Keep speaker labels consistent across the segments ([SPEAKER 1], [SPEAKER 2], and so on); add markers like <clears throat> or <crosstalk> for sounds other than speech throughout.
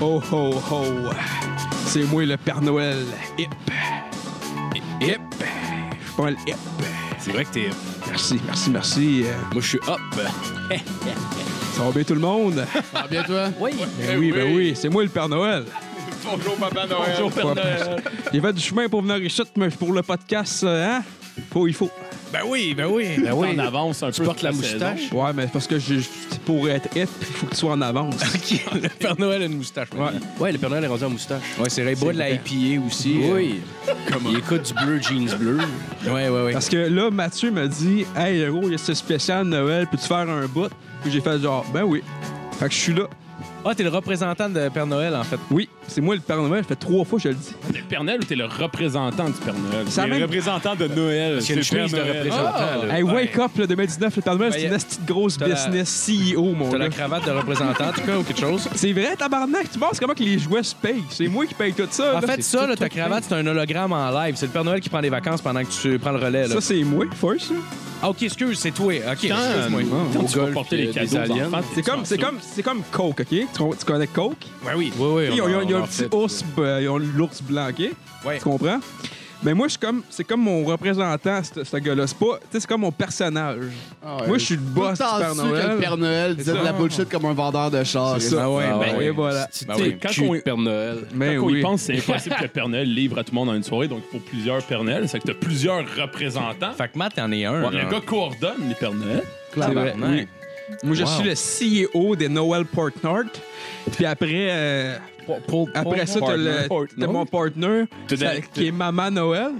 [SPEAKER 1] Ho, ho, ho. C'est moi le Père Noël. Hip. Hip. Je suis pas mal hip.
[SPEAKER 2] C'est vrai que t'es.
[SPEAKER 1] Merci, merci, merci. Euh,
[SPEAKER 2] Moi, je suis up.
[SPEAKER 1] Ça va bien tout le monde?
[SPEAKER 3] Ah, bien, toi?
[SPEAKER 4] Oui.
[SPEAKER 1] Ben oui, ben oui, c'est moi le Père Noël.
[SPEAKER 2] Eh Bonjour, Papa Noël.
[SPEAKER 1] Ouais, J'ai fait du chemin pour venir ici, mais pour le podcast, euh, hein? Faut, il faut.
[SPEAKER 2] Ben oui, ben oui. Ben
[SPEAKER 4] oui.
[SPEAKER 2] On avance un peu.
[SPEAKER 3] portes
[SPEAKER 2] toute
[SPEAKER 3] la
[SPEAKER 2] saison.
[SPEAKER 3] moustache?
[SPEAKER 1] Ouais, mais parce que j'ai- pour être hip, il faut que tu sois en avance.
[SPEAKER 2] le Père Noël a une moustache.
[SPEAKER 1] Ouais.
[SPEAKER 3] Ouais, le Père Noël est rendu en moustache.
[SPEAKER 2] Ouais, c'est vrai. Il boit de la IPA aussi.
[SPEAKER 3] Oui.
[SPEAKER 2] Comment?
[SPEAKER 3] Euh, Il écoute du bleu, jeans bleu.
[SPEAKER 2] Ouais, ouais, ouais.
[SPEAKER 1] Parce que là, Mathieu m'a dit Hey, gros, il y a ce spécial de Noël, peux-tu faire un bout Puis j'ai fait genre, Ben oui. Fait que je suis là.
[SPEAKER 4] Ah, t'es le représentant de Père Noël, en fait.
[SPEAKER 1] Oui, c'est moi le Père Noël, ça fait trois fois que je le dis.
[SPEAKER 2] T'es le Père Noël ou t'es le représentant du Père Noël?
[SPEAKER 1] Ça
[SPEAKER 2] T'es le
[SPEAKER 1] même-
[SPEAKER 2] représentant de Noël.
[SPEAKER 3] C'est une
[SPEAKER 2] le Père
[SPEAKER 3] chemise de
[SPEAKER 2] Noël.
[SPEAKER 3] représentant.
[SPEAKER 2] Ah!
[SPEAKER 3] là.
[SPEAKER 1] Hey, wake up, le 2019, le Père Noël, c'est
[SPEAKER 4] Euh, Ben,
[SPEAKER 1] une
[SPEAKER 4] y a-
[SPEAKER 1] petite grosse
[SPEAKER 4] t'as la-
[SPEAKER 1] business CEO, mon gars.
[SPEAKER 4] T'as la cravate de représentant, en tout cas, ou quelque chose.
[SPEAKER 1] C'est vrai, tabarnak, tu penses comment que les jouets se payent C'est moi qui paye tout ça.
[SPEAKER 4] En
[SPEAKER 1] là.
[SPEAKER 4] fait, ça, là, ta cravate, c'est un hologramme en live. C'est le Père Noël qui prend des vacances pendant que tu prends le relais. Là.
[SPEAKER 1] ça, c'est moi, first. là.
[SPEAKER 4] Ah, OK, excuse, c'est toi. OK,
[SPEAKER 2] Quand-
[SPEAKER 4] excuse-moi.
[SPEAKER 2] Quand
[SPEAKER 3] Au
[SPEAKER 2] tu vas
[SPEAKER 3] golf,
[SPEAKER 2] porter
[SPEAKER 3] il y a
[SPEAKER 2] les
[SPEAKER 3] des
[SPEAKER 2] cadeaux aux
[SPEAKER 3] aliens.
[SPEAKER 2] enfants,
[SPEAKER 1] C'est comme, c'est
[SPEAKER 2] t'es-
[SPEAKER 1] comme, c'est comme Coke, ok Tu, tu connais Coke
[SPEAKER 2] Ouais, Ben oui.
[SPEAKER 4] Oui, oui.
[SPEAKER 1] Ils ont,
[SPEAKER 4] on-
[SPEAKER 1] ils ont- ils ont
[SPEAKER 4] on en
[SPEAKER 1] un petit
[SPEAKER 4] fait.
[SPEAKER 1] ours, euh, ils ont l'ours blanc, ok?
[SPEAKER 4] Ouais.
[SPEAKER 1] Tu comprends? Mais moi, je suis comme, c'est comme mon représentant, ce ce gars-là. C'est pas, tu sais, c'est comme mon personnage.
[SPEAKER 5] Ah
[SPEAKER 1] Moi, je suis le boss du Père
[SPEAKER 5] que
[SPEAKER 1] Noël.
[SPEAKER 5] le Père Noël disait de la bullshit comme un vendeur de chars.
[SPEAKER 1] C'est ça.
[SPEAKER 3] Ah ouais,
[SPEAKER 1] Ah
[SPEAKER 3] ben
[SPEAKER 1] ouais,
[SPEAKER 3] oui.
[SPEAKER 1] voilà.
[SPEAKER 3] C'est-
[SPEAKER 2] Ben
[SPEAKER 3] t'es
[SPEAKER 2] oui.
[SPEAKER 3] cul
[SPEAKER 2] Quand on-
[SPEAKER 3] de Père Noël.
[SPEAKER 1] Mais
[SPEAKER 2] Quand on y
[SPEAKER 1] oui.
[SPEAKER 3] <laughs>
[SPEAKER 2] pense, c'est impossible que le Père Noël livre à tout le monde en une soirée. Donc, il faut plusieurs Père Noël. C'est que t'as plusieurs représentants.
[SPEAKER 4] Fait que Matt, t'en es un.
[SPEAKER 2] Ouais, le gars coordonne les Père Noël.
[SPEAKER 1] C'est vrai, oui.
[SPEAKER 4] Tabarnak.
[SPEAKER 1] Moi, je
[SPEAKER 4] Wow.
[SPEAKER 1] suis le CEO des Noël Portnord. Puis après, euh, après ça, t'as le- t'as mon partner,
[SPEAKER 2] T'as de-
[SPEAKER 1] ça- qui est Maman Noël.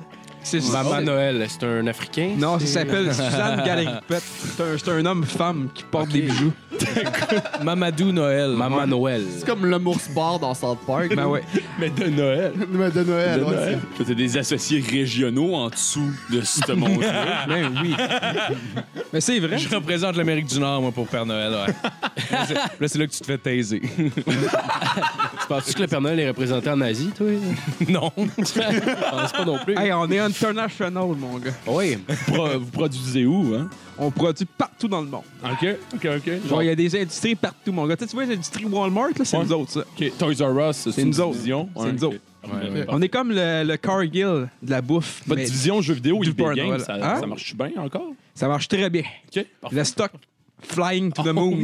[SPEAKER 1] C'est
[SPEAKER 3] Maman
[SPEAKER 1] c'est-
[SPEAKER 3] Noël, c'est un Africain?
[SPEAKER 1] Non, ça s'appelle Suzanne Galeripette. C'est un, c'est un homme-femme qui porte des bijoux.
[SPEAKER 4] Mamadou Noël.
[SPEAKER 3] Maman Noël.
[SPEAKER 5] C'est comme le Mours Bar dans South Park.
[SPEAKER 1] Ben ouais.
[SPEAKER 2] Mais de Noël.
[SPEAKER 5] <laughs> Mais de Noël,
[SPEAKER 2] De
[SPEAKER 5] ouais,
[SPEAKER 2] Noël. Toi, T'as des associés régionaux en dessous de <laughs> ce
[SPEAKER 1] <laughs>
[SPEAKER 2] monde-là.
[SPEAKER 1] Ben oui. Mais c'est vrai.
[SPEAKER 4] Je représente l'Amérique du Nord, moi, pour Père Noël. Ouais.
[SPEAKER 3] <laughs>
[SPEAKER 4] là, c'est- là, c'est là que tu te fais taiser.
[SPEAKER 3] Tu penses-tu que le Père Noël est représenté en Asie, toi?
[SPEAKER 4] <laughs> non.
[SPEAKER 3] <laughs> Je pense pas non plus.
[SPEAKER 1] Hey, on est international, mon gars.
[SPEAKER 3] Oui.
[SPEAKER 2] Pro- vous produisez où, hein?
[SPEAKER 1] On produit partout dans le monde.
[SPEAKER 2] OK, OK, OK.
[SPEAKER 1] Genre, il y a des industries partout, mon gars. Tu sais, tu vois, l'industrie Walmart, là, c'est
[SPEAKER 2] Ouais.
[SPEAKER 1] nous autres, ça.
[SPEAKER 2] OK, Toys R Us, c'est
[SPEAKER 1] C'est
[SPEAKER 2] une
[SPEAKER 1] nous autres.
[SPEAKER 2] division.
[SPEAKER 1] C'est nous
[SPEAKER 2] ok.
[SPEAKER 1] autres.
[SPEAKER 2] Ouais, ouais.
[SPEAKER 1] On est comme le, le Cargill de la bouffe.
[SPEAKER 2] Votre
[SPEAKER 1] mais
[SPEAKER 2] division jeux vidéo,
[SPEAKER 1] Du
[SPEAKER 2] il
[SPEAKER 1] Père
[SPEAKER 2] Game,
[SPEAKER 1] Noël.
[SPEAKER 2] ça,
[SPEAKER 1] Hein?
[SPEAKER 2] ça marche bien encore?
[SPEAKER 1] ça marche très bien.
[SPEAKER 2] OK, parfait.
[SPEAKER 1] Le stock flying to
[SPEAKER 2] Oh
[SPEAKER 1] the moon.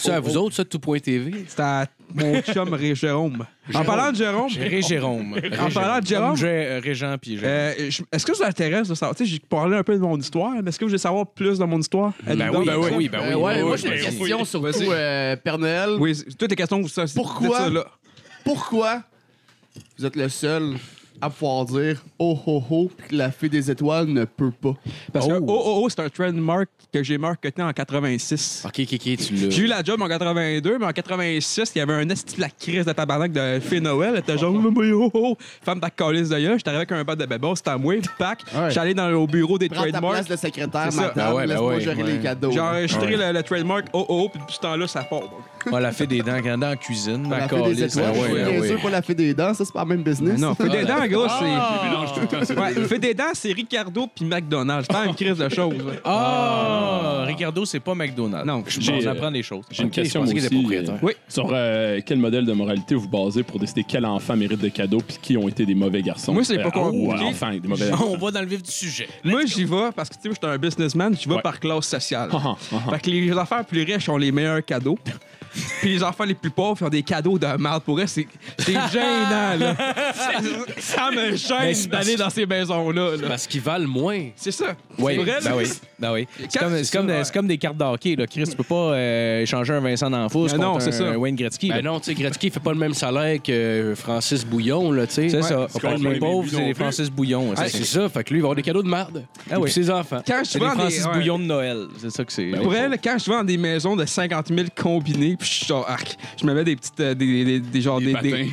[SPEAKER 3] C'est à vous autres, ça, tout point TV?
[SPEAKER 1] C'est à mon chum Ré Jérôme. En parlant de Jérôme,
[SPEAKER 4] Ré Jérôme.
[SPEAKER 1] En parlant de Jérôme-
[SPEAKER 4] Ré Régent, puis Jérôme.
[SPEAKER 1] euh, je- est-ce que ça vous intéresse de savoir? Tu sais, j'ai parlé un peu de mon histoire, mais est-ce que vous voulez savoir plus de mon histoire? Êtes-vous
[SPEAKER 3] oui,
[SPEAKER 1] dans-
[SPEAKER 3] ben oui.
[SPEAKER 5] Euh, ouais, moi, j'ai
[SPEAKER 2] ben
[SPEAKER 5] une
[SPEAKER 2] oui.
[SPEAKER 5] question surtout,
[SPEAKER 1] Vas-y.
[SPEAKER 5] euh, Père Noël.
[SPEAKER 1] Oui, c'est- toutes les questions, vous savez.
[SPEAKER 5] Pourquoi?
[SPEAKER 1] Ça, là.
[SPEAKER 5] Pourquoi vous êtes le seul à pouvoir dire oh oh oh puis que la fée des étoiles ne peut pas?
[SPEAKER 1] Parce que
[SPEAKER 3] Oh.
[SPEAKER 1] oh, oh, oh, c'est un trademark que j'ai marketé en 86.
[SPEAKER 3] OK, OK, OK, tu l'as.
[SPEAKER 4] <laughs>
[SPEAKER 1] J'ai eu la job en 82, mais en 86, il y avait un esti de la crise de tabarnak de Fée Noël. Elle était genre, oh, oh, oh, femme ta calice de gueule. J'étais arrivé avec un bat de bébé, c'était à moi, pack.
[SPEAKER 5] Ouais.
[SPEAKER 1] J'allais dans le au bureau des
[SPEAKER 5] Prends ta place
[SPEAKER 1] trademarks.
[SPEAKER 5] de secrétaire,
[SPEAKER 1] C'est ça.
[SPEAKER 5] madame.
[SPEAKER 3] Ah ouais, ben
[SPEAKER 5] Laisse-moi
[SPEAKER 3] ouais,
[SPEAKER 5] gérer
[SPEAKER 3] ouais.
[SPEAKER 5] les cadeaux.
[SPEAKER 1] J'ai enregistré le, le trademark oh oh, oh, puis depuis ce temps-là, ça part.
[SPEAKER 4] On l'a Ah, fait des dents quand dans la cuisine.
[SPEAKER 5] la
[SPEAKER 4] ma
[SPEAKER 5] fée des
[SPEAKER 4] câlisse.
[SPEAKER 5] étoiles,
[SPEAKER 4] Ah ouais,
[SPEAKER 5] bien
[SPEAKER 4] ah ouais.
[SPEAKER 5] sûr, pas la fée des dents, ça c'est pas le même business.
[SPEAKER 1] Non,
[SPEAKER 5] <laughs>
[SPEAKER 1] fait des dents, en gros,
[SPEAKER 2] Il mélange tout le temps. ça.
[SPEAKER 1] c'est. Ouais, fait des dents, c'est Ricardo puis McDonald's. C'est pas une crise de choses. là.
[SPEAKER 4] Ah! Ricardo, c'est pas McDonald's.
[SPEAKER 1] Non,
[SPEAKER 4] je
[SPEAKER 2] j'ai-
[SPEAKER 4] pense, on apprend des choses.
[SPEAKER 2] J'ai une
[SPEAKER 3] Ok,
[SPEAKER 2] question
[SPEAKER 3] je pensais
[SPEAKER 2] moi
[SPEAKER 3] qu'il
[SPEAKER 2] aussi.
[SPEAKER 3] était propriétaire.
[SPEAKER 1] Oui.
[SPEAKER 2] Sur euh, quel modèle de moralité vous basez pour décider quel enfant mérite des cadeaux puis qui ont été des mauvais garçons?
[SPEAKER 1] Moi, c'est pas
[SPEAKER 2] con. Ou
[SPEAKER 1] compliqué.
[SPEAKER 2] enfants, des mauvais garçons. <laughs>
[SPEAKER 4] On va dans le vif du sujet.
[SPEAKER 1] Moi, j'y vais parce que tu sais, moi, j'étais un businessman, j'y vais
[SPEAKER 2] Ouais.
[SPEAKER 1] par classe sociale.
[SPEAKER 2] Ah, ah, ah.
[SPEAKER 1] Fait que les enfants plus riches ont les meilleurs cadeaux. Puis les enfants les plus pauvres font des cadeaux de merde. Pour eux, c'est c'est gênant, là. C'est- Ça me gêne d'aller dans ces maisons-là. là.
[SPEAKER 3] Parce qu'ils valent moins.
[SPEAKER 1] C'est ça.
[SPEAKER 4] Oui,
[SPEAKER 1] C'est vrai,
[SPEAKER 4] ben
[SPEAKER 1] là.
[SPEAKER 4] oui, ben oui. C'est
[SPEAKER 1] Quand-
[SPEAKER 4] comme, c'est comme,
[SPEAKER 1] ouais.
[SPEAKER 4] c'est comme des cartes d'hockey. Là. Chris, tu peux pas euh, échanger un Vincent D'Anfous
[SPEAKER 1] Ben
[SPEAKER 4] contre
[SPEAKER 1] non,
[SPEAKER 4] un,
[SPEAKER 1] c'est ça.
[SPEAKER 4] un Wayne Gretzky. là.
[SPEAKER 3] Ben non, tu sais, Gretzky, il fait pas le même salaire que euh, Francis Bouillon, là, tu sais.
[SPEAKER 4] C'est ça.
[SPEAKER 2] parce
[SPEAKER 4] Pas
[SPEAKER 2] qu'on
[SPEAKER 4] les
[SPEAKER 2] les
[SPEAKER 4] pauvres,
[SPEAKER 2] buts
[SPEAKER 4] c'est
[SPEAKER 2] non
[SPEAKER 4] les
[SPEAKER 2] plus.
[SPEAKER 4] Francis Bouillon.
[SPEAKER 3] Ah, c'est ça, fait que lui, il va avoir des cadeaux de merde.
[SPEAKER 4] Ah oui.
[SPEAKER 3] Pour ses enfants.
[SPEAKER 1] Quand je
[SPEAKER 4] C'est
[SPEAKER 1] vais
[SPEAKER 4] les
[SPEAKER 1] dans
[SPEAKER 4] Francis
[SPEAKER 1] des- ouais.
[SPEAKER 4] Bouillon de Noël. C'est ça que c'est.
[SPEAKER 1] Pour elle, quand je vais dans des maisons de 50 000 combinées, puis je suis genre, arc, je me mets des petites, euh, des, des, des- genre des, des-
[SPEAKER 2] patins.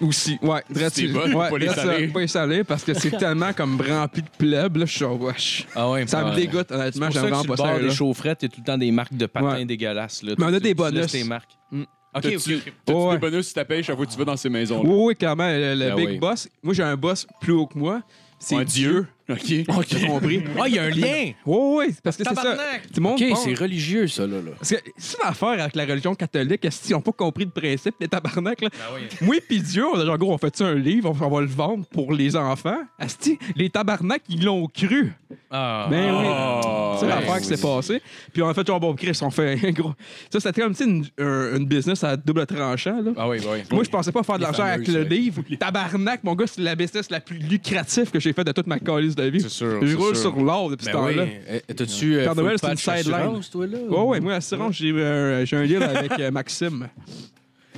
[SPEAKER 1] aussi, ouais, drette-
[SPEAKER 2] C'est bon, pas les
[SPEAKER 1] drette-
[SPEAKER 2] saler.
[SPEAKER 1] pas les saler, parce que c'est tellement comme rempli de plebs, là, je suis genre, wesh.
[SPEAKER 4] Ah ouais,
[SPEAKER 1] Ça me
[SPEAKER 4] ouais.
[SPEAKER 1] dégoûte, honnêtement,
[SPEAKER 4] C'est pour
[SPEAKER 1] j'aime
[SPEAKER 4] ça que
[SPEAKER 1] vraiment
[SPEAKER 4] sur le
[SPEAKER 1] pas
[SPEAKER 4] bord
[SPEAKER 1] ça.
[SPEAKER 4] des
[SPEAKER 1] là.
[SPEAKER 4] chaufferettes, il y a tout le temps des marques de patins
[SPEAKER 1] Ouais.
[SPEAKER 4] dégueulasses. Là.
[SPEAKER 1] Mais on a
[SPEAKER 4] Tu-
[SPEAKER 1] des
[SPEAKER 4] tu
[SPEAKER 1] bonus.
[SPEAKER 4] laisses tes marques. OK, OK,
[SPEAKER 2] T'as-tu-
[SPEAKER 4] OK.
[SPEAKER 2] T'as-tu
[SPEAKER 1] Ouais, ouais.
[SPEAKER 2] des bonus si t'as payé chaque fois que tu vas dans ces maisons
[SPEAKER 1] Oui, oui, clairement, le, le
[SPEAKER 3] Ben
[SPEAKER 1] big
[SPEAKER 3] oui.
[SPEAKER 1] boss. Moi, j'ai un boss plus haut que moi. c'est
[SPEAKER 6] Ouais,
[SPEAKER 1] Dieu.
[SPEAKER 6] OK.
[SPEAKER 1] T'as compris?
[SPEAKER 4] Ah, il y a un lien!
[SPEAKER 1] Oui, oui, c'est parce que c'est ça.
[SPEAKER 4] Tabarnak!
[SPEAKER 1] Tout le monde
[SPEAKER 3] OK,
[SPEAKER 1] pense-
[SPEAKER 3] c'est religieux, ça, là. là.
[SPEAKER 1] Parce que c'est l'affaire avec la religion catholique, est-ce qu'ils n'ont pas compris le principe des tabarnak? Là.
[SPEAKER 4] Ben oui.
[SPEAKER 1] Moi puis Dieu, on a genre, gros, on fait-tu un livre, on va le vendre pour les enfants? Asti, les tabarnak, ils l'ont cru.
[SPEAKER 4] Ah.
[SPEAKER 1] Ben oui.
[SPEAKER 6] Ah,
[SPEAKER 1] C'est
[SPEAKER 6] ouais.
[SPEAKER 4] Ben
[SPEAKER 1] l'affaire qui s'est passée. Puis on a fait genre, bon, Chris, on fait un gros. Ça, c'était comme tu sais, une, un- une business à double tranchant. Là.
[SPEAKER 4] Ah oui, oui, oui.
[SPEAKER 1] Moi, je pensais pas faire de
[SPEAKER 4] Les
[SPEAKER 1] l'argent avec
[SPEAKER 4] fameuses,
[SPEAKER 1] le
[SPEAKER 4] oui.
[SPEAKER 1] livre. Tabarnak, mon gars, c'est la business la plus lucrative que j'ai faite de toute ma calice de vie.
[SPEAKER 4] C'est sûr,
[SPEAKER 1] Je
[SPEAKER 4] c'est
[SPEAKER 1] roule
[SPEAKER 4] sûr.
[SPEAKER 1] sur l'or depuis ce
[SPEAKER 4] Ben
[SPEAKER 1] temps-là.
[SPEAKER 4] oui.
[SPEAKER 3] Eh, T'as-tu. euh,
[SPEAKER 1] Père
[SPEAKER 3] full
[SPEAKER 1] Noël, c'est une
[SPEAKER 3] patch
[SPEAKER 1] sideline.
[SPEAKER 3] assurance, toi, là?
[SPEAKER 1] Ouais, ouais, moi, assurance, j'ai euh, j'ai un deal avec euh, Maxime.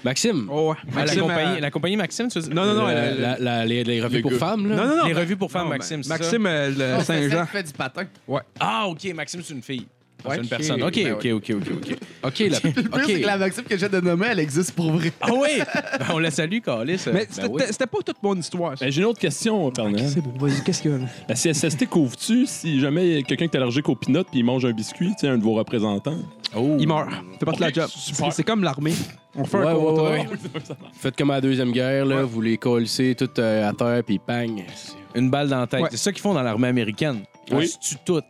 [SPEAKER 3] Maxime?
[SPEAKER 1] Oh, ouais.
[SPEAKER 4] Ah, la,
[SPEAKER 1] Maxime,
[SPEAKER 4] compagnie,
[SPEAKER 1] euh,
[SPEAKER 4] la compagnie Maxime, tu veux dire?
[SPEAKER 1] Non, non, non,
[SPEAKER 3] La-
[SPEAKER 1] elle-
[SPEAKER 3] la- la- les, les Oh, revues
[SPEAKER 6] Les
[SPEAKER 3] pour
[SPEAKER 6] gars.
[SPEAKER 3] femmes, là?
[SPEAKER 1] Non, non, non.
[SPEAKER 4] Les revues pour femmes,
[SPEAKER 1] Non,
[SPEAKER 4] Maxime, c'est ça?
[SPEAKER 1] Maxime, euh, le
[SPEAKER 5] Non, c'est
[SPEAKER 1] Saint-Jean.
[SPEAKER 5] celle qui fait du patin.
[SPEAKER 4] Ah, OK, Maxime, c'est une fille. Ah, C'est
[SPEAKER 3] Ok.
[SPEAKER 4] une personne. OK,
[SPEAKER 3] Ben
[SPEAKER 4] OK, OK, OK, OK.
[SPEAKER 3] OK, là.
[SPEAKER 5] <laughs> Le pire, c'est que la Maxime que j'ai de nommer, elle existe pour vrai.
[SPEAKER 4] Ah oui! Ben, on la salue, Calis.
[SPEAKER 3] Ben
[SPEAKER 1] Mais c'était c'était pas toute mon histoire. ça.
[SPEAKER 6] Ben, J'ai une autre question, Père Noël.
[SPEAKER 1] bon, vas-y, qu'est-ce qu'il y a là?
[SPEAKER 6] La CSST couvre-tu si jamais il y a quelqu'un qui est allergique aux peanuts puis il mange un biscuit, tu sais, un de vos représentants?
[SPEAKER 3] Oh.
[SPEAKER 1] Il meurt. C'est parti de la
[SPEAKER 6] Ok,
[SPEAKER 1] job.
[SPEAKER 6] super.
[SPEAKER 1] C'est comme l'armée. On fait
[SPEAKER 3] Ouais,
[SPEAKER 1] un
[SPEAKER 3] ouais,
[SPEAKER 1] contrat.
[SPEAKER 3] ouais. Faites comme à la Deuxième Guerre, là. Vous les collez tout euh, à terre, puis bang. C'est-
[SPEAKER 4] Une balle dans la tête.
[SPEAKER 1] Ouais.
[SPEAKER 4] C'est ça qu'ils font dans l'armée américaine.
[SPEAKER 6] Oui.
[SPEAKER 4] On se tue toutes.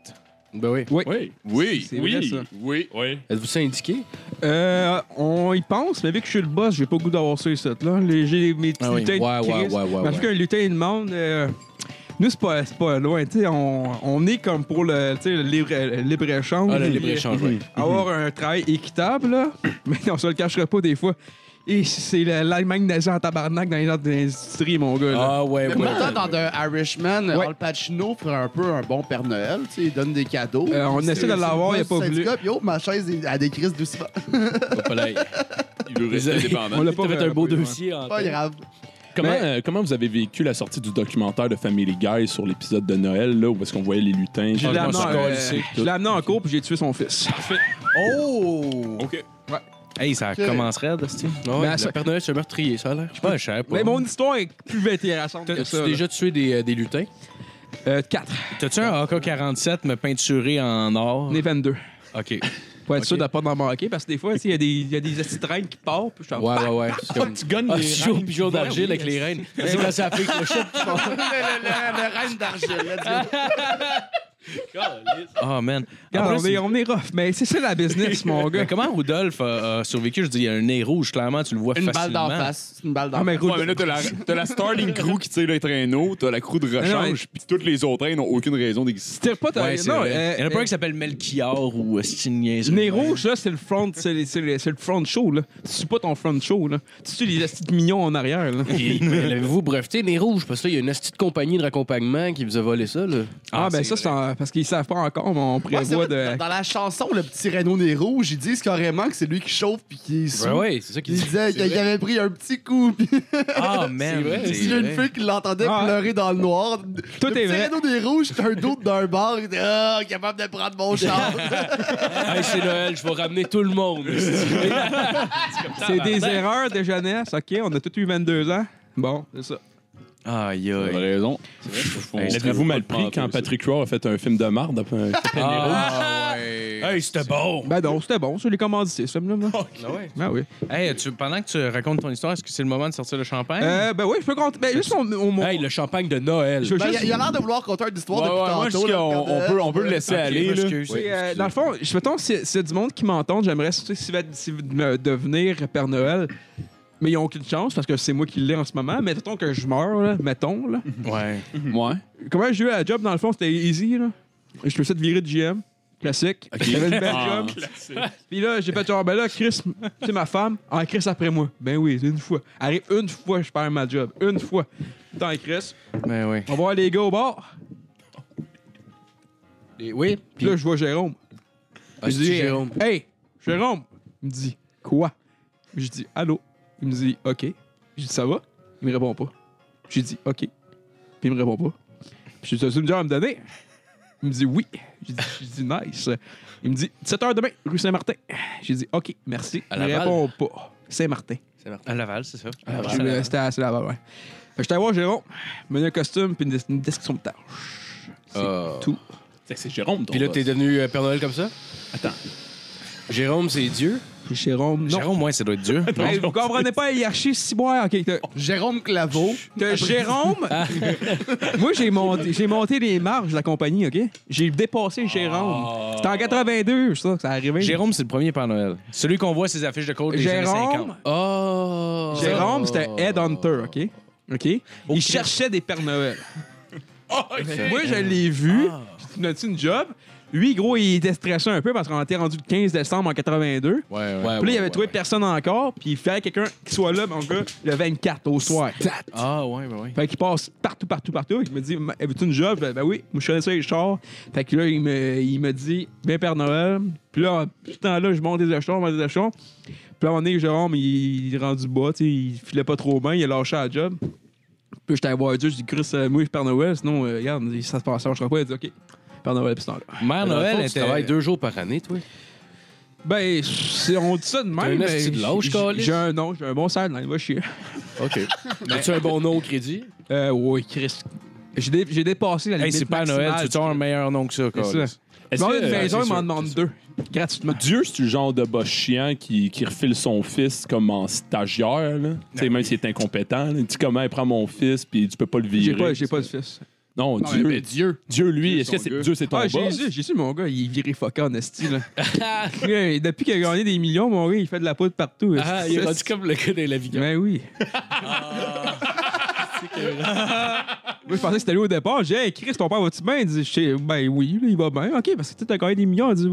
[SPEAKER 3] Ben oui.
[SPEAKER 6] Oui. Oui.
[SPEAKER 1] C'est vrai, ça.
[SPEAKER 6] Oui. Oui.
[SPEAKER 3] Êtes-vous syndiqué?
[SPEAKER 1] Euh, on y pense, mais vu que je suis le boss, j'ai pas le goût d'avoir ça ici. Là. Les- J'ai mes petits
[SPEAKER 3] Ah oui.
[SPEAKER 1] lutins
[SPEAKER 3] Ouais,
[SPEAKER 1] de
[SPEAKER 3] ouais,
[SPEAKER 1] Christ.
[SPEAKER 3] ouais, ouais,
[SPEAKER 1] Mais En tout
[SPEAKER 3] ouais.
[SPEAKER 1] cas, un lutin et une monde, euh, nous, c'est pas, c'est pas loin. tu sais, On, on est comme pour le, tu sais, le libre- le libre-échange.
[SPEAKER 3] Ah, le
[SPEAKER 1] Puis,
[SPEAKER 3] libre-échange, oui.
[SPEAKER 1] euh, Avoir un travail équitable, là. <coughs> mais on se le cachera pas des fois. Et c'est le- l'Allemagne nazie en tabarnak dans les autres industries, mon gars. là.
[SPEAKER 3] Ah, ouais,
[SPEAKER 5] Mais
[SPEAKER 3] ouais.
[SPEAKER 5] pourtant, dans The Irishman,
[SPEAKER 1] Ouais.
[SPEAKER 5] Al Pacino ferait un peu un bon Père Noël. tu sais, Il donne des cadeaux.
[SPEAKER 1] Euh, on
[SPEAKER 5] C'est-
[SPEAKER 1] essaie de
[SPEAKER 5] c'est
[SPEAKER 1] l'avoir,
[SPEAKER 5] le
[SPEAKER 1] il a pas
[SPEAKER 5] boss du
[SPEAKER 1] voulu.
[SPEAKER 5] syndicat, puis, oh, ma chaise est- a des crises doucement.
[SPEAKER 6] <laughs> Il veut rester
[SPEAKER 1] on
[SPEAKER 6] indépendant.
[SPEAKER 1] l'a pas
[SPEAKER 3] T'as fait un beau
[SPEAKER 1] rappelé, ouais.
[SPEAKER 3] dossier en
[SPEAKER 5] Pas grave.
[SPEAKER 6] Comment,
[SPEAKER 1] Mais-
[SPEAKER 6] euh, comment vous avez vécu la sortie du documentaire de Family Guy sur l'épisode de Noël, là, où est-ce qu'on voyait les lutins?
[SPEAKER 1] Je l'ai
[SPEAKER 6] Ah,
[SPEAKER 1] amené,
[SPEAKER 6] je m'en
[SPEAKER 1] euh,
[SPEAKER 6] suis
[SPEAKER 1] je l'ai amené en cours puis j'ai tué son fils.
[SPEAKER 4] Oh!
[SPEAKER 6] OK.
[SPEAKER 4] Hey, ça
[SPEAKER 5] Ok.
[SPEAKER 4] commencerait, de ce
[SPEAKER 3] Ouais,
[SPEAKER 1] Mais
[SPEAKER 3] le
[SPEAKER 1] Ben, ça-
[SPEAKER 3] Père Noël, c'est un meurtrier, ça, là.
[SPEAKER 4] Je sais pas, je savais pas.
[SPEAKER 1] Mais mon histoire est plus intéressante que ça.
[SPEAKER 3] T'as-tu déjà tué des, euh, des lutins?
[SPEAKER 1] là. Euh, 4,
[SPEAKER 4] T'as-tu un AK-47 me peinturé en or?
[SPEAKER 1] on est 22.
[SPEAKER 4] OK.
[SPEAKER 1] Pour être sûr de pas en manquer, parce que des fois, tu sais, il y a des, il y a des petites traînes qui partent, puis je suis en
[SPEAKER 3] Ouais,
[SPEAKER 1] <laughs>
[SPEAKER 3] ouais, ouais. C'est comme...
[SPEAKER 6] Tu gagnes
[SPEAKER 3] Ah,
[SPEAKER 6] les
[SPEAKER 3] pigeon,
[SPEAKER 6] reines.
[SPEAKER 3] pigeon d'argile
[SPEAKER 6] Ouais,
[SPEAKER 3] avec les reines. C'est quand ça fait clochette.
[SPEAKER 5] <laughs> le, reine d'argile.
[SPEAKER 4] Oh, man.
[SPEAKER 1] Regarde,
[SPEAKER 4] En
[SPEAKER 1] on,
[SPEAKER 4] plus,
[SPEAKER 1] est, on est rough, mais c'est ça la business, mon
[SPEAKER 4] Mais <laughs>
[SPEAKER 1] gars.
[SPEAKER 4] comment Rudolf a, a survécu? Je dis, il y a un nez rouge, clairement, tu le vois
[SPEAKER 5] Une balle
[SPEAKER 4] facilement.
[SPEAKER 5] d'en face. Une balle d'en
[SPEAKER 1] Ah, mais
[SPEAKER 5] face.
[SPEAKER 1] roule-
[SPEAKER 6] mais là, t'as la, t'as la starting crew qui tire les traîneaux, t'as la crew de
[SPEAKER 1] Non, non,
[SPEAKER 6] rechange, puis toutes les autres trains n'ont aucune raison d'exister.
[SPEAKER 1] tire pas ta.
[SPEAKER 4] Ouais, c'est
[SPEAKER 1] non,
[SPEAKER 4] vrai.
[SPEAKER 1] euh,
[SPEAKER 4] il y en a pas
[SPEAKER 1] euh,
[SPEAKER 4] un qui s'appelle Melchior ou euh, c'est une niaiserie.
[SPEAKER 1] Nez rouge, là, c'est le front, c'est le, c'est le- c'est le front show, là. Tu suis pas ton front show, là. Tu suis les petites mignons en arrière, là.
[SPEAKER 3] L'avez-vous breveté, les rouges? Parce que là, il y a une petite compagnie de raccompagnement qui vous a volé ça, là.
[SPEAKER 1] Ah, ben ça, c'est en- parce qu'ils savent pas encore, mais on
[SPEAKER 5] Ouais, c'est
[SPEAKER 1] prévoit
[SPEAKER 5] vrai, dans-
[SPEAKER 1] de.
[SPEAKER 5] Dans la chanson, le petit Renault Nez Rouge, ils disent carrément que c'est lui qui chauffe puis qui sous.
[SPEAKER 3] Ben ouais, c'est ça
[SPEAKER 5] Il
[SPEAKER 3] qu'ils disent.
[SPEAKER 5] disait qu'il avait pris un petit coup. Puis
[SPEAKER 4] Ah, man.
[SPEAKER 3] vrai,
[SPEAKER 5] il y a une fille qui l'entendait
[SPEAKER 1] Ah.
[SPEAKER 5] pleurer dans le noir.
[SPEAKER 1] Tout
[SPEAKER 5] le
[SPEAKER 1] est
[SPEAKER 5] petit
[SPEAKER 1] vrai.
[SPEAKER 5] Renault Nez Rouge, c'est un doute d'un bar. Il était Ah, capable de prendre
[SPEAKER 1] <laughs>
[SPEAKER 5] mon char.
[SPEAKER 3] Hey, c'est Noël, je vais ramener tout le monde.
[SPEAKER 1] C'est des erreurs de jeunesse, ok? On a tous eu 22 ans. Bon, c'est ça.
[SPEAKER 4] Aïe, aïe.
[SPEAKER 6] raison.
[SPEAKER 4] Hey,
[SPEAKER 6] L'avez-vous mal pris quand Patrick Huard a fait un film de marde? après un-
[SPEAKER 4] Ah, ouais. Hey, c'était bon.
[SPEAKER 1] Ben non, c'était bon, je les commandité, ce film-là. moi.
[SPEAKER 3] Ah
[SPEAKER 1] Ben oui.
[SPEAKER 4] Hey, tu- pendant que tu racontes ton histoire, est-ce que c'est le moment de sortir le champagne?
[SPEAKER 1] Euh, ben oui, je peux compter. Ben juste mon. mon- mon-
[SPEAKER 3] Hey, le champagne de Noël.
[SPEAKER 1] je veux
[SPEAKER 5] Ben,
[SPEAKER 1] juste-
[SPEAKER 5] Il a l'air de vouloir conter une histoire depuis
[SPEAKER 6] moi, je
[SPEAKER 5] tantôt.
[SPEAKER 6] dis
[SPEAKER 5] là,
[SPEAKER 6] qu'on-
[SPEAKER 5] comme,
[SPEAKER 6] on
[SPEAKER 5] euh,
[SPEAKER 6] peut, on peut le laisser
[SPEAKER 4] Ok,
[SPEAKER 6] aller.
[SPEAKER 4] je
[SPEAKER 6] là.
[SPEAKER 4] m'excuse.
[SPEAKER 1] Oui, euh, dans le fond, je mettons, si c'est du monde qui m'entend, j'aimerais tu sais, si, si, me- devenir Père Noël. Mais ils ont aucune chance parce que c'est moi qui l'ai en ce moment. Mais mettons que je meurs, là, mettons. Là.
[SPEAKER 4] Ouais.
[SPEAKER 6] Ouais.
[SPEAKER 1] Comment j'ai eu la job, dans le fond, c'était easy. Là. Je me suis fait virer de GM. Classique. J'avais une belle
[SPEAKER 6] Ah.
[SPEAKER 1] job. Puis là, j'ai fait genre, ben là, Chris, c'est ma femme, en Chris après moi. Ben oui, une fois. Arrive une fois, je perds ma job. Une fois. Tant Chris,
[SPEAKER 4] Ben oui.
[SPEAKER 1] on va voir les gars au bar.
[SPEAKER 3] Et- Oui,
[SPEAKER 1] Puis là, je vois Jérôme.
[SPEAKER 3] Ah,
[SPEAKER 1] je
[SPEAKER 3] c'est
[SPEAKER 1] dis,
[SPEAKER 3] Jérôme.
[SPEAKER 1] Hey, Jérôme! Il me dit, quoi? Je dis, allô? Il me dit, OK. Je dis, ça va? Il me répond pas. Je dis, OK. Puis il me répond pas. Puis je dis, tu me dire à me donner? Il me dit, oui. Je dis, je dis, nice. Il me dit, 7 h demain, rue Saint-Martin. J'ai dit, OK, merci.
[SPEAKER 3] À
[SPEAKER 1] Il me
[SPEAKER 3] Laval?
[SPEAKER 1] répond pas. Saint-Martin.
[SPEAKER 4] À Laval, c'est ça.
[SPEAKER 1] J'ai- euh, C'était assez là-bas, ouais. Fait que j'étais allé voir Jérôme, il m'a donné un costume puis une, une description de tâche. C'est
[SPEAKER 3] Ah.
[SPEAKER 1] tout.
[SPEAKER 6] C'est Jérôme, ton
[SPEAKER 3] Puis là, t'es
[SPEAKER 6] boss.
[SPEAKER 3] devenu euh, Père Noël comme ça?
[SPEAKER 6] Attends.
[SPEAKER 3] Jérôme, c'est Dieu.
[SPEAKER 1] Jérôme, <laughs> non.
[SPEAKER 4] Jérôme, moi, ça doit être Dieu.
[SPEAKER 1] Hey, vous comprenez pas la hiérarchie, si moi, ok. t'as-
[SPEAKER 5] Jérôme Claveau. Ah,
[SPEAKER 1] T'as Jérôme. <laughs> Moi, j'ai monté, j'ai monté les marges de la compagnie, ok? J'ai dépassé Jérôme. C'était en 82, ça, que ça arrivait.
[SPEAKER 4] Jérôme, c'est le premier Père Noël. Celui qu'on voit ses affiches de coach des années 50.
[SPEAKER 1] Jérôme,
[SPEAKER 3] Oh!
[SPEAKER 1] Jérôme, c'était Headhunter, OK? OK? Il cherchait des Pères Noël. Moi, je l'ai vu. Tu me donnes-tu une job? Lui, gros, il était stressé un peu parce qu'on était rendu le 15 décembre en 82.
[SPEAKER 3] Ouais, ouais. ouais,
[SPEAKER 1] Puis là, il
[SPEAKER 3] ouais,
[SPEAKER 1] avait trouvé personne encore, puis il fallait quelqu'un qui soit là, mon gars, le 24 au soir.
[SPEAKER 4] Ah, ouais, ben oui.
[SPEAKER 1] Fait qu'il passe partout, partout, partout. Il me dit Ma- Avez-tu une job Je dis, Ben oui, moi je connais ça, les chars. Fait que là, il me, il me dit Bien, Père Noël. Puis là, en tout ce temps-là, je monte des échelons, je monte des échelons. Puis là, à un moment donné, Jérôme, il, il est rendu bas, tu sais, il filait pas trop bien, il a lâché la job. Puis j'étais allé voir Dieu, je dis Chris, euh, moi, je suis Père Noël, sinon, euh, regarde, ça se passe, je crois pas. Il dit Ok, Père Noël, puis c'est encore.
[SPEAKER 4] Ah, Mère
[SPEAKER 3] ouais. Dans le
[SPEAKER 4] Noël
[SPEAKER 3] fond, Tu travailles
[SPEAKER 4] était.
[SPEAKER 3] deux jours par année, toi?
[SPEAKER 1] Ben, c'est- on dit ça de même.
[SPEAKER 3] T'as un esti de
[SPEAKER 1] mais
[SPEAKER 3] lâche,
[SPEAKER 1] j'ai-
[SPEAKER 3] câlisse.
[SPEAKER 1] J'ai un nom, j'ai un bon salaire, il va chier.
[SPEAKER 3] OK. As-tu un bon nom au crédit?
[SPEAKER 1] Euh, oui, Chris. J'ai dé- j'ai dépassé la
[SPEAKER 4] Hey,
[SPEAKER 1] limite.
[SPEAKER 4] c'est Père Noël,
[SPEAKER 1] maximale
[SPEAKER 4] tu as un meilleur nom que ça,
[SPEAKER 1] C'est
[SPEAKER 4] Carlis.
[SPEAKER 1] ça.
[SPEAKER 6] Est-ce
[SPEAKER 1] Dans
[SPEAKER 6] que,
[SPEAKER 1] une
[SPEAKER 6] euh,
[SPEAKER 1] maison,
[SPEAKER 6] c'est
[SPEAKER 1] ils
[SPEAKER 6] sûr,
[SPEAKER 1] m'en demandent deux. Gratuitement.
[SPEAKER 6] Dieu, c'est le genre de boss chiant qui, qui refile son fils comme en stagiaire, là. Tu sais, même s'il est incompétent, là. Il dit comment il prend mon fils, puis tu peux pas le virer.
[SPEAKER 1] J'ai pas, j'ai pas de fils.
[SPEAKER 6] Non,
[SPEAKER 5] Non,
[SPEAKER 6] Dieu.
[SPEAKER 5] mais Dieu.
[SPEAKER 6] Dieu, lui,
[SPEAKER 5] Dieu,
[SPEAKER 6] est-ce que
[SPEAKER 5] son
[SPEAKER 6] c'est
[SPEAKER 5] gars.
[SPEAKER 6] Dieu, c'est ton
[SPEAKER 1] Ah,
[SPEAKER 6] boss?
[SPEAKER 1] Jésus, Jésus, mon gars, il est viré fucké en esti, là. Ouais, Depuis qu'il a gagné des millions, mon gars, il fait de la poudre partout. esti.
[SPEAKER 3] Ah, il est rendu comme le gars de la vie.
[SPEAKER 1] Ben oui. <laughs> Moi, je pensais que c'était lui au départ. J'ai dit, hey, Chris, ton père va-tu bien? Il dit, Je sais, ben oui, là, il va bien. OK, parce que tu as gagné des millions. Il dit,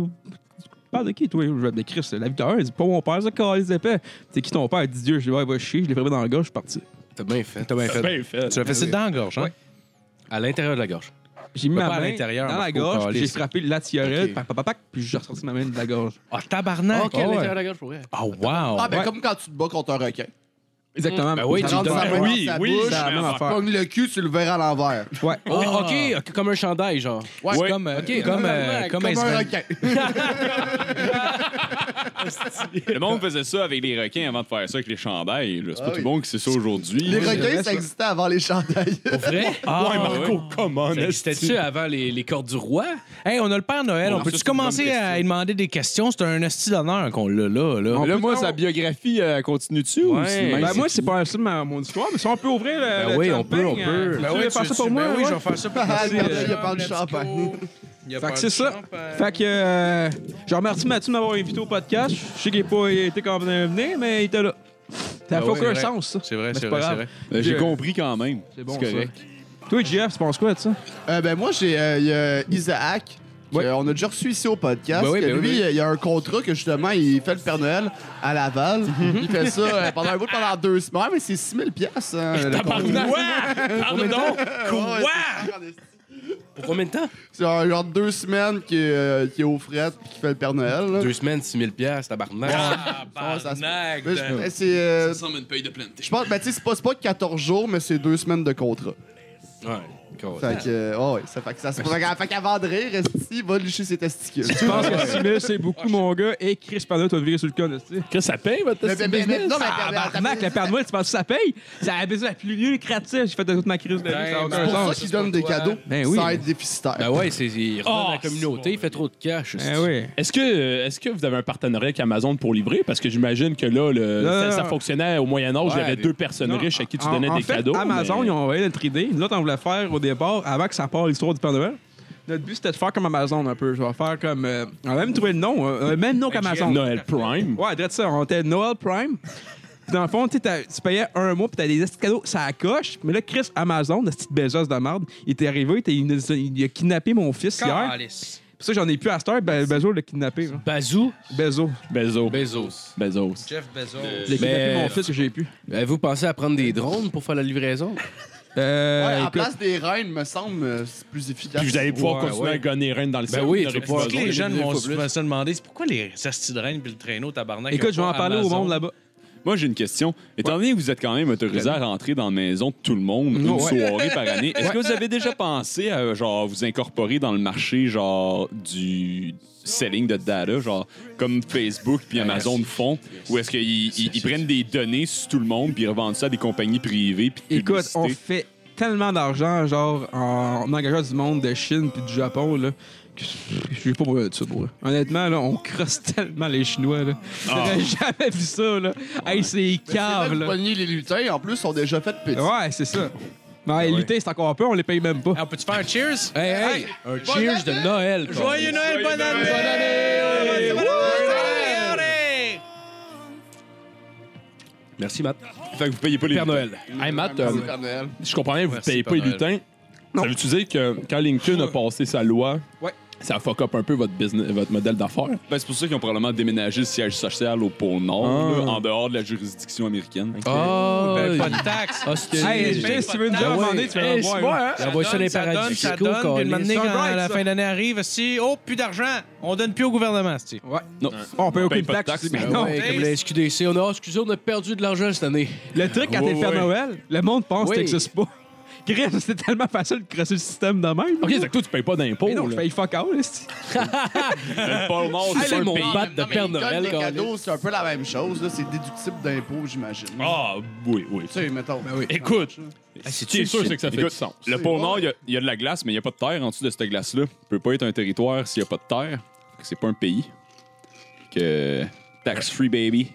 [SPEAKER 1] tu parles de qui, toi? Je vais de Chris, la victoire. Il dit, pas mon père, ça, calisse les épais. C'est qui ton père? Il dit, Dieu, je dis, ouais, va chier, je l'ai pris dans la gorge, je suis parti.
[SPEAKER 3] T'as bien fait.
[SPEAKER 4] T'as bien fait.
[SPEAKER 6] Ben, fait.
[SPEAKER 4] Tu l'as fait, c'est dans la gorge, hein?
[SPEAKER 3] À l'intérieur de la gorge.
[SPEAKER 1] J'ai mis
[SPEAKER 4] Mais
[SPEAKER 1] ma
[SPEAKER 4] pas à
[SPEAKER 1] main
[SPEAKER 4] l'intérieur,
[SPEAKER 1] dans la
[SPEAKER 4] Marco,
[SPEAKER 1] gorge, puis
[SPEAKER 4] caliste.
[SPEAKER 1] j'ai frappé la tiorette,
[SPEAKER 5] Ok.
[SPEAKER 1] pac, pac, pac, pac, puis j'ai ressorti ma main de la gorge.
[SPEAKER 4] Ah, tabarnak!
[SPEAKER 3] OK, à l'intérieur de la gorge, pour vrai.
[SPEAKER 4] Ah, wow!
[SPEAKER 5] Ah, ben
[SPEAKER 1] Ouais.
[SPEAKER 5] comme quand tu te bats contre un requin.
[SPEAKER 1] Exactement.
[SPEAKER 4] Ben oui, Ah,
[SPEAKER 1] Ça
[SPEAKER 4] tu
[SPEAKER 1] rentre
[SPEAKER 4] donnes-
[SPEAKER 1] dans la main.
[SPEAKER 6] oui,
[SPEAKER 5] dans sa
[SPEAKER 6] oui,
[SPEAKER 5] bouche,
[SPEAKER 6] je
[SPEAKER 1] la
[SPEAKER 6] fais
[SPEAKER 1] même
[SPEAKER 6] affaire.
[SPEAKER 1] affaire.
[SPEAKER 5] Pogne le cul, tu le verres à l'envers.
[SPEAKER 1] Ouais.
[SPEAKER 4] ah.
[SPEAKER 3] Oh, OK, OK, comme un chandail, genre.
[SPEAKER 5] Ouais.
[SPEAKER 4] C'est Comme, euh, comme, euh, comme,
[SPEAKER 5] Comme un
[SPEAKER 4] Ezra-
[SPEAKER 5] requin.
[SPEAKER 2] Le monde faisait ça avec les requins avant de faire ça avec les chandails. là. C'est
[SPEAKER 5] Ah
[SPEAKER 2] pas
[SPEAKER 5] oui.
[SPEAKER 2] tout le monde qui sait ça aujourd'hui.
[SPEAKER 5] Les
[SPEAKER 2] Ouais,
[SPEAKER 5] requins, ça existait avant les chandails.
[SPEAKER 3] Pour vrai?
[SPEAKER 4] <laughs> Ah,
[SPEAKER 6] Ouais,
[SPEAKER 4] ouais.
[SPEAKER 6] Marco, comment
[SPEAKER 3] Mais C'était-tu avant les, les cordes du roi?
[SPEAKER 4] Hey, on a le Père Noël.
[SPEAKER 2] Bon,
[SPEAKER 4] on
[SPEAKER 2] ça,
[SPEAKER 4] peut-tu
[SPEAKER 2] c'est une bonne
[SPEAKER 4] commencer
[SPEAKER 2] question.
[SPEAKER 4] à lui demander des questions? C'est un hostie d'honneur qu'on l'a là. là.
[SPEAKER 6] Là, moi, sa biographie euh, continue-tu ou c'est
[SPEAKER 4] Ben,
[SPEAKER 6] même-
[SPEAKER 1] Ben moi, c'est pas ça ma, mon histoire, mais si on peut ouvrir le.
[SPEAKER 3] Ben
[SPEAKER 1] le
[SPEAKER 3] oui, on peut, on
[SPEAKER 1] champagne,
[SPEAKER 3] peut.
[SPEAKER 1] euh,
[SPEAKER 4] Ben
[SPEAKER 1] tu
[SPEAKER 4] oui,
[SPEAKER 1] veux faire
[SPEAKER 4] tu-
[SPEAKER 1] ça pour
[SPEAKER 4] tu-
[SPEAKER 1] moi?
[SPEAKER 4] ben oui,
[SPEAKER 1] ouais?
[SPEAKER 4] je vais faire ça pour
[SPEAKER 5] Ah,
[SPEAKER 4] toi.
[SPEAKER 5] regardez, il y a pas de champagne.
[SPEAKER 1] Fait que c'est ça. Fait que euh, je remercie Mathieu de m'avoir invité au podcast. Je sais qu'il n'a pas été convenu, mais il était là. Ça
[SPEAKER 4] Ben
[SPEAKER 1] n'a
[SPEAKER 4] oui,
[SPEAKER 1] aucun
[SPEAKER 4] vrai.
[SPEAKER 1] sens, ça.
[SPEAKER 4] C'est vrai,
[SPEAKER 1] Mais
[SPEAKER 4] c'est
[SPEAKER 1] c'est
[SPEAKER 4] vrai,
[SPEAKER 1] pas
[SPEAKER 4] c'est
[SPEAKER 1] grave.
[SPEAKER 4] vrai.
[SPEAKER 6] Ben, J'ai
[SPEAKER 1] Je-
[SPEAKER 6] correct. compris quand même.
[SPEAKER 1] C'est bon,
[SPEAKER 6] correct.
[SPEAKER 1] ça. Toi, JF, tu penses quoi de ça?
[SPEAKER 5] Euh, ben moi, j'ai euh, il y a Isaac. que
[SPEAKER 1] Ouais.
[SPEAKER 5] on a déjà reçu ici au podcast.
[SPEAKER 1] Ben oui,
[SPEAKER 5] que
[SPEAKER 1] ben oui,
[SPEAKER 5] lui,
[SPEAKER 1] oui.
[SPEAKER 5] il y a un contrat que justement, il fait le Père Noël à Laval.
[SPEAKER 3] Mhm.
[SPEAKER 5] Il fait ça euh, pendant un bout, pendant deux semaines. Ah, mais c'est 6000 piastres. hein, le contrat.
[SPEAKER 3] Pardon?
[SPEAKER 5] Ouais,
[SPEAKER 3] Quoi?
[SPEAKER 5] c'est-
[SPEAKER 3] Pour combien de temps?
[SPEAKER 5] C'est un genre de deux semaines qui est, euh, qui est au fret puis qui fait le Père Noël. là.
[SPEAKER 3] Deux semaines, 6 000 piastres, tabarnak.
[SPEAKER 1] Ah.
[SPEAKER 6] Ah,
[SPEAKER 5] Ouais, ça se-
[SPEAKER 4] Tabarnak!
[SPEAKER 5] Mais
[SPEAKER 6] ben.
[SPEAKER 5] je- mais c'est, euh,
[SPEAKER 3] semble une paye de planté.
[SPEAKER 5] je pense, ben tu sais, c'est pas, c'est pas 14 jours, mais c'est deux semaines de contrat.
[SPEAKER 3] Ouais.
[SPEAKER 5] Fait que, euh, ouais, ouais, ça fait que ça se Fait qu'avant de rire, esti, il va licher ses testicules.
[SPEAKER 1] Je pense que 6 000, c'est beaucoup, mon gars. Et Chris Pano, t'as viré sur le con, aussi.
[SPEAKER 6] Que ça paye, votre
[SPEAKER 5] Mais- mais- mais- mais- non, mais-
[SPEAKER 1] Tabarnak, le Père Noël, tu penses que ça paye? Ça a baisé la plus lucrative. J'ai fait de toute ma crise de vie. Ça a
[SPEAKER 5] C'est
[SPEAKER 1] aucun
[SPEAKER 5] pour ça
[SPEAKER 1] sens.
[SPEAKER 5] qu'ils donnent des cadeaux.
[SPEAKER 1] Ben oui.
[SPEAKER 5] Sans être déficitaire.
[SPEAKER 3] Ben ouais, c'est il redonne
[SPEAKER 1] Ah,
[SPEAKER 3] à la
[SPEAKER 6] Oh,
[SPEAKER 3] communauté, il fait trop de cash.
[SPEAKER 1] Eh oui.
[SPEAKER 6] Est-ce que, est que vous avez un partenariat avec Amazon pour livrer? Parce que j'imagine que là, le,
[SPEAKER 1] Non,
[SPEAKER 6] ça,
[SPEAKER 1] non,
[SPEAKER 6] ça
[SPEAKER 1] non.
[SPEAKER 6] fonctionnait au Moyen-Âge. Il y
[SPEAKER 3] Ouais,
[SPEAKER 6] avait
[SPEAKER 3] mais-
[SPEAKER 6] deux personnes
[SPEAKER 1] Non,
[SPEAKER 6] riches à qui tu
[SPEAKER 1] en-
[SPEAKER 6] donnais
[SPEAKER 1] en
[SPEAKER 6] des
[SPEAKER 1] fait,
[SPEAKER 6] cadeaux.
[SPEAKER 1] Amazon,
[SPEAKER 6] mais-
[SPEAKER 1] ils ont envoyé notre idée. Nous autres, on voulait faire au départ, avant que ça part l'histoire du Père Noël. Notre but, c'était de faire comme Amazon un peu. Je vais faire comme. euh, on a même trouvé le nom, euh, euh, même nom qu'Amazon.
[SPEAKER 6] Noël Prime.
[SPEAKER 1] Ouais, direct ça. On était Noël Prime. Puis dans le fond, tu sais, t'as- tu payais un mois, puis t'as des petits cadeaux, ça coche. Mais là, Chris Amazon, le petite Bezos de merde, il était arrivé, il, était- il nous a- il a kidnappé mon fils hier. C'est pour ça que j'en ai plus à cette heure, ben, Bezos l'a kidnappé. là.
[SPEAKER 3] Bazou?
[SPEAKER 1] Bezos.
[SPEAKER 6] Bezos.
[SPEAKER 3] Bezos.
[SPEAKER 6] Bezos.
[SPEAKER 4] Jeff Bezos.
[SPEAKER 1] Il a kidnappé
[SPEAKER 3] Mais-
[SPEAKER 1] mon fils que j'ai pu.
[SPEAKER 3] Avez-vous pensé à prendre des drones pour faire la livraison?
[SPEAKER 1] Euh,
[SPEAKER 5] Ouais, en
[SPEAKER 1] écoute,
[SPEAKER 5] place des reines, me semble, euh, c'est plus efficace.
[SPEAKER 6] Puis vous allez pouvoir
[SPEAKER 1] Ouais,
[SPEAKER 6] continuer
[SPEAKER 1] ouais.
[SPEAKER 6] à gagner reine dans le ciel.
[SPEAKER 3] Ben oui,
[SPEAKER 6] vous n'aurez
[SPEAKER 3] tu
[SPEAKER 6] plus
[SPEAKER 3] vas
[SPEAKER 4] Parce que
[SPEAKER 6] besoin.
[SPEAKER 4] les jeunes vont
[SPEAKER 3] Faut plus.
[SPEAKER 4] se demander, c'est pourquoi les astis de reine puis le traîneau, tabarnak?
[SPEAKER 1] écoute, je vais en parler au monde là-bas.
[SPEAKER 2] Moi, j'ai une question. Étant donné que vous êtes quand même autorisé à rentrer dans la maison de tout le monde une
[SPEAKER 1] Ouais.
[SPEAKER 2] soirée par année, est-ce que vous avez déjà pensé à euh, genre vous incorporer dans le marché genre du selling de data, genre comme Facebook puis Amazon font, ou est-ce qu'ils ils- ils prennent des données sur tout le monde puis ils revendent ça à des compagnies privées puis de
[SPEAKER 1] Écoute, on
[SPEAKER 2] publicité?
[SPEAKER 1] fait tellement d'argent, genre, en, en engageant du monde de Chine puis du Japon, là, que je suis pas pour de ça, pour eux. Honnêtement, là, on crosse <laughs> tellement les Chinois, là. J'aurais jamais vu ça, là. Hey, c'est cave, là.
[SPEAKER 5] Pogner les lutins, en plus, sont déjà fait petit.
[SPEAKER 1] Ouais, c'est ça. Mais hey, lutter, c'est encore peu, on les paye même pas.
[SPEAKER 4] Alors, peux-tu faire un cheers?
[SPEAKER 1] Hey, hey!
[SPEAKER 3] Un cheers de Noël. Paul.
[SPEAKER 4] Joyeux Noël, bonne année!
[SPEAKER 3] Merci, Matt.
[SPEAKER 2] Fait que vous payez pas les
[SPEAKER 3] Père
[SPEAKER 2] lutins.
[SPEAKER 3] Noël. Hey, Matt,
[SPEAKER 5] Merci,
[SPEAKER 3] euh,
[SPEAKER 5] Père Noël.
[SPEAKER 6] Je comprends bien, vous
[SPEAKER 4] Merci,
[SPEAKER 6] payez pas
[SPEAKER 4] Père
[SPEAKER 6] les
[SPEAKER 4] Noël.
[SPEAKER 6] lutins. Ça veut-tu dire que quand LinkedIn a passé sa loi,
[SPEAKER 1] Ouais.
[SPEAKER 6] ça fuck up un peu votre, business, votre modèle d'affaires?
[SPEAKER 2] Ben, c'est pour ça qu'ils ont probablement déménagé le siège social au pôle Nord,
[SPEAKER 6] Ah.
[SPEAKER 2] là, en dehors de la juridiction américaine.
[SPEAKER 3] Oh,
[SPEAKER 4] Ben, pas
[SPEAKER 3] il-
[SPEAKER 4] de taxes.
[SPEAKER 3] hostile.
[SPEAKER 1] Hey,
[SPEAKER 4] paye
[SPEAKER 1] Jay, si
[SPEAKER 4] pas
[SPEAKER 1] tu veux
[SPEAKER 4] de
[SPEAKER 1] une job, à un
[SPEAKER 4] taxes.
[SPEAKER 1] moment donné, tu vas
[SPEAKER 3] Hey,
[SPEAKER 1] le voir.
[SPEAKER 3] c'est moi,
[SPEAKER 1] là.
[SPEAKER 3] hein?
[SPEAKER 4] Ça
[SPEAKER 3] Il envoie ça
[SPEAKER 4] donne,
[SPEAKER 3] dans les
[SPEAKER 4] ça
[SPEAKER 3] paradis
[SPEAKER 4] donne, ça
[SPEAKER 3] fiscaux,
[SPEAKER 4] donne, puis
[SPEAKER 3] câlisse.
[SPEAKER 4] une minute, quand
[SPEAKER 1] C'est right,
[SPEAKER 4] la
[SPEAKER 1] ça.
[SPEAKER 4] fin d'année arrive, si, oh, plus d'argent, on donne plus au gouvernement, si.
[SPEAKER 1] Ouais.
[SPEAKER 2] Non.
[SPEAKER 1] Oh, on paye
[SPEAKER 2] paye
[SPEAKER 1] aucune
[SPEAKER 2] pas de
[SPEAKER 1] taxe.
[SPEAKER 2] taxes,
[SPEAKER 1] mais
[SPEAKER 2] mais
[SPEAKER 1] non.
[SPEAKER 3] Ouais, comme la SQDC. On a, oh, excusez, on a perdu de l'argent cette année.
[SPEAKER 1] Le truc, quand t'es le Père
[SPEAKER 6] Ouais, ouais.
[SPEAKER 1] Noël, le monde pense
[SPEAKER 3] Oui.
[SPEAKER 1] que t'existes pas. Chris, c'est tellement facile de crosser le système de même.
[SPEAKER 6] Ok, c'est que toi, tu payes pas d'impôts.
[SPEAKER 1] Mais non, je
[SPEAKER 6] là.
[SPEAKER 1] paye fuck all, esti.
[SPEAKER 2] Le pôle Nord,
[SPEAKER 3] Allez,
[SPEAKER 2] c'est pas un
[SPEAKER 3] mon
[SPEAKER 2] pays.
[SPEAKER 3] bat de
[SPEAKER 5] Non, mais
[SPEAKER 3] Père
[SPEAKER 5] ils donnent
[SPEAKER 3] Noël,
[SPEAKER 5] des
[SPEAKER 3] câlisse.
[SPEAKER 5] cadeaux, c'est un peu la même chose. là. C'est déductible d'impôts, j'imagine.
[SPEAKER 6] Ah, oui, Ben oui.
[SPEAKER 5] Tu sais, mettons.
[SPEAKER 6] Écoute,
[SPEAKER 4] c'est
[SPEAKER 6] c'est sûr, c'est que ça fait
[SPEAKER 2] Écoute,
[SPEAKER 6] du sens.
[SPEAKER 2] Le pôle Nord, il y a- il y, a de la glace, mais il n'y a pas de terre en dessous de cette glace-là. Ça peut pas être un territoire s'il n'y a pas de terre. Fait que C'est pas un pays. Que tax free baby.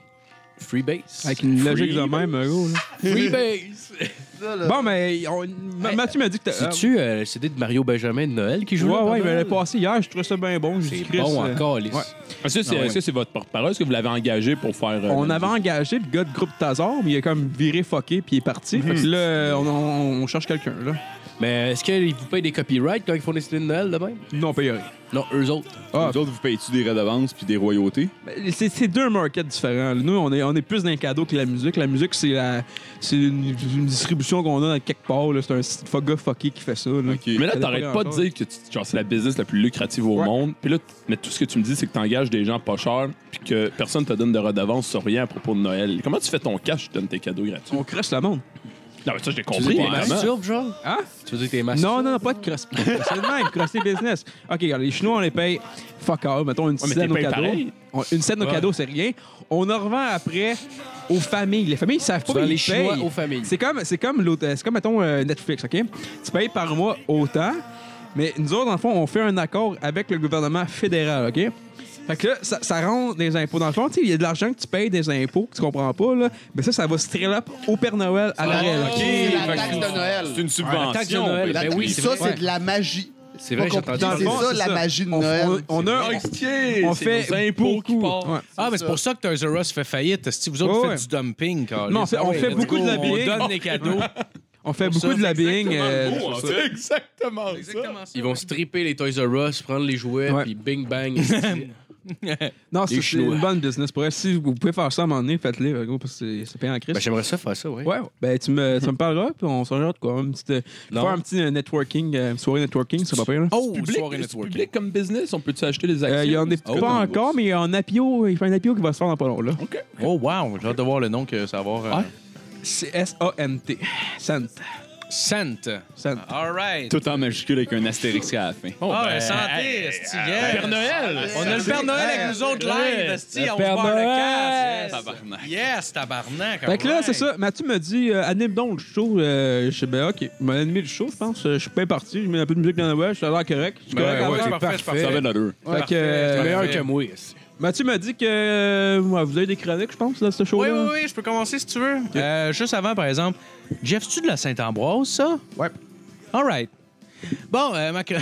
[SPEAKER 3] Freebase.
[SPEAKER 1] Avec une logique de même, gros.
[SPEAKER 6] <laughs>
[SPEAKER 1] là.
[SPEAKER 6] ben,
[SPEAKER 3] Freebase.
[SPEAKER 5] Ça, là.
[SPEAKER 1] Bon, mais on- Ma- Mathieu m'a dit que t'as.
[SPEAKER 3] C'est-tu euh, le CD de Mario Benjamin de Noël qui joue?
[SPEAKER 1] Ouais,
[SPEAKER 3] là,
[SPEAKER 1] ouais,
[SPEAKER 3] Père
[SPEAKER 1] il m'avait
[SPEAKER 3] Noël?
[SPEAKER 1] passé hier, je trouvais ça bien bon. J'ai dit,
[SPEAKER 3] C'est
[SPEAKER 1] Chris,
[SPEAKER 3] bon
[SPEAKER 1] euh,
[SPEAKER 3] encore, Alice.
[SPEAKER 1] ouais.
[SPEAKER 6] Est-ce que Ah,
[SPEAKER 2] Ah
[SPEAKER 6] c'est est-ce que c'est votre porte-parole? Est-ce que vous l'avez engagé pour faire. euh,
[SPEAKER 1] On
[SPEAKER 6] la
[SPEAKER 1] avait
[SPEAKER 6] musique?
[SPEAKER 1] engagé le gars de groupe Tazor, mais il a comme viré fucké puis il est parti. Fait que là, euh,
[SPEAKER 6] Mhm.
[SPEAKER 1] on, on- on cherche quelqu'un, là.
[SPEAKER 3] Mais est-ce qu'ils vous payent des copyrights quand ils font des CD de Noël de même?
[SPEAKER 1] Non, pas rien.
[SPEAKER 3] Non, eux autres.
[SPEAKER 1] Ah.
[SPEAKER 2] Vous autres, vous payez-tu des redevances puis des royautés?
[SPEAKER 1] Mais Ben, C'est c'est deux markets différents. là. Nous, on est, on est plus dans les cadeaux que la musique. La musique, c'est la- c'est une, une distribution qu'on a dans quelque part. là. C'est un site fuck gars fucké qui fait ça. là.
[SPEAKER 6] Mais là,
[SPEAKER 1] Ça
[SPEAKER 6] t'arrêtes
[SPEAKER 1] dépend
[SPEAKER 6] pas de
[SPEAKER 1] encore.
[SPEAKER 6] dire que tu- genre, c'est la business la plus lucrative au
[SPEAKER 1] Ouais.
[SPEAKER 6] monde. Puis là, t- mais tout ce que tu me dis, c'est que t'engages des gens pas chers puis que personne te donne de redevance sur rien à propos de Noël. Comment tu fais ton cash? Tu donnes tes cadeaux gratuits.
[SPEAKER 1] On crush le monde.
[SPEAKER 6] Non, mais ça, je l'ai
[SPEAKER 3] Tu veux
[SPEAKER 6] compris.
[SPEAKER 3] dire que t'es
[SPEAKER 6] évidemment.
[SPEAKER 3] masturbe, genre?
[SPEAKER 1] Hein?
[SPEAKER 3] Tu veux dire que t'es masturbe?
[SPEAKER 1] Non, non, non, pas de cross. <laughs> C'est le même, crosser business. OK, regarde, les Chinois, on les paye fuck all. Mettons une
[SPEAKER 6] mais
[SPEAKER 1] scène
[SPEAKER 6] t'es
[SPEAKER 1] au
[SPEAKER 6] payé
[SPEAKER 1] cadeau.
[SPEAKER 6] pareil.
[SPEAKER 1] On- une scène au
[SPEAKER 4] Ouais.
[SPEAKER 1] cadeau, c'est rien. On en revend après aux familles. Les familles, ils savent pas,
[SPEAKER 3] vends
[SPEAKER 1] mais
[SPEAKER 3] les
[SPEAKER 1] ils
[SPEAKER 3] Chinois
[SPEAKER 1] payent.
[SPEAKER 3] aux familles.
[SPEAKER 1] C'est comme, c'est comme, l'autre- c'est comme mettons, euh, Netflix, OK? Tu payes par mois autant, mais nous autres, dans le fond, on fait un accord avec le gouvernement fédéral, OK? Fait que là, ça, ça rend des impôts. Dans le fond, tu sais, il y a de l'argent que tu payes des impôts que tu comprends pas, là. Mais ça, ça va se up au Père Noël à la réelle, OK?
[SPEAKER 5] Ah, C'est
[SPEAKER 2] fait
[SPEAKER 5] la
[SPEAKER 2] que
[SPEAKER 5] taxe
[SPEAKER 2] c'est-
[SPEAKER 5] de Noël.
[SPEAKER 2] C'est une
[SPEAKER 3] Ouais, la taxe de
[SPEAKER 2] subvention.
[SPEAKER 3] Noël,
[SPEAKER 5] La-
[SPEAKER 3] ben oui, c'est
[SPEAKER 5] ça,
[SPEAKER 3] vrai.
[SPEAKER 5] c'est de la magie.
[SPEAKER 3] C'est vrai,
[SPEAKER 5] Pas
[SPEAKER 3] j'ai entendu
[SPEAKER 5] compliqué.
[SPEAKER 1] Dans le
[SPEAKER 5] C'est
[SPEAKER 1] fond,
[SPEAKER 5] ça, la magie de
[SPEAKER 1] On-
[SPEAKER 5] Noël.
[SPEAKER 1] On, on a un on fait beaucoup. Ouais.
[SPEAKER 4] Ah, mais c'est
[SPEAKER 5] ça.
[SPEAKER 4] pour ça que Toys R Us fait faillite. Si vous autres,
[SPEAKER 1] Ouais,
[SPEAKER 4] vous
[SPEAKER 1] ouais.
[SPEAKER 4] faites du dumping, câlisse.
[SPEAKER 1] Non, on fait- on
[SPEAKER 4] Ah ouais,
[SPEAKER 1] fait
[SPEAKER 4] let's
[SPEAKER 1] beaucoup
[SPEAKER 4] go,
[SPEAKER 1] de lobbying.
[SPEAKER 4] On donne les cadeaux.
[SPEAKER 1] On fait
[SPEAKER 4] Pour
[SPEAKER 1] beaucoup
[SPEAKER 4] ça,
[SPEAKER 1] de
[SPEAKER 4] c'est
[SPEAKER 1] lobbying. euh,
[SPEAKER 6] hein,
[SPEAKER 2] Oh,
[SPEAKER 1] sur ça.
[SPEAKER 2] c'est exactement ça.
[SPEAKER 3] Ils vont stripper les Toys R Us, prendre les jouets,
[SPEAKER 1] Ouais.
[SPEAKER 3] puis bing bang. esti.
[SPEAKER 1] non,
[SPEAKER 3] Les
[SPEAKER 1] c'est c'est
[SPEAKER 3] Chinois.
[SPEAKER 1] une bonne business pour elle. Si vous pouvez faire ça à un moment donné, faites-le, gros, parce que c'est- c'est payant en crise.
[SPEAKER 3] ben, j'aimerais ça faire ça, ouais.
[SPEAKER 1] Ouais, ben tu me, tu me parleras, puis on s'en de quoi. Un petit, euh,
[SPEAKER 3] Non.
[SPEAKER 1] faire un petit euh, networking, euh, une soirée networking, c'est pas pire. là.
[SPEAKER 4] Oh,
[SPEAKER 6] Public,
[SPEAKER 4] soirée
[SPEAKER 6] c'est
[SPEAKER 4] networking.
[SPEAKER 6] public comme business, on peut-tu acheter des actions?
[SPEAKER 1] Euh, il y en a
[SPEAKER 6] C'est quoi
[SPEAKER 1] pas
[SPEAKER 2] Oh,
[SPEAKER 6] dans-
[SPEAKER 1] encore, mais il y a un apio, il fait un apio qui va se faire dans pas long, là.
[SPEAKER 4] Oh, wow, j'ai hâte de voir le nom que ça va avoir. euh,
[SPEAKER 1] C'est S-A-N-T. Sant.
[SPEAKER 4] Sant.
[SPEAKER 1] Sant.
[SPEAKER 4] All
[SPEAKER 2] <laughs>
[SPEAKER 4] right.
[SPEAKER 2] Tout en majuscule avec un astérix à la fin.
[SPEAKER 4] Oh,
[SPEAKER 6] ben,
[SPEAKER 4] ben, santé, esti, yes.
[SPEAKER 6] Père Noël!
[SPEAKER 4] On a le Père Noël avec
[SPEAKER 5] Ouais.
[SPEAKER 4] nous autres
[SPEAKER 6] Ouais.
[SPEAKER 4] live, esti,
[SPEAKER 6] Le
[SPEAKER 4] on
[SPEAKER 6] Père
[SPEAKER 4] se barre le
[SPEAKER 6] Noël.
[SPEAKER 4] casque.
[SPEAKER 2] Tabarnak.
[SPEAKER 4] Yes. Yes, tabarnak.
[SPEAKER 1] Fait que là,
[SPEAKER 4] alright.
[SPEAKER 1] c'est ça. Mathieu m'a dit, euh, anime donc le show. Euh, je sais, ben, ok, il m'a animé le show, je pense. Euh, Je suis pas parti, je mets un peu de musique dans la web, je suis à l'air correct. Je suis correct à
[SPEAKER 4] ouais,
[SPEAKER 1] l'heure.
[SPEAKER 4] c'est
[SPEAKER 3] parfait,
[SPEAKER 4] parfait,
[SPEAKER 3] parfait.
[SPEAKER 2] Ça va de l'allure.
[SPEAKER 1] Fait que, euh,
[SPEAKER 3] Meilleur
[SPEAKER 4] Ouais.
[SPEAKER 3] que moi, esti.
[SPEAKER 1] Mathieu m'a dit que euh, ouais, vous avez des chroniques, je pense, dans ce
[SPEAKER 4] Oui,
[SPEAKER 1] show-là.
[SPEAKER 4] oui, oui, je peux commencer si tu veux. Euh, juste avant, par exemple, Jeff, c'est-tu de la Saint-Ambroise, ça?
[SPEAKER 5] Ouais.
[SPEAKER 4] All right. Bon, euh, ma...
[SPEAKER 6] Chris,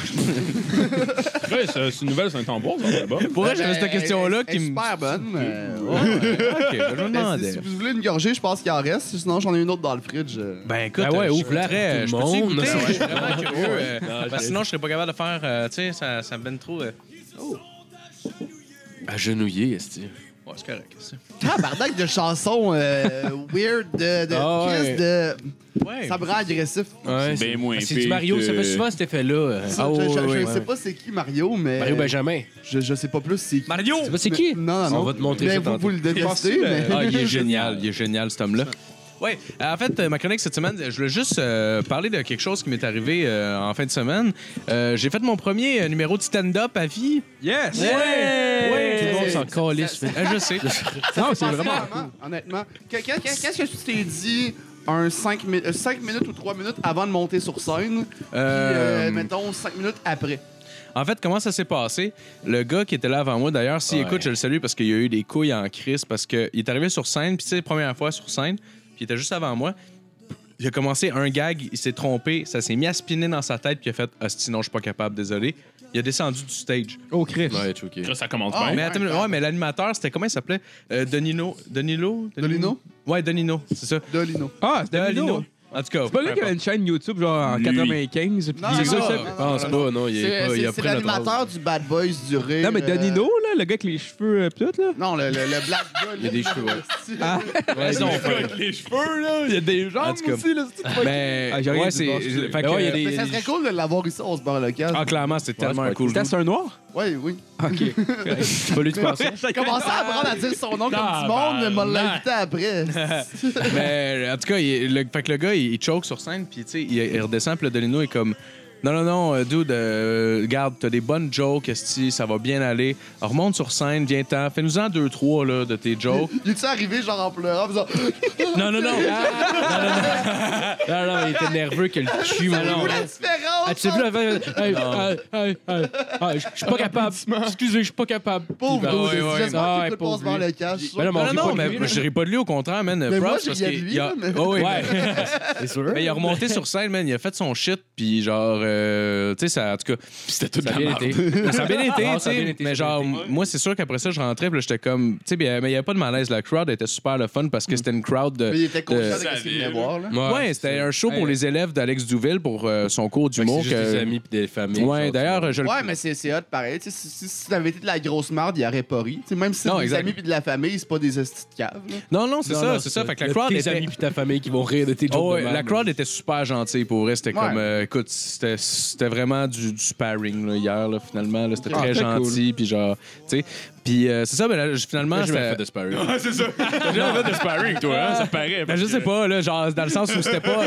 [SPEAKER 6] euh, c'est une nouvelle Saint-Ambroise, on est là-bas.
[SPEAKER 4] <laughs> pour vrai, j'avais
[SPEAKER 5] Ben,
[SPEAKER 4] cette question-là qui
[SPEAKER 5] me.
[SPEAKER 4] me...
[SPEAKER 5] super bonne. mais-
[SPEAKER 4] Ouais, OK, ben, je me
[SPEAKER 5] Ben, si,
[SPEAKER 4] demandais.
[SPEAKER 5] si vous voulez une gorgée, je pense qu'il en reste. Sinon, j'en ai une autre dans le fridge. euh.
[SPEAKER 4] Ben écoute,
[SPEAKER 3] Ben ouais,
[SPEAKER 4] euh, je
[SPEAKER 3] ouvre-la
[SPEAKER 4] voudrais-
[SPEAKER 3] pour
[SPEAKER 4] je
[SPEAKER 3] tout le monde.
[SPEAKER 4] peux-tu goûter?
[SPEAKER 3] Ouais.
[SPEAKER 4] Je suis vraiment curieux. euh,
[SPEAKER 6] Non,
[SPEAKER 4] parce
[SPEAKER 6] je-
[SPEAKER 4] que sinon, je serais pas capable de faire... euh, tu sais, ça, ça me donne trop... euh,
[SPEAKER 3] Agenouillé, esti.
[SPEAKER 4] Ouais, c'est correct. ça.
[SPEAKER 5] Tabarnak de chansons euh, weird, de, de
[SPEAKER 3] Ah ouais.
[SPEAKER 5] Chris, de.
[SPEAKER 4] Ouais.
[SPEAKER 5] Ça me rend agressif.
[SPEAKER 3] Ouais,
[SPEAKER 2] bien moins
[SPEAKER 3] Ah, C'est du
[SPEAKER 2] pire
[SPEAKER 3] Mario,
[SPEAKER 2] que-
[SPEAKER 3] ça fait souvent cet effet-là. euh.
[SPEAKER 5] Ça,
[SPEAKER 3] Ah,
[SPEAKER 5] je
[SPEAKER 3] ouais,
[SPEAKER 5] je- je
[SPEAKER 3] ouais,
[SPEAKER 5] sais
[SPEAKER 3] ouais.
[SPEAKER 5] pas c'est qui Mario, mais.
[SPEAKER 4] Euh,
[SPEAKER 3] Mario Benjamin.
[SPEAKER 5] Je, je sais pas plus c'est qui.
[SPEAKER 4] Mario!
[SPEAKER 3] Tu sais pas c'est
[SPEAKER 5] Mais-
[SPEAKER 3] qui?
[SPEAKER 5] Non, non, non.
[SPEAKER 3] On va te montrer
[SPEAKER 5] Mais
[SPEAKER 3] ça
[SPEAKER 5] vous,
[SPEAKER 3] tantôt.
[SPEAKER 5] Vous le détestez, mais. <laughs>
[SPEAKER 4] Ah, il est génial, il est génial cet homme-là. Oui, en fait, euh, ma chronique cette semaine, je voulais juste euh, parler de quelque chose qui m'est arrivé euh, en fin de semaine. Euh, J'ai fait mon premier euh, numéro de stand-up à vie.
[SPEAKER 1] Yes!
[SPEAKER 4] Ouais!
[SPEAKER 3] Tout le monde s'en calisse.
[SPEAKER 4] <laughs> Euh, je sais.
[SPEAKER 5] Ça
[SPEAKER 1] Non,
[SPEAKER 5] s'est
[SPEAKER 1] c'est
[SPEAKER 5] passé
[SPEAKER 1] vraiment
[SPEAKER 5] comment, Honnêtement. Que- que- que- Qu'est-ce que tu t'es dit? un 5, minutes ou 3 minutes avant de monter sur scène, puis,
[SPEAKER 4] Euh,
[SPEAKER 5] euh, mettons 5 minutes après.
[SPEAKER 4] En fait, comment ça s'est passé? Le gars qui était là avant moi, d'ailleurs, s'il écoute, je le salue parce qu'il y a eu des couilles en crise parce qu'il est arrivé sur scène, puis tu sais, première fois sur scène, puis il était juste avant moi. Il a commencé un gag, il s'est trompé, ça s'est mis à spinner dans sa tête, puis il a fait Ah, sinon, je suis pas capable, désolé. Il a descendu du stage.
[SPEAKER 1] Oh, Chris.
[SPEAKER 3] Ouais, it's ok.
[SPEAKER 6] Ça commence
[SPEAKER 5] Ah,
[SPEAKER 6] bien.
[SPEAKER 4] mais attends, une minute. ouais, mais l'animateur, c'était comment il s'appelait? Euh, Donino. Donilo?
[SPEAKER 5] Donino?
[SPEAKER 4] Ouais, Donino, c'est ça.
[SPEAKER 5] Dolino.
[SPEAKER 1] Ah, c'était Lino.
[SPEAKER 4] En tout cas,
[SPEAKER 1] C'est pas lui qui avait une chaîne YouTube genre en
[SPEAKER 6] Lui.
[SPEAKER 1] 95. puis
[SPEAKER 5] Non,
[SPEAKER 1] il-
[SPEAKER 5] non,
[SPEAKER 1] ça,
[SPEAKER 5] non.
[SPEAKER 1] ça-
[SPEAKER 3] Je pense pas, non. Il, est
[SPEAKER 5] C'est
[SPEAKER 3] pas, il a
[SPEAKER 5] c'est- c'est
[SPEAKER 3] pris notre
[SPEAKER 5] l'animateur
[SPEAKER 3] rôle.
[SPEAKER 5] du Bad Boys du rire.
[SPEAKER 1] Non, mais Danilo, là, le gars avec les cheveux euh, pis tout, là.
[SPEAKER 5] Non, le, le, le black gars. Il
[SPEAKER 3] y a des cheveux,
[SPEAKER 5] <laughs>
[SPEAKER 3] ouais.
[SPEAKER 1] Ah.
[SPEAKER 4] raison.
[SPEAKER 6] les cheveux, là. Il y a des
[SPEAKER 4] En
[SPEAKER 6] jambes
[SPEAKER 4] tout cas.
[SPEAKER 6] aussi, là. c'est tout pas-
[SPEAKER 4] Mais.
[SPEAKER 1] Ah, j'ai rien
[SPEAKER 4] ouais,
[SPEAKER 1] dit de
[SPEAKER 4] c'est.
[SPEAKER 1] bon, je-
[SPEAKER 4] fait
[SPEAKER 1] Mais
[SPEAKER 4] que-
[SPEAKER 3] ouais, il y a des-
[SPEAKER 5] Mais ça serait cool de l'avoir ici, on se barre le casque.
[SPEAKER 4] Ah, clairement, c'était tellement un cool.
[SPEAKER 1] C'était sur un noir?
[SPEAKER 5] Oui, oui.
[SPEAKER 1] Ok.
[SPEAKER 3] C'est pas
[SPEAKER 5] <laughs>
[SPEAKER 3] lui, tu penses?
[SPEAKER 5] Commencez à apprendre à dire son nom comme du
[SPEAKER 6] Ah,
[SPEAKER 5] monde, mais
[SPEAKER 6] ben,
[SPEAKER 5] m'a
[SPEAKER 6] non.
[SPEAKER 5] l'invité après.
[SPEAKER 3] <laughs>
[SPEAKER 5] <laughs>
[SPEAKER 4] Mais Ben, en tout cas, il- le, fait que le gars, il, il choke sur scène, puis tu sais, il, il redescend, puis le Delino est comme. Non, non, non, euh, dude, euh, regarde, t'as des bonnes jokes, esti, ça va bien aller. Alors, remonte sur scène, viens-t'en, fais-nous-en deux, trois, là, de tes jokes.
[SPEAKER 5] Il est-tu arrivé, genre en pleurant, en faisant
[SPEAKER 6] Non, non, non.
[SPEAKER 3] Non, Ah, non, il était nerveux que le
[SPEAKER 4] <laughs>
[SPEAKER 3] cul, mais non.
[SPEAKER 5] Où la différence?
[SPEAKER 3] Ah, tu sais,
[SPEAKER 5] entre
[SPEAKER 3] là, euh, euh, euh, euh, euh, je je suis pas capable. Excusez, je suis pas capable.
[SPEAKER 5] Pauvre
[SPEAKER 3] Il
[SPEAKER 5] gars,
[SPEAKER 3] va-
[SPEAKER 4] ouais, ouais.
[SPEAKER 5] c'est juste
[SPEAKER 3] Ah,
[SPEAKER 5] moi qui
[SPEAKER 3] ouais,
[SPEAKER 5] écoute, on se barre
[SPEAKER 3] pauvre
[SPEAKER 5] le casque.
[SPEAKER 3] Ben là, mais on
[SPEAKER 4] Non, non,
[SPEAKER 3] rit
[SPEAKER 4] non,
[SPEAKER 3] pas de
[SPEAKER 4] mais
[SPEAKER 3] lui,
[SPEAKER 4] moi,
[SPEAKER 3] là.
[SPEAKER 4] je ris pas de lui, au contraire, man.
[SPEAKER 5] Mais moi,
[SPEAKER 4] props,
[SPEAKER 5] je
[SPEAKER 4] parce
[SPEAKER 5] riais de
[SPEAKER 4] qu'il-
[SPEAKER 5] lui,
[SPEAKER 4] il a-
[SPEAKER 5] là, mais-
[SPEAKER 4] Ouais, ouais, <laughs>
[SPEAKER 6] Ouais.
[SPEAKER 3] C'est sûr.
[SPEAKER 4] mais il a remonté sur scène, man, il a fait son shit, puis genre, euh, tu sais, ça, en tout cas,
[SPEAKER 2] C'était tout de
[SPEAKER 3] Ça
[SPEAKER 2] la
[SPEAKER 3] a bien
[SPEAKER 2] merde.
[SPEAKER 3] été.
[SPEAKER 4] ça a bien été,
[SPEAKER 3] Ah,
[SPEAKER 4] tu
[SPEAKER 3] ça a bien été,
[SPEAKER 4] sais.
[SPEAKER 3] ça
[SPEAKER 4] Mais
[SPEAKER 3] a
[SPEAKER 4] genre,
[SPEAKER 3] bien
[SPEAKER 4] m- moi, c'est sûr qu'après ça, je rentrais, puis là, j'étais comme, tu sais, bien, mais il y a pas de malaise. La crowd était super le fun parce que c'était une crowd de.
[SPEAKER 5] Mais il était conscient
[SPEAKER 4] Euh,
[SPEAKER 5] de ce qu'il venait
[SPEAKER 2] savait,
[SPEAKER 5] voir, là.
[SPEAKER 4] Ouais, c'était un show pour
[SPEAKER 1] Ouais.
[SPEAKER 4] les élèves d'Alex Duville pour euh, son cours
[SPEAKER 3] Fait que
[SPEAKER 4] d'humour.
[SPEAKER 3] c'est juste
[SPEAKER 4] que-
[SPEAKER 3] des amis pis des familles.
[SPEAKER 4] Ouais,
[SPEAKER 3] genre,
[SPEAKER 4] d'ailleurs, je le.
[SPEAKER 5] Ouais, mais c'est c'est hot pareil. Tu sais, si, si, si t'avais été de la grosse marde, il aurait pas ri. Tu sais, même si c'est
[SPEAKER 4] Non,
[SPEAKER 5] des
[SPEAKER 4] exact.
[SPEAKER 5] amis puis de la famille, c'est pas des hosties de cave. là.
[SPEAKER 4] Non, non, c'est
[SPEAKER 3] Non,
[SPEAKER 4] ça,
[SPEAKER 3] non,
[SPEAKER 4] c'est ça. Fait que
[SPEAKER 3] Il y
[SPEAKER 4] la
[SPEAKER 3] a
[SPEAKER 4] crowd
[SPEAKER 3] tes
[SPEAKER 4] était.
[SPEAKER 3] amis puis ta famille qui vont rire de tes jokes.
[SPEAKER 4] Oh, ouais,
[SPEAKER 3] de
[SPEAKER 4] la
[SPEAKER 3] merde.
[SPEAKER 4] crowd était super gentille pour vrai. C'était
[SPEAKER 5] Ouais.
[SPEAKER 4] comme. euh, écoute, c'était c'était vraiment du, du sparring là, hier, là, finalement. là, C'était
[SPEAKER 1] Ah,
[SPEAKER 4] très
[SPEAKER 1] très
[SPEAKER 4] gentil. Puis genre, tu sais. Puis euh, c'est ça, mais là, je- finalement.
[SPEAKER 3] J'ai jamais
[SPEAKER 4] c'était-
[SPEAKER 3] fait de sparring.
[SPEAKER 2] Ah, c'est ça. T'as jamais fait de sparring, toi, hein? Ça paraît.
[SPEAKER 4] Ben,
[SPEAKER 2] parce
[SPEAKER 4] je sais
[SPEAKER 2] que-
[SPEAKER 4] pas, là, genre, dans le sens où
[SPEAKER 2] <laughs>
[SPEAKER 4] c'était pas.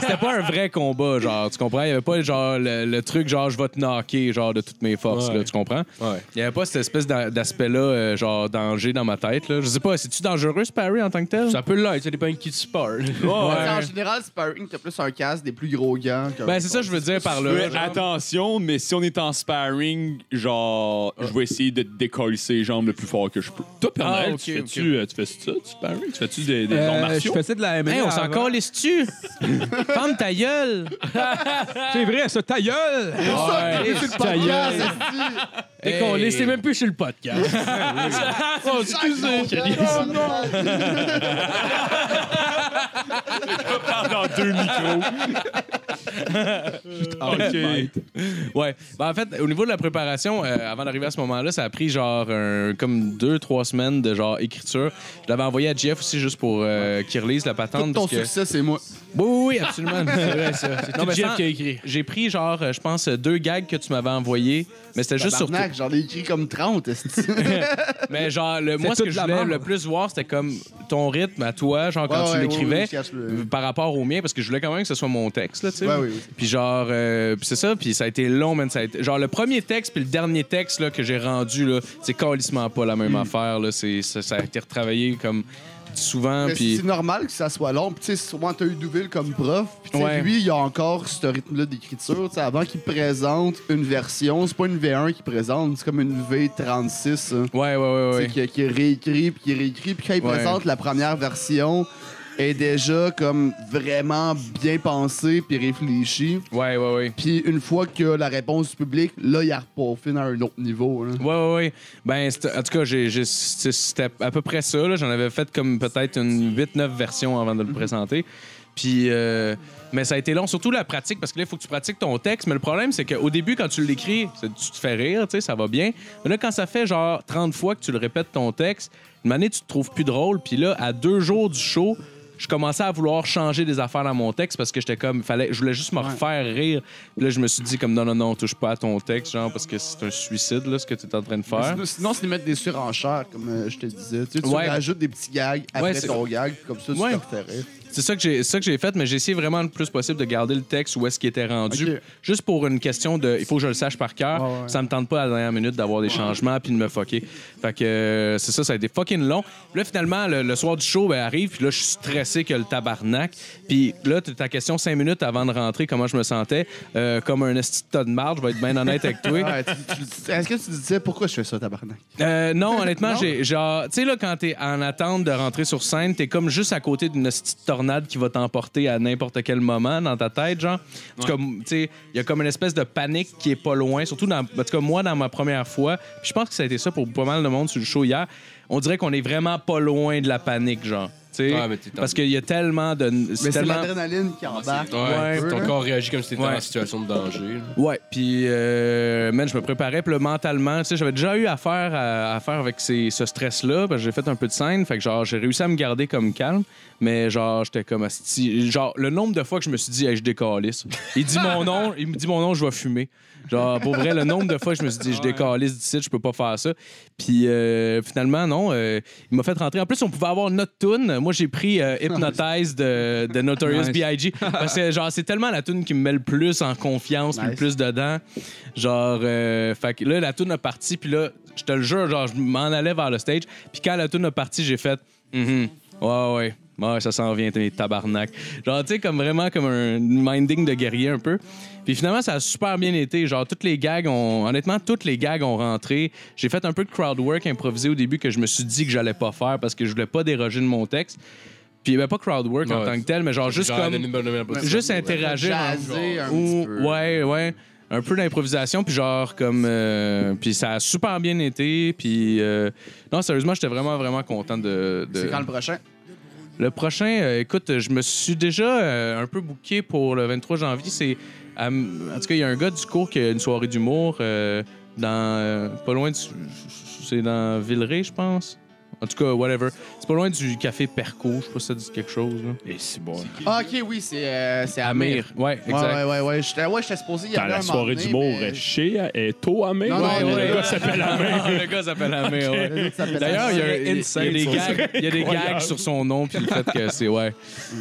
[SPEAKER 4] c'était pas un vrai combat, genre, tu comprends? Il y avait pas, genre, le, le truc, genre, je vais te knocker, genre, de toutes mes forces,
[SPEAKER 3] Ouais.
[SPEAKER 4] là, tu comprends?
[SPEAKER 3] Ouais.
[SPEAKER 4] Il y avait pas cette espèce d'a- d'aspect-là, euh, genre, danger dans ma tête, là. Je sais pas, c'est-tu dangereux, ce Parry, en tant que tel?
[SPEAKER 3] Ça peut l'être, ça dépend de qui tu <laughs> parles.
[SPEAKER 5] Tu sais,
[SPEAKER 4] Ouais.
[SPEAKER 5] En général, sparring, t'as plus un casque, des plus gros gants. qu'un-
[SPEAKER 4] Ben, c'est ça, que je veux dire par
[SPEAKER 2] Ouais,
[SPEAKER 4] là. genre.
[SPEAKER 2] attention, mais si on est en sparring, genre, je vais essayer de décoller ses jambes le plus fort que je peux.
[SPEAKER 6] Toi, Père
[SPEAKER 4] Ah,
[SPEAKER 6] Noël,
[SPEAKER 4] ok,
[SPEAKER 6] tu fais-tu euh, tu fais ça, tu sparring? Tu fais-tu des, des arts
[SPEAKER 1] Euh, Je
[SPEAKER 6] martiaux?
[SPEAKER 1] faisais de la MMA.
[SPEAKER 4] Hey, on s'en
[SPEAKER 1] avant.
[SPEAKER 2] <laughs>
[SPEAKER 4] calisse-tu? Ferme ta gueule!
[SPEAKER 1] C'est vrai, ça, ta gueule!
[SPEAKER 5] C'est le podcast, hostie.
[SPEAKER 3] Dès qu'on
[SPEAKER 4] Hey.
[SPEAKER 3] laisse, c'est même plus sur le podcast. oh, excusez.
[SPEAKER 5] Oh, non.
[SPEAKER 2] Dans
[SPEAKER 1] <laughs>
[SPEAKER 2] deux micros.
[SPEAKER 1] Ah,
[SPEAKER 6] Ok.
[SPEAKER 4] Ouais. Ben, en fait, au niveau de la préparation, euh, avant d'arriver à ce moment-là, ça a pris genre un- comme deux, trois semaines de genre écriture. Je l'avais envoyé à Jeff aussi juste pour euh, qu'il relise la patente.
[SPEAKER 5] Tout ton
[SPEAKER 4] parce que-
[SPEAKER 5] succès, c'est moi.
[SPEAKER 4] Oui, oui, oui, absolument. C'est vrai, ça. Non, mais
[SPEAKER 3] Jeff
[SPEAKER 4] sans-
[SPEAKER 3] qui a écrit.
[SPEAKER 4] J'ai pris genre, euh, je pense, euh, deux gags que tu m'avais envoyés, mais c'était juste sur.
[SPEAKER 5] Tabarnak, J'en ai écrit comme 30, hostie.
[SPEAKER 4] Mais genre, le, moi, ce que
[SPEAKER 1] toute
[SPEAKER 4] je
[SPEAKER 1] la
[SPEAKER 4] voulais
[SPEAKER 1] merde.
[SPEAKER 4] le plus voir, c'était comme ton rythme à toi, genre quand
[SPEAKER 5] Ouais,
[SPEAKER 4] tu
[SPEAKER 5] ouais,
[SPEAKER 4] l'écrivais,
[SPEAKER 5] ouais, ouais, je cache le-
[SPEAKER 4] par rapport au mien, parce que je voulais quand même que ce soit mon texte, là, tu sais.
[SPEAKER 5] Ouais, oui, oui.
[SPEAKER 4] Puis genre, euh, puis c'est ça, puis ça a été long, man. Ça a été... Genre, le premier texte, puis le dernier texte là, que j'ai rendu, là, c'est calissement pas la même
[SPEAKER 5] Hmm.
[SPEAKER 4] affaire, là. C'est, ça, ça a été retravaillé comme souvent,
[SPEAKER 5] Mais
[SPEAKER 4] Ah, puis.
[SPEAKER 5] C'est normal que ça soit long. Puis, tu sais, sûrement, t'as eu Douville comme prof. Puis, tu sais,
[SPEAKER 4] Ouais.
[SPEAKER 5] lui, il a encore ce rythme-là d'écriture. Tu sais, avant qu'il présente une version, c'est pas une V1 qu'il présente, c'est comme une V36. hein.
[SPEAKER 4] Ouais, ouais, ouais,
[SPEAKER 5] Tu
[SPEAKER 4] ouais.
[SPEAKER 5] sais, qui, qui réécrit, puis qui réécrit. Puis, quand il
[SPEAKER 4] Ouais.
[SPEAKER 5] présente la première version, est déjà comme vraiment bien pensée, puis réfléchie.
[SPEAKER 4] Ouais, ouais, ouais.
[SPEAKER 5] Puis, une fois que la réponse du public, là, il a repaufine à un autre niveau. là.
[SPEAKER 4] Ouais, ouais, ouais. Ben, c'est- en tout cas, j'ai, j'ai- c'est- c'était à peu près ça. là. J'en avais fait comme peut-être une 8-9 versions avant de le présenter. Puis, euh, mais ça a été long, surtout la pratique, parce que là, il faut que tu pratiques ton texte. Mais le problème, c'est qu'au début, quand tu l'écris, c'est- tu te fais rire, tu sais, ça va bien. Mais là, quand ça fait genre 30 fois que tu le répètes ton texte, une année, tu te trouves plus drôle. Puis là, à deux jours du show, je commençais à vouloir changer des affaires dans mon texte parce que j'étais comme fallait je voulais juste me refaire rire. Puis là je me suis dit comme non non non, touche pas à ton texte genre parce que c'est un suicide là ce que tu es en train de faire.
[SPEAKER 5] Sinon, sinon, c'est de mettre des surenchères, comme euh, je te disais. Tu, sais, tu
[SPEAKER 4] Hein? Ouais.
[SPEAKER 5] rajoutes des petits gags après
[SPEAKER 4] Ouais, c'est-
[SPEAKER 5] ton gag, puis comme ça,
[SPEAKER 4] Ouais.
[SPEAKER 5] tu te refais rire.
[SPEAKER 4] C'est ça que j'ai c'est ça que j'ai fait, mais j'ai essayé vraiment le plus possible de garder le texte où est-ce qu'il était rendu.
[SPEAKER 5] Ok.
[SPEAKER 4] Juste pour une question de. Il faut que je le sache par cœur.
[SPEAKER 5] Ouais, ouais.
[SPEAKER 4] Ça me tente pas à la dernière minute d'avoir des changements puis de me fucker. Fait que euh, c'est ça, ça a été fucking long. Puis là, finalement, le, le soir du show ben, arrive, puis là, je suis stressé que le tabarnak. Puis là, t- ta question cinq minutes avant de rentrer, comment je me sentais. Euh, comme un esti de tas de marde, je vais être bien honnête avec toi.
[SPEAKER 5] Ouais, Ah, tu- tu- Est-ce que tu disais pourquoi je fais ça, tabarnak?
[SPEAKER 4] Euh,
[SPEAKER 3] <laughs>
[SPEAKER 4] non, honnêtement, j'ai genre, tu sais là quand t'es en attente de rentrer sur scène, t'es comme juste à côté d'une petite tornade qui va t'emporter à n'importe quel moment dans ta tête, genre. En tout cas, m- tu sais, il y a comme une espèce de panique qui est pas loin, surtout dans, en tout cas moi dans ma première fois. puis Je pense que ça a été ça pour pas mal de monde sur le show hier. On dirait qu'on est vraiment pas loin de la panique, genre. tu sais.
[SPEAKER 3] Ouais, mais t'es-
[SPEAKER 4] parce qu'il y a tellement de,
[SPEAKER 5] Mais c'est
[SPEAKER 4] tellement-
[SPEAKER 5] l'adrénaline qui embarque.
[SPEAKER 3] Ouais,
[SPEAKER 5] un peu,
[SPEAKER 3] ton
[SPEAKER 5] là.
[SPEAKER 3] corps réagit comme si t'étais
[SPEAKER 4] Ouais.
[SPEAKER 3] en situation de danger. là.
[SPEAKER 4] Ouais, puis euh, man, je me préparais puis là, mentalement, tu sais, j'avais déjà eu affaire à, à faire avec ces- ce stress là, parce que j'ai fait un peu de scène, fait que genre j'ai réussi à me garder comme calme, mais genre j'étais comme asti- genre le nombre de fois que je me suis dit hey, je décalisse. Il dit mon nom, il me dit mon nom, je vais fumer. Genre pour vrai le nombre de fois que je me suis dit je décalisse d'ici, je peux pas faire ça. Puis euh, finalement non, euh, il m'a fait rentrer. En plus on pouvait avoir notre tune. Moi j'ai pris euh, Hypnotize de, de Notorious
[SPEAKER 1] Nice.
[SPEAKER 4] B.I.G. parce que genre c'est tellement la tune qui me met le plus en confiance puis le
[SPEAKER 5] Nice.
[SPEAKER 4] plus dedans. Genre, euh, fait que là, la toune a parti, puis là, je te le jure, genre, je m'en allais vers le stage. Puis quand la toune a parti, j'ai fait, Mhm. ouais, ouais. Ouais, ça s'en vient, t'es tabarnak. Genre, tu sais, comme vraiment comme un minding de guerrier un peu. Puis finalement, ça a super bien été. Genre, toutes les gags ont. Honnêtement, toutes les gags ont rentré. J'ai fait un peu de crowd work improvisé au début que je me suis dit que j'allais pas faire parce que je voulais pas déroger de mon texte. Puis, ben, pas crowd work en
[SPEAKER 3] Ouais.
[SPEAKER 4] tant que tel, mais genre, juste
[SPEAKER 3] Genre, donner
[SPEAKER 4] comme.
[SPEAKER 3] une bonne nomination pour ça.
[SPEAKER 4] Juste interagir.
[SPEAKER 5] Jaser un
[SPEAKER 4] Ou-
[SPEAKER 5] petit peu.
[SPEAKER 4] Ouais, ouais. Un peu d'improvisation, puis genre comme. euh, puis ça a super bien été, puis. euh, non, sérieusement, j'étais vraiment, vraiment content de. de-
[SPEAKER 5] C'est quand le prochain?
[SPEAKER 4] Le prochain, euh, écoute, je me suis déjà euh, un peu booké pour le 23 janvier. C'est. à m- en tout cas, il y a un gars du cours qui a une soirée d'humour euh, dans. euh, pas loin du. C'est dans Villeray, je pense. En tout cas, whatever. C'est pas loin du café Perco, je sais pas si ça dit quelque chose. là.
[SPEAKER 6] Et c'est bon.
[SPEAKER 5] Ah, ok, oui, c'est euh, c'est Amir.
[SPEAKER 4] Amir. Ouais,
[SPEAKER 5] Ouais,
[SPEAKER 4] exact.
[SPEAKER 5] ouais, ouais, ouais. J'étais ouais, j'étais supposé y
[SPEAKER 6] Dans
[SPEAKER 5] aller.
[SPEAKER 6] la
[SPEAKER 5] un
[SPEAKER 6] soirée
[SPEAKER 5] moment donné,
[SPEAKER 6] d'humour,
[SPEAKER 5] mais-
[SPEAKER 6] chez et tôt à main.
[SPEAKER 5] Non, non,
[SPEAKER 4] Ouais,
[SPEAKER 5] ouais,
[SPEAKER 4] ouais.
[SPEAKER 5] ouais.
[SPEAKER 4] Ah, le gars s'appelle Amir, ouais.
[SPEAKER 5] Les autres s'appellent
[SPEAKER 4] D'ailleurs, il y a,
[SPEAKER 5] Amir.
[SPEAKER 4] il y a des gags, il y a des gags sur son nom, puis le fait que c'est. Ouais.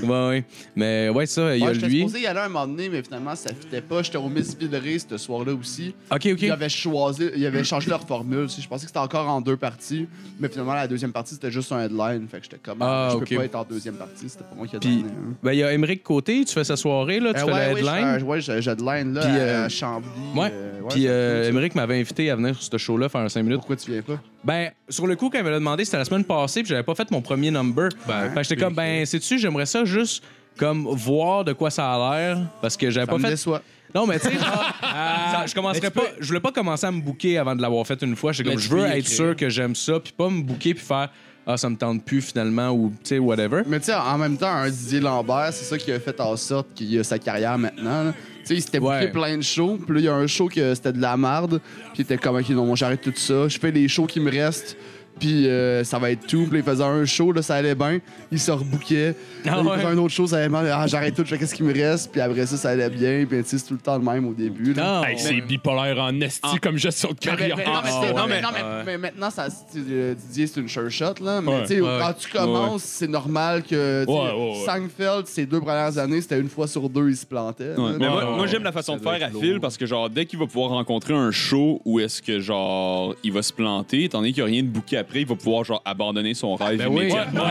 [SPEAKER 4] Ouais, ouais. Mais ouais, ça, il y a
[SPEAKER 5] Ouais, J'étais
[SPEAKER 4] lui.
[SPEAKER 5] supposé y aller un moment donné, mais finalement, ça fitait pas. J'étais au Miss Villeray ce soir-là aussi.
[SPEAKER 4] Ok, ok.
[SPEAKER 5] Ils avaient choisi, ils avaient changé leur formule. tu sais. Je pensais que c'était encore en deux parties, mais finalement, la deuxième partie, c'était juste un headline. Fait que j'étais comme,
[SPEAKER 4] Ah,
[SPEAKER 5] je
[SPEAKER 4] ok.
[SPEAKER 5] peux pas être en deuxième partie, c'était pas moi qui ai
[SPEAKER 4] Puis,
[SPEAKER 5] donné. hein.
[SPEAKER 4] ben, il y a Émeric Côté, tu fais sa soirée, là, tu
[SPEAKER 5] Euh,
[SPEAKER 4] fais la
[SPEAKER 5] ouais,
[SPEAKER 4] headline.
[SPEAKER 5] Oui, ouais, j'ai j'ai headline là,
[SPEAKER 4] Puis,
[SPEAKER 5] à-
[SPEAKER 4] euh,
[SPEAKER 5] à Chambly.
[SPEAKER 4] ouais.
[SPEAKER 5] euh, ouais,
[SPEAKER 4] Puis
[SPEAKER 5] c'est
[SPEAKER 4] euh,
[SPEAKER 5] cool,
[SPEAKER 4] Émeric m'avait invité à venir sur ce show-là faire un 5
[SPEAKER 5] ça.
[SPEAKER 4] minutes.
[SPEAKER 5] Pourquoi tu viens pas?
[SPEAKER 4] Ben, sur le coup, quand il me l'a demandé, c'était la semaine passée, puis j'avais pas fait mon premier number.
[SPEAKER 3] Ben,
[SPEAKER 4] Fait que j'étais comme, ben, sais-tu, j'aimerais ça juste comme voir de quoi ça a l'air, parce que j'avais
[SPEAKER 5] Ça
[SPEAKER 4] pas
[SPEAKER 5] me
[SPEAKER 4] fait.
[SPEAKER 5] déçoit.
[SPEAKER 4] Non, mais tu sais, genre, ça, je commencerai pas. Je voulais pas commencer à me bouquer avant de l'avoir fait une fois. J'étais
[SPEAKER 3] Mais
[SPEAKER 4] comme,
[SPEAKER 3] tu
[SPEAKER 4] je veux
[SPEAKER 3] peux y
[SPEAKER 4] être
[SPEAKER 3] écrire.
[SPEAKER 4] sûr que j'aime ça, puis pas me bouquer puis faire ah ça me tente plus finalement ou tu sais whatever.
[SPEAKER 5] Mais tu sais, en même temps, un Didier Lambert, c'est ça qui a fait en sorte qu'il a sa carrière maintenant. là. Tu sais, il s'était bouqué
[SPEAKER 4] Ouais.
[SPEAKER 5] plein de shows, puis là, il y a un show que c'était de la merde, puis il était comme, ok, non, moi, j'arrête tout ça, je fais les shows qui me restent, puis euh, ça va être tout. Puis là, il faisait un show, là, ça allait bien, il se rebouquait.
[SPEAKER 4] Ah
[SPEAKER 5] il
[SPEAKER 4] ouais.
[SPEAKER 5] faisait un autre show, ça allait mal, ah, j'arrête tout, je fais qu'est-ce qui me reste, puis après ça, ça allait bien, puis tu sais, c'est tout le temps le même au début. là.
[SPEAKER 4] Non. Ah.
[SPEAKER 6] Hey, c'est bipolaire en esti comme gestion de
[SPEAKER 5] Mais-
[SPEAKER 6] carrière.
[SPEAKER 5] mais- non, mais
[SPEAKER 6] Ah,
[SPEAKER 5] c'est-
[SPEAKER 6] ouais.
[SPEAKER 5] non, mais- non, mais- mais maintenant, ça, c'est- euh, Didier, c'est une sure shot. Là, mais
[SPEAKER 6] Ouais,
[SPEAKER 5] tu sais,
[SPEAKER 4] ouais.
[SPEAKER 5] quand tu commences, c'est normal que tu sais,
[SPEAKER 6] Ouais, ouais, ouais.
[SPEAKER 5] Seinfeld, ces deux premières années, c'était une fois sur deux, il se plantait. là.
[SPEAKER 2] Ouais. Mais moi,
[SPEAKER 6] ouais,
[SPEAKER 2] moi, j'aime
[SPEAKER 6] ouais.
[SPEAKER 2] la façon
[SPEAKER 3] Ça
[SPEAKER 2] de
[SPEAKER 3] doit
[SPEAKER 2] faire à
[SPEAKER 3] être
[SPEAKER 2] Phil
[SPEAKER 3] lourd.
[SPEAKER 2] parce que genre dès qu'il va pouvoir rencontrer un show où est-ce que genre il va se planter, étant donné qu'il n'y a rien de bouqué après, il va pouvoir genre abandonner son rêve
[SPEAKER 4] Ben oui.
[SPEAKER 2] immédiatement.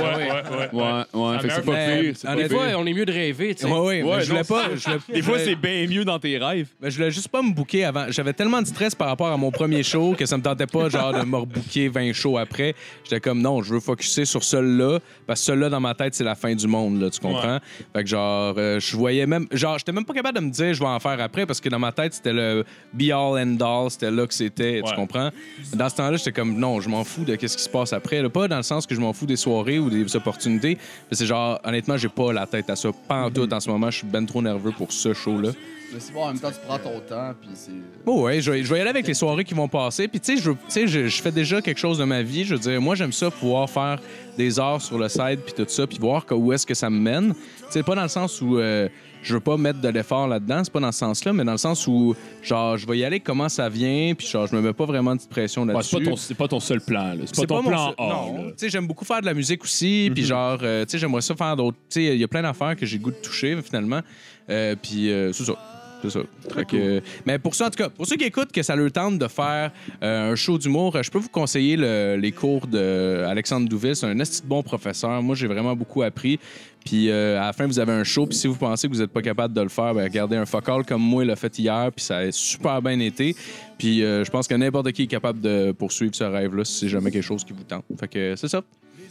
[SPEAKER 2] Ouais, ouais, fait que c'est pas
[SPEAKER 3] Mais,
[SPEAKER 2] pire. c'est pas
[SPEAKER 3] Des
[SPEAKER 2] pire.
[SPEAKER 3] fois, on est mieux de rêver, tu sais.
[SPEAKER 4] Ouais, ouais, mais
[SPEAKER 2] Ouais,
[SPEAKER 4] je voulais
[SPEAKER 2] non,
[SPEAKER 4] pas. Je voulais,
[SPEAKER 2] Des fois,
[SPEAKER 4] je
[SPEAKER 2] c'est
[SPEAKER 4] voulais-
[SPEAKER 2] bien mieux dans tes rêves.
[SPEAKER 4] mais Ben, je voulais juste pas me bouquer avant. J'avais tellement de stress par rapport à mon premier show que ça me tentait pas genre de me rebooker 20 shows après. J'étais comme non, je veux focuser sur celui-là parce que celui-là dans ma tête c'est la fin du monde là, tu comprends Fait que genre euh, je voyais même genre j'étais même pas capable de me dire je vais en faire après parce que dans ma tête c'était le be all and all, c'était là que c'était, tu
[SPEAKER 6] Ouais.
[SPEAKER 4] comprends Dans ce temps-là, j'étais comme non, je m'en fous de qu'est-ce qui se passe après, là. pas dans le sens que je m'en fous des soirées ou des opportunités, mais c'est genre honnêtement, j'ai pas la tête à ça pas en tout en ce moment, je suis ben trop nerveux pour ce show là.
[SPEAKER 5] Mais c'est bon, en même temps, tu prends ton temps, puis c'est.
[SPEAKER 4] Oh ouais, je vais, je vais y aller avec les soirées qui vont passer. Puis tu sais, je, tu sais, je, je fais déjà quelque chose de ma vie. Je veux dire, moi j'aime ça pouvoir faire des heures sur le site puis tout ça, puis voir que- où est-ce que ça me mène. Tu sais, pas dans le sens où euh, je veux pas mettre de l'effort là-dedans, c'est pas dans ce sens-là, mais dans le sens où, genre, je vais y aller comment ça vient, puis genre, je me mets pas vraiment de pression
[SPEAKER 2] Ben,
[SPEAKER 6] Ouais, c'est
[SPEAKER 4] là-dessus.
[SPEAKER 6] pas ton- c'est pas, ton seul plan, là. C'est pas ton
[SPEAKER 4] mon
[SPEAKER 6] plan
[SPEAKER 4] seul-
[SPEAKER 6] A.
[SPEAKER 4] Non,
[SPEAKER 6] là. Mhm.
[SPEAKER 4] tu sais, j'aime beaucoup faire de la musique aussi, puis genre, euh, tu sais, j'aimerais ça faire d'autres. Tu sais, il y a plein d'affaires que j'ai le goût de toucher finalement. Euh, puis euh, c'est ça. C'est ça. Fait que- mais pour ça, en tout cas, pour ceux qui écoutent, que ça leur tente de faire euh, un show d'humour, euh, je peux vous conseiller le- les cours d'Alexandre Douville. C'est un esti de bon professeur. Moi, j'ai vraiment beaucoup appris. Puis euh, à la fin, vous avez un show. Puis si vous pensez que vous n'êtes pas capable de le faire, ben, regardez un focal comme moi l'a fait hier. Puis ça a super bien été. Puis euh, je pense que n'importe qui est capable de poursuivre ce rêve-là si c'est jamais quelque chose qui vous tente. Fait que euh, c'est ça.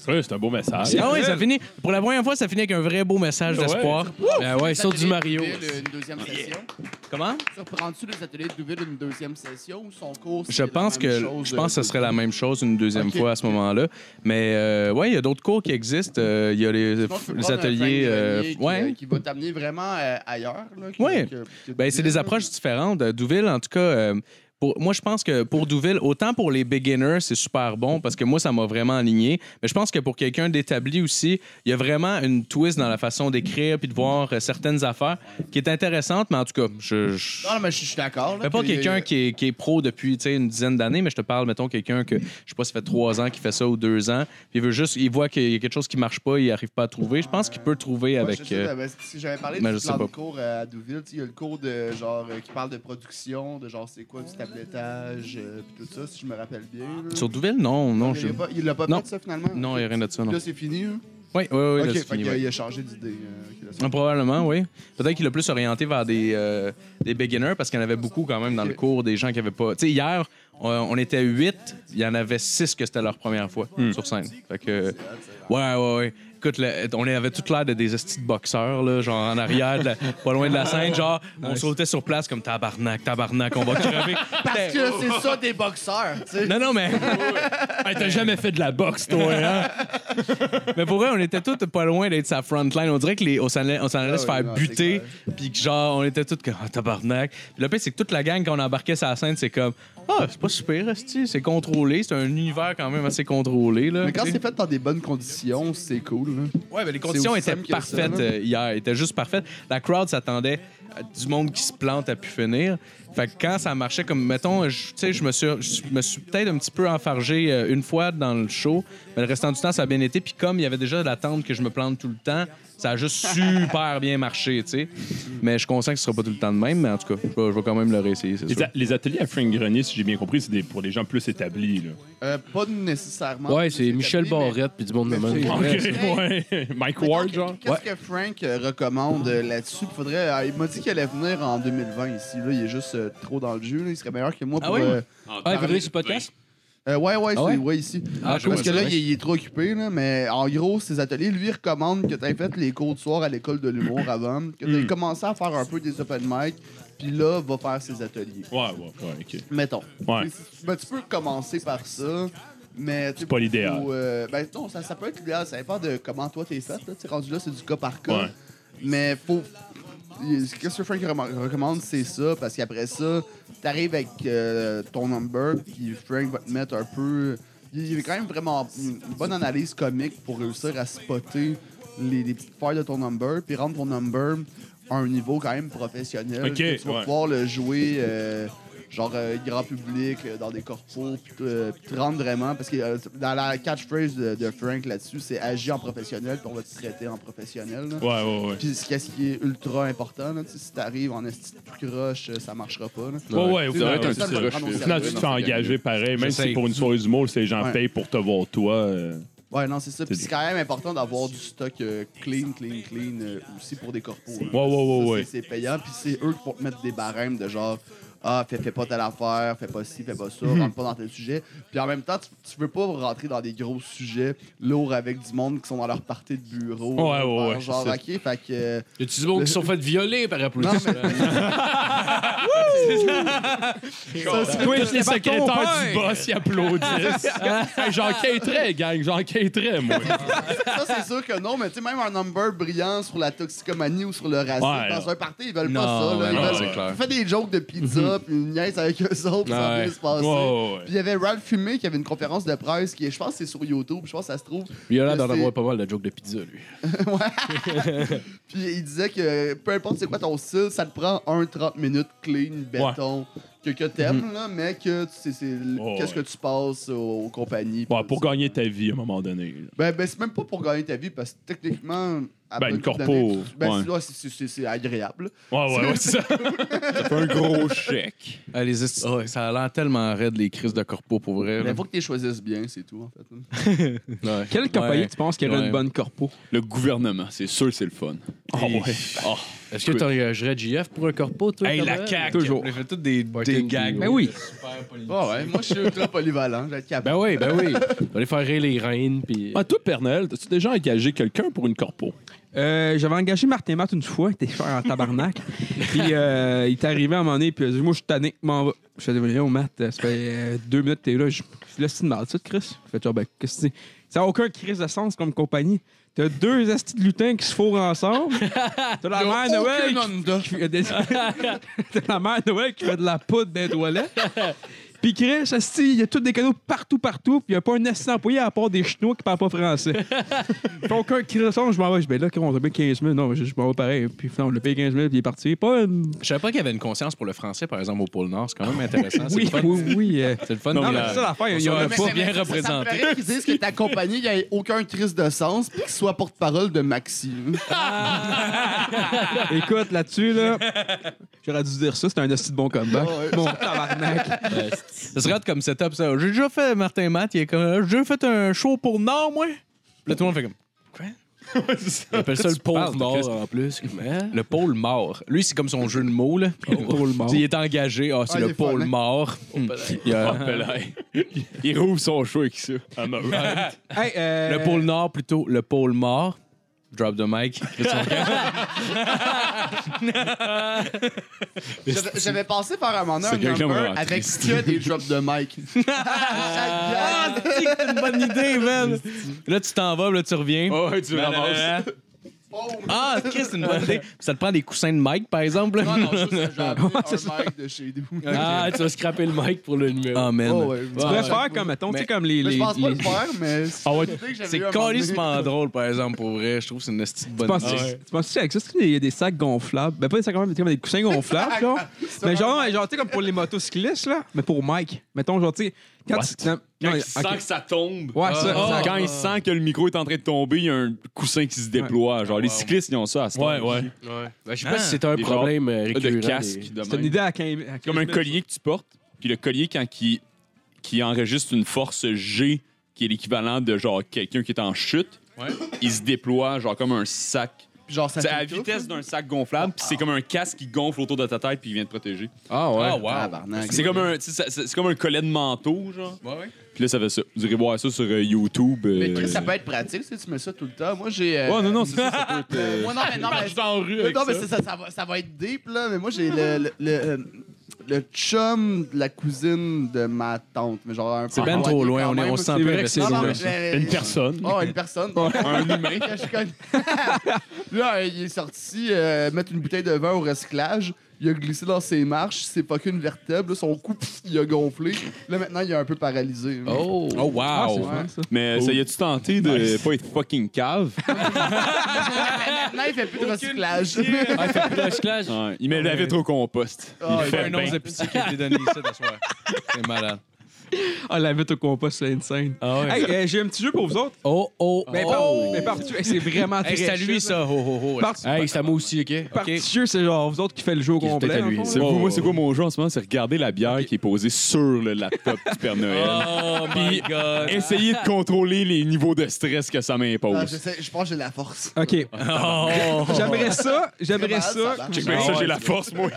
[SPEAKER 6] Ouais, c'est un beau message.
[SPEAKER 4] Ah oui, ça finit. Pour la première fois, ça finit avec un vrai beau message
[SPEAKER 6] Ouais.
[SPEAKER 4] d'espoir.
[SPEAKER 3] Ben ouais, saute du Mario.
[SPEAKER 5] Une deuxième session.
[SPEAKER 4] Comment?
[SPEAKER 5] Surprends-tu les ateliers de Douville une deuxième session ou son cours?
[SPEAKER 4] Je pense que je pense
[SPEAKER 5] euh,
[SPEAKER 4] que ce serait la même chose une deuxième
[SPEAKER 5] Ok.
[SPEAKER 4] fois à ce moment-là. Mais euh, ouais, il y a d'autres cours qui existent. Euh, Il y a les, les ateliers. euh, ouais.
[SPEAKER 5] ouais. Qui va t'amener vraiment euh, ailleurs. Là, que-
[SPEAKER 4] Ouais.
[SPEAKER 5] que- que
[SPEAKER 4] Ben, c'est
[SPEAKER 5] Douville,
[SPEAKER 4] des
[SPEAKER 5] là.
[SPEAKER 4] approches différentes. Euh, Douville, en tout cas, euh, pour, moi, je pense que pour Douville, autant pour les beginners, c'est super bon parce que moi, ça m'a vraiment aligné. Mais je pense que pour quelqu'un d'établi aussi, il y a vraiment une twist dans la façon d'écrire puis de voir euh, certaines affaires qui est intéressante. Mais en tout cas, je. je-
[SPEAKER 5] Non, euh, mais je je suis d'accord. là,
[SPEAKER 4] Mais pas
[SPEAKER 5] qu'il y a-
[SPEAKER 4] quelqu'un qui est, qui est pro depuis tu sais, une dizaine d'années, mais je te parle, mettons, quelqu'un que, je sais pas, ça fait trois ans qu'il fait ça ou deux ans, puis il veut juste, il voit qu'il y a quelque chose qui marche pas, il arrive pas à trouver. Je pense qu'il peut trouver
[SPEAKER 5] Ouais,
[SPEAKER 4] avec.
[SPEAKER 5] je sais,
[SPEAKER 4] euh,
[SPEAKER 5] ben, c'est- j'avais parlé
[SPEAKER 4] mais
[SPEAKER 5] du
[SPEAKER 4] je
[SPEAKER 5] plan
[SPEAKER 4] sais
[SPEAKER 5] de
[SPEAKER 4] pas.
[SPEAKER 5] cours à Douville. tu sais, Il y a le cours de genre euh, qui parle de production, de genre c'est quoi du tablettage, euh, puis tout ça, si je me rappelle bien. là.
[SPEAKER 4] Sur Douville, non, non,
[SPEAKER 5] il
[SPEAKER 4] je.
[SPEAKER 5] l'a pas, il l'a pas
[SPEAKER 4] Non.
[SPEAKER 5] fait, ça, finalement?
[SPEAKER 4] Non,
[SPEAKER 5] Ok.
[SPEAKER 4] il y a rien de ça, non.
[SPEAKER 5] Là, c'est fini. hein?
[SPEAKER 4] Oui, oui, oui. là,
[SPEAKER 5] ok,
[SPEAKER 4] c'est
[SPEAKER 5] fait
[SPEAKER 4] fini,
[SPEAKER 5] qu'il a-
[SPEAKER 4] ouais.
[SPEAKER 5] il a changé d'idée. euh, ok, là, c'est-
[SPEAKER 4] Ah, probablement, oui. Peut-être qu'il a plus orienté vers des, euh, des beginners parce qu'il y en avait beaucoup quand même dans le
[SPEAKER 5] Ok.
[SPEAKER 4] cours des gens qui avaient pas. Tu sais, hier, on, on était huit, il y en avait six que c'était leur première fois sur scène. Fait que. Ouais, ouais, ouais. Écoute, le- on avait tout l'air de des estis de boxeurs, là, genre en arrière, de la- pas loin de la scène. Genre, on sautait sur place comme tabarnak, tabarnak, on va crever.
[SPEAKER 5] Parce que c'est ça des boxeurs, tu sais.
[SPEAKER 4] Non, non, mais.
[SPEAKER 6] Hey, T'as jamais fait de la boxe, toi, hein?
[SPEAKER 4] Mais pour vrai, on était tous pas loin d'être sa frontline. On dirait que les, on s'en allait, on s'en allait
[SPEAKER 5] Ah
[SPEAKER 4] se
[SPEAKER 5] oui,
[SPEAKER 4] faire
[SPEAKER 5] non, c'est
[SPEAKER 4] buter.
[SPEAKER 5] clair.
[SPEAKER 4] Puis que genre, on était tous comme, Ah, tabarnak. Puis le pire, c'est que toute la gang, quand on embarquait sur la scène, c'est comme, ah, c'est pas super, esti, c'est contrôlé. C'est un univers quand même assez contrôlé. Là,
[SPEAKER 5] Mais quand
[SPEAKER 4] tu sais.
[SPEAKER 5] c'est fait dans des bonnes conditions, c'est cool. là.
[SPEAKER 4] Ouais, mais les
[SPEAKER 5] C'est
[SPEAKER 4] conditions
[SPEAKER 5] aussi
[SPEAKER 4] étaient
[SPEAKER 5] simple que ça,
[SPEAKER 4] parfaites
[SPEAKER 5] là.
[SPEAKER 4] euh, hier, étaient juste parfaites. La crowd s'attendait à du monde qui se plante à pu finir. Fait que quand ça marchait comme mettons, je- tu sais, je me suis je me suis peut-être un petit peu enfargé euh, une fois dans le show, mais le restant du temps ça a bien été puis comme il y avait déjà de l'attente que je me plante tout le temps, ça a juste
[SPEAKER 5] <laughs>
[SPEAKER 4] super bien marché, tu sais. Mais je suis conscient que ce sera pas tout le temps de même, mais en tout cas, je vais, je vais quand même le réessayer, c'est
[SPEAKER 6] Les,
[SPEAKER 4] sûr.
[SPEAKER 6] a- les ateliers à Frank Grenier, si j'ai bien compris, c'est des- pour les gens plus établis. Là.
[SPEAKER 5] Euh, pas nécessairement.
[SPEAKER 3] Ouais, c'est Michel
[SPEAKER 5] établi, mais-
[SPEAKER 3] Barrette puis du monde de
[SPEAKER 5] mais
[SPEAKER 3] même.
[SPEAKER 5] c'est-
[SPEAKER 6] Ok,
[SPEAKER 5] Ouais.
[SPEAKER 6] ouais. Mike
[SPEAKER 5] mais
[SPEAKER 6] Ward,
[SPEAKER 5] qu'est-
[SPEAKER 6] genre.
[SPEAKER 5] Qu'est-ce que Frank euh, recommande euh, là-dessus? Il Faudrait, ah, il m'a dit qu'il allait venir en 2020 ici. Là, il est juste euh, trop dans le jeu. là. Il serait meilleur que moi
[SPEAKER 4] Ah
[SPEAKER 5] pour.
[SPEAKER 4] oui?
[SPEAKER 5] euh,
[SPEAKER 3] Ah, il venir sur le podcast?
[SPEAKER 5] Euh, ouais, ouais,
[SPEAKER 4] Ah ouais?
[SPEAKER 5] c'est ouais, ici.
[SPEAKER 4] Ah, cool,
[SPEAKER 5] Parce que
[SPEAKER 4] ça,
[SPEAKER 5] là,
[SPEAKER 4] ouais.
[SPEAKER 5] il, est- il est trop occupé, là, mais en gros, ses ateliers lui recommandent que tu aies fait les cours de soir à l'école de
[SPEAKER 4] <clears throat>
[SPEAKER 5] l'humour avant, que
[SPEAKER 4] Hmm.
[SPEAKER 5] tu aies commencé à faire un peu des open mic, puis là, va faire ses ateliers.
[SPEAKER 6] Ouais, ouais, ouais, ok.
[SPEAKER 5] Mettons.
[SPEAKER 6] Ouais.
[SPEAKER 5] Mais si- ben, tu peux commencer par ça, mais... tu sais,
[SPEAKER 6] pas l'idéal.
[SPEAKER 5] faut, euh, ben non, ça, ça peut être l'idéal, ça dépend de comment toi t'es fait. Là. Tu sais, rendu là, c'est du cas par cas.
[SPEAKER 6] Ouais.
[SPEAKER 5] Mais faut... il- Qu'est-ce que Frank recomm- recommande, c'est ça, parce qu'après ça, t'arrives avec euh, ton number, puis Frank va te mettre un peu... Il y a quand même vraiment une une bonne analyse comique pour réussir à spotter les, les petites failles de ton number, puis rendre ton number à un niveau quand même professionnel.
[SPEAKER 6] Ok,
[SPEAKER 5] que tu vas
[SPEAKER 6] ouais.
[SPEAKER 5] pouvoir le jouer euh, genre euh, grand public, euh, dans des corpos, puis euh, puis te rendre vraiment. Parce que euh, dans la catchphrase de, de Frank là-dessus, c'est agis en professionnel, puis on va te traiter en professionnel. là.
[SPEAKER 6] Ouais, ouais, ouais.
[SPEAKER 5] Puis c'est ce qui est ultra important. Là, tu sais, si t'arrives en esti de croche, euh, ça marchera pas. là.
[SPEAKER 6] Ouais, ouais,
[SPEAKER 5] Tu
[SPEAKER 6] vous
[SPEAKER 5] sais,
[SPEAKER 6] avez
[SPEAKER 5] dans-
[SPEAKER 6] été un
[SPEAKER 5] dans-
[SPEAKER 6] petit
[SPEAKER 5] dans-
[SPEAKER 6] rush,
[SPEAKER 5] dans-
[SPEAKER 6] là.
[SPEAKER 5] dans-
[SPEAKER 6] Au final,
[SPEAKER 5] dans-
[SPEAKER 6] tu te fais
[SPEAKER 5] dans-
[SPEAKER 6] engager pareil, même si
[SPEAKER 4] J'essaie.
[SPEAKER 6] c'est pour une soirée d'humour, si les gens
[SPEAKER 5] Ouais.
[SPEAKER 6] payent pour te voir toi. euh,
[SPEAKER 5] Ouais, non, c'est ça. Puis
[SPEAKER 6] C'est-
[SPEAKER 5] c'est quand même important d'avoir du stock euh, clean, clean, clean euh, aussi pour des corpos. là.
[SPEAKER 6] Ouais, ouais, ouais,
[SPEAKER 5] Ça,
[SPEAKER 6] ouais.
[SPEAKER 5] c'est- C'est payant, puis c'est eux qui vont te mettre des barèmes de genre. Ah, fais, fais pas telle affaire, fais pas ci, fais pas ça,
[SPEAKER 6] Hmm.
[SPEAKER 5] rentre pas dans tel sujet. Puis en même temps, tu, tu veux pas rentrer dans des gros sujets lourds avec du monde qui sont dans leur partie de bureau.
[SPEAKER 6] Ouais,
[SPEAKER 5] là,
[SPEAKER 6] ouais,
[SPEAKER 5] faire
[SPEAKER 6] ouais,
[SPEAKER 5] Genre,
[SPEAKER 6] c'est ça.
[SPEAKER 5] ok, fait que. euh,
[SPEAKER 3] Y a-tu du monde qui sont fait violer par
[SPEAKER 5] Non,
[SPEAKER 3] applaudissement?
[SPEAKER 6] Tous les secrétaires du boss, ils applaudissent. Hey, J'enquêterais, gang, j'enquêterais, moi.
[SPEAKER 5] ça, c'est sûr que non, mais tu sais, même un number brillant sur la toxicomanie ou sur le racisme
[SPEAKER 6] Ouais,
[SPEAKER 5] dans
[SPEAKER 6] là.
[SPEAKER 5] un party, ils veulent
[SPEAKER 4] Non,
[SPEAKER 5] pas ça. Là,
[SPEAKER 4] ouais,
[SPEAKER 5] ils
[SPEAKER 4] non,
[SPEAKER 5] veulent-
[SPEAKER 4] c'est clair.
[SPEAKER 5] Fais des jokes de pizza, ça, puis une niaise avec eux autres, puis ça
[SPEAKER 3] Ouais.
[SPEAKER 5] vient se passer.
[SPEAKER 6] Ouais, ouais, ouais.
[SPEAKER 5] Puis il y avait Ralph Fumé qui avait une conférence de presse qui, est- je pense, que c'est sur YouTube, je pense, que ça se trouve.
[SPEAKER 3] Il a l'air
[SPEAKER 5] Mais
[SPEAKER 3] d'en
[SPEAKER 5] c'est-
[SPEAKER 3] avoir pas mal de jokes de pizza, lui.
[SPEAKER 5] Puis il disait que peu importe c'est quoi ton style, ça te prend un 30 minutes clean, béton, que, que t'aimes, là, mais que tu sais, c'est le-
[SPEAKER 6] Oh,
[SPEAKER 5] qu'est-ce
[SPEAKER 6] ouais.
[SPEAKER 5] que tu passes aux, aux compagnies.
[SPEAKER 6] Ouais,
[SPEAKER 5] puis
[SPEAKER 6] pour
[SPEAKER 5] ça.
[SPEAKER 6] gagner ta vie à un moment donné. là.
[SPEAKER 5] ben, ben, c'est même pas pour gagner ta vie, parce que techniquement. après
[SPEAKER 6] une
[SPEAKER 5] couple
[SPEAKER 6] corpo,
[SPEAKER 5] d'années, tu- Ben,
[SPEAKER 6] ouais.
[SPEAKER 5] c'est- ouais, c'est- c'est- c'est c'est agréable.
[SPEAKER 6] Ouais, ouais, ouais, c'est
[SPEAKER 2] <laughs>
[SPEAKER 6] ça.
[SPEAKER 2] C'est un gros chèque.
[SPEAKER 4] Ah, les esti- oh, ça a l'air tellement raide, les crises de corpo, pour vrai.
[SPEAKER 5] Mais
[SPEAKER 4] là.
[SPEAKER 5] faut que tu les choisisses bien, c'est tout, en fait. hein.
[SPEAKER 3] <laughs>
[SPEAKER 4] Ouais.
[SPEAKER 1] Quelle compagnie
[SPEAKER 4] Ouais.
[SPEAKER 1] tu penses qu'il y aurait
[SPEAKER 4] Ouais.
[SPEAKER 1] une bonne corpo?
[SPEAKER 2] Le gouvernement, c'est sûr, c'est le fun.
[SPEAKER 6] Ah ouais.
[SPEAKER 2] Ah,
[SPEAKER 3] Est-ce que t'engagerais JF pour un corpo, toi?
[SPEAKER 4] Hey, la
[SPEAKER 3] cac!
[SPEAKER 4] CAQ!
[SPEAKER 1] Toujours.
[SPEAKER 4] J'ai fait toutes des, des
[SPEAKER 3] Bartending,
[SPEAKER 4] gags.
[SPEAKER 3] ouais.
[SPEAKER 1] oui.
[SPEAKER 5] Ah ouais, moi, je suis ultra polyvalent, je vais être capable.
[SPEAKER 3] Ben oui, ben oui. <laughs> On va aller faire rire les reines, puis...
[SPEAKER 6] Ah, toi, Pernel, as-tu déjà engagé quelqu'un pour une corpo?
[SPEAKER 1] Euh, J'avais engagé Martin Matt une fois, il était cher en tabarnak. puis euh, il est arrivé à un moment donné, puis il a dit Moi, je suis tanné, je m'en vais. Je fais Yo, Matt, ça fait euh, deux minutes que t'es là. Je suis laisse une ça, Chris. Il fait genre, ben, qu'est-ce que c'est Ça n'a aucun crise de sens comme compagnie. T'as deux astis de lutins qui se fourrent ensemble. T'as la mère Noël qui qui fait des- T'as la mère Noël qui fait de la poudre des toilettes. Puis Chris, asti, il y a tous des cadeaux partout, partout. Puis il n'y a pas un assistant employé à part des chenois qui parlent pas français. Puis aucun Chris, je m'en vais. Je dis, ben là, on a payé 15 000. Non, je, je m'en vais pareil. Puis finalement, on l'a payé 15 000, puis il est parti. Pas une...
[SPEAKER 4] Je savais pas qu'il y avait une conscience pour le français, par exemple, au pôle Nord. C'est <laughs> quand même intéressant. C'est
[SPEAKER 1] Oui,
[SPEAKER 4] le fun.
[SPEAKER 1] oui, oui. euh,
[SPEAKER 4] C'est le fun.
[SPEAKER 1] Non,
[SPEAKER 4] mais
[SPEAKER 1] mais
[SPEAKER 4] la-
[SPEAKER 1] c'est ça l'affaire. Il y en a
[SPEAKER 4] on
[SPEAKER 1] pas.
[SPEAKER 4] pas bien
[SPEAKER 5] Ça me
[SPEAKER 4] représenté.
[SPEAKER 5] paraît qu'ils disent que ta compagnie, il n'y a aucun crise de sens, puis qu'il soit porte-parole de Maxi. hein.
[SPEAKER 1] Écoute, là-dessus, là, <laughs> j'aurais dû dire ça. C'était un asti de bon comeback.
[SPEAKER 5] Ah ouais.
[SPEAKER 1] Mon <laughs> tabarnak.
[SPEAKER 4] Ça se rate comme setup, ça. J'ai déjà fait Martin Matt, il est comme. euh, J'ai déjà fait un show pour le Nord, moi. Puis là, tout le monde fait comme. <laughs>
[SPEAKER 3] Il appelle ça le pauvre
[SPEAKER 4] parles,
[SPEAKER 3] mort,
[SPEAKER 4] Chris?
[SPEAKER 3] en plus. Comme, hein?
[SPEAKER 4] Le pôle mort. Lui, c'est comme son jeu de mots, là.
[SPEAKER 1] Le pôle mort.
[SPEAKER 4] Il est engagé. Oh, Ah, c'est
[SPEAKER 5] Ah, il
[SPEAKER 4] le
[SPEAKER 5] est fun,
[SPEAKER 4] pôle
[SPEAKER 5] hein.
[SPEAKER 4] mort. Il y
[SPEAKER 2] Euh,
[SPEAKER 4] a-
[SPEAKER 2] Ah, ben il rouvre son show avec ça.
[SPEAKER 6] Ah, ben
[SPEAKER 2] Ah,
[SPEAKER 1] Hey, euh,
[SPEAKER 4] Le pôle Nord, plutôt. Le pôle mort. Drop the <laughs> mic. Christian Cage.
[SPEAKER 5] J'avais- J'avais passé par un moment
[SPEAKER 2] C'est
[SPEAKER 5] donné un
[SPEAKER 2] quelqu'un
[SPEAKER 5] number
[SPEAKER 2] vraiment
[SPEAKER 5] avec
[SPEAKER 2] triste.
[SPEAKER 5] que des drops de mic. <laughs> Ah, chaque gag.
[SPEAKER 4] C'est une bonne idée, man. Oh, Là, tu t'en vas, là, tu reviens.
[SPEAKER 2] Ah ouais, tu le ramasses.
[SPEAKER 5] Oh,
[SPEAKER 4] Ah, Chris, c'est une bonne idée. Ça te prend des coussins de mic, par exemple. là.
[SPEAKER 5] Non, non, juste que j'ai appelé un mic de chez nous.
[SPEAKER 3] Ah, tu vas scraper le mic pour le numéro.
[SPEAKER 4] Ah, man.
[SPEAKER 5] Oh, ouais.
[SPEAKER 1] Tu pourrais
[SPEAKER 5] Ouais.
[SPEAKER 1] faire comme, mettons, tu sais, comme les.
[SPEAKER 5] Mais
[SPEAKER 1] les,
[SPEAKER 5] Je pense pas
[SPEAKER 1] les-
[SPEAKER 5] le faire, mais c'est
[SPEAKER 6] Ah ouais,
[SPEAKER 5] une idée que j'avais
[SPEAKER 4] C'est
[SPEAKER 5] eue à un moment donné.
[SPEAKER 4] <laughs> calissement drôle, par exemple, pour vrai. Je trouve que c'est une esti de
[SPEAKER 1] Tu
[SPEAKER 4] bonne
[SPEAKER 1] penses, tu penses que ça existe qu'il y a des sacs gonflables? Ben, pas des sacs gonflables, mais comme des coussins
[SPEAKER 5] <laughs>
[SPEAKER 1] gonflables, genre. Mais genre, genre tu sais, comme pour les motocyclistes, là, mais pour Mike. Mettons, genre, tu sais, quand Ah, tu. non,
[SPEAKER 2] Quand
[SPEAKER 1] non,
[SPEAKER 2] il
[SPEAKER 1] ok.
[SPEAKER 2] sent que ça tombe.
[SPEAKER 1] Ouais, ça. ça-
[SPEAKER 6] Ah.
[SPEAKER 2] Quand il sent que le micro est en train de tomber, il y a un coussin qui se déploie. Genre, les cyclistes, ils ont ça à ce
[SPEAKER 6] Ouais, ouais.
[SPEAKER 3] Ouais. Ben, je sais pas
[SPEAKER 4] Ah.
[SPEAKER 3] si c'est un
[SPEAKER 2] Des
[SPEAKER 3] problème euh, récurrent.
[SPEAKER 2] De casque.
[SPEAKER 3] des-
[SPEAKER 2] de
[SPEAKER 1] C'est une
[SPEAKER 2] même.
[SPEAKER 1] idée à 15 à 15
[SPEAKER 2] comme un
[SPEAKER 1] 000.
[SPEAKER 2] collier que tu portes. Puis le collier, quand qui, qui enregistre une force G, qui est l'équivalent de genre quelqu'un qui est en chute, il se déploie genre comme un sac.
[SPEAKER 5] Genre, ça hein?
[SPEAKER 2] C'est
[SPEAKER 5] fait
[SPEAKER 2] à la
[SPEAKER 5] tout.
[SPEAKER 2] vitesse d'un sac gonflable, puis c'est comme un casque qui gonfle autour de ta tête, puis il vient te protéger.
[SPEAKER 3] Ah ouais.
[SPEAKER 4] Ah, wow.
[SPEAKER 5] Tabarnak.
[SPEAKER 2] C'est comme, un, tu sais, ça- ça- c'est comme un collet de manteau, genre.
[SPEAKER 4] Ouais, ouais.
[SPEAKER 2] Puis là, ça fait ça. Vous irez voir ça sur euh, YouTube. euh,
[SPEAKER 5] Mais Chris, ça peut être pratique, si tu mets ça tout le temps. Moi, j'ai. euh,
[SPEAKER 2] Ouais,
[SPEAKER 5] <laughs>
[SPEAKER 2] non, non, c'est ça, ça peut être,
[SPEAKER 5] euh,
[SPEAKER 2] euh,
[SPEAKER 5] moi, non, mais non, mais.
[SPEAKER 4] en rue.
[SPEAKER 5] Mais non, mais c'est ça, ça, va, ça va être deep, là. Mais moi, j'ai le, le, le, euh, le chum de la cousine de ma tante. Mais genre, un peu
[SPEAKER 4] C'est ben trop
[SPEAKER 5] éloigné quand
[SPEAKER 4] loin. On, est,
[SPEAKER 5] même.
[SPEAKER 4] on se sent
[SPEAKER 1] C'est
[SPEAKER 4] plus
[SPEAKER 1] vrai que c'est
[SPEAKER 5] Non, non,
[SPEAKER 1] loin.
[SPEAKER 5] mais je-
[SPEAKER 6] Une personne.
[SPEAKER 5] Oh, une personne. <laughs> un humain. Je connais. <laughs> là, il est sorti euh, mettre une bouteille de vin au recyclage. Il a glissé dans ses marches, c'est pas qu'une vertèbre. là, son cou, pff, il a gonflé. Là, maintenant, il est un peu paralysé.
[SPEAKER 4] Oh, wow.
[SPEAKER 1] Ah, c'est
[SPEAKER 5] Ouais.
[SPEAKER 1] vrai, ça.
[SPEAKER 2] Mais ça y a-tu tenté de pas être fucking cave?
[SPEAKER 5] Maintenant, il fait plus de recyclage. <laughs>
[SPEAKER 2] Ouais, il met la vitre au compost.
[SPEAKER 5] Ah,
[SPEAKER 2] il fait
[SPEAKER 4] un
[SPEAKER 2] bien.
[SPEAKER 4] onze épicier qui a été donné ici ce soir. Eh ben. <laughs> C'est malade.
[SPEAKER 1] Ah, la vite au compost, c'est insane.
[SPEAKER 4] Ah ouais.
[SPEAKER 1] Hey, euh, j'ai un petit jeu pour vous autres.
[SPEAKER 4] Oh, oh,
[SPEAKER 1] Mais par- mais par-dessus, hey, c'est vraiment très
[SPEAKER 4] Hey, c'est à lui,
[SPEAKER 1] shit, là.
[SPEAKER 4] ça. Oh, oh, oh.
[SPEAKER 1] Par-
[SPEAKER 3] Hey, c'est à moi aussi, OK?
[SPEAKER 1] par- jeu, c'est genre vous autres qui fait le jeu au
[SPEAKER 3] Qui est
[SPEAKER 1] complet.
[SPEAKER 3] peut-être à
[SPEAKER 1] dans le
[SPEAKER 3] lui,
[SPEAKER 1] fond,
[SPEAKER 2] C'est
[SPEAKER 1] là.
[SPEAKER 2] vous,
[SPEAKER 3] Oh.
[SPEAKER 2] moi, c'est quoi mon jeu en ce moment? C'est regarder la bière qui est posée sur le laptop du Père Noël.
[SPEAKER 4] Oh, my God.
[SPEAKER 2] Essayer de contrôler les niveaux de stress que ça
[SPEAKER 5] Ah,
[SPEAKER 2] m'impose.
[SPEAKER 5] je, sais, je pense que j'ai la force.
[SPEAKER 1] OK. <laughs> J'aimerais ça, j'aimerais
[SPEAKER 5] Très
[SPEAKER 1] ça.
[SPEAKER 5] mal, ça marche.
[SPEAKER 2] Check bien Ben,
[SPEAKER 6] Ah,
[SPEAKER 2] ça, j'ai la force, moi.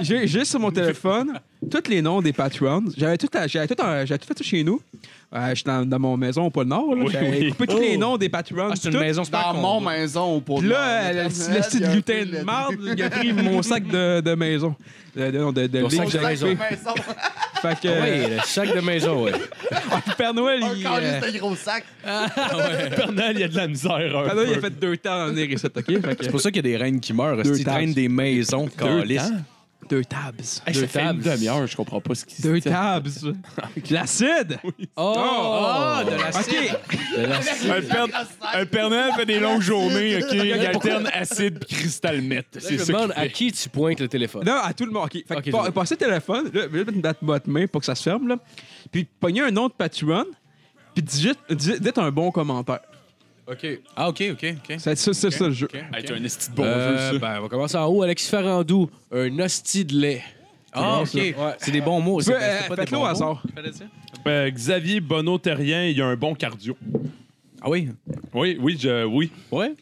[SPEAKER 1] J'ai j'ai sur mon téléphone tous les noms des Patreons. J'avais tout, à- j'avais tout, en- j'avais tout fait ça chez nous. Euh, J'étais dans, dans mon maison au Pôle Nord. là.
[SPEAKER 2] Oui,
[SPEAKER 1] J'avais
[SPEAKER 2] oui.
[SPEAKER 1] coupé tous les noms des Patreons.
[SPEAKER 4] Ah, c'est une
[SPEAKER 1] tout.
[SPEAKER 4] maison, c'est pas un
[SPEAKER 5] Dans mon
[SPEAKER 4] condo.
[SPEAKER 5] maison, au pot
[SPEAKER 1] Puis là, le, le petit lutin de marde,
[SPEAKER 5] <laughs>
[SPEAKER 1] il a pris mon sac de, de maison. De, de, de, de
[SPEAKER 3] Ton
[SPEAKER 1] livres
[SPEAKER 3] sac
[SPEAKER 1] que
[SPEAKER 5] Mon
[SPEAKER 3] de
[SPEAKER 1] j'avais
[SPEAKER 5] sac de
[SPEAKER 1] coupé.
[SPEAKER 5] maison.
[SPEAKER 1] Fait
[SPEAKER 4] Ah
[SPEAKER 1] que
[SPEAKER 3] Oui, le sac de maison, ouais.
[SPEAKER 1] le Père Noël,
[SPEAKER 5] Un
[SPEAKER 1] il, euh,
[SPEAKER 5] calice de gros sac.
[SPEAKER 6] Pernel, il y a de la misère.
[SPEAKER 1] Père
[SPEAKER 6] un
[SPEAKER 1] Noël, il a
[SPEAKER 6] peu.
[SPEAKER 1] fait deux temps en venir et ça, OK? Fait que-
[SPEAKER 4] C'est pour ça qui y a des reines qui meurent.
[SPEAKER 1] Deux
[SPEAKER 4] Ils traînent
[SPEAKER 1] tasses.
[SPEAKER 4] des maisons, calice.
[SPEAKER 1] Deux tabs.
[SPEAKER 3] Hey,
[SPEAKER 6] Deux
[SPEAKER 3] ça fait une
[SPEAKER 6] tables. demi-heure, je comprends pas ce qui
[SPEAKER 1] Deux
[SPEAKER 6] se
[SPEAKER 1] tabs. L'acide!
[SPEAKER 3] Oh!
[SPEAKER 1] Oh!
[SPEAKER 3] de la
[SPEAKER 1] OK.
[SPEAKER 2] Ben,
[SPEAKER 6] Un père, un Père Noël fait des longues journées, <laughs> OK? Il alterne acide et cristal net.
[SPEAKER 3] Je
[SPEAKER 6] C'est
[SPEAKER 3] me
[SPEAKER 6] ça
[SPEAKER 3] demande
[SPEAKER 6] qu'il
[SPEAKER 3] à
[SPEAKER 6] fait.
[SPEAKER 3] qui tu pointes le téléphone.
[SPEAKER 1] Là, à tout le monde. OK. Fait
[SPEAKER 3] Ok,
[SPEAKER 1] que
[SPEAKER 3] je
[SPEAKER 1] pa-
[SPEAKER 3] vois.
[SPEAKER 1] passer le téléphone, là, je vais mettre une date botte main pour que ça se ferme, là. Puis pogner un nom de Patreon, puis digite, digite- dites un bon commentaire.
[SPEAKER 4] OK. Ah, OK, OK, OK.
[SPEAKER 1] C'est ça, c'est ça le jeu.
[SPEAKER 2] Hey, t'as un esti de bon
[SPEAKER 3] Euh,
[SPEAKER 2] jeu, ça.
[SPEAKER 3] ben, on va commencer en haut. Alexis Farandou, un hostie de lait.
[SPEAKER 4] Ah, OK. C'est des bons mots.
[SPEAKER 1] Tu peux, euh, Faites-le au hasard.
[SPEAKER 6] Euh, Xavier Bonneau-Terrien, il a un bon cardio.
[SPEAKER 4] Ah oui?
[SPEAKER 6] Oui, oui, je, oui.
[SPEAKER 4] Ouais.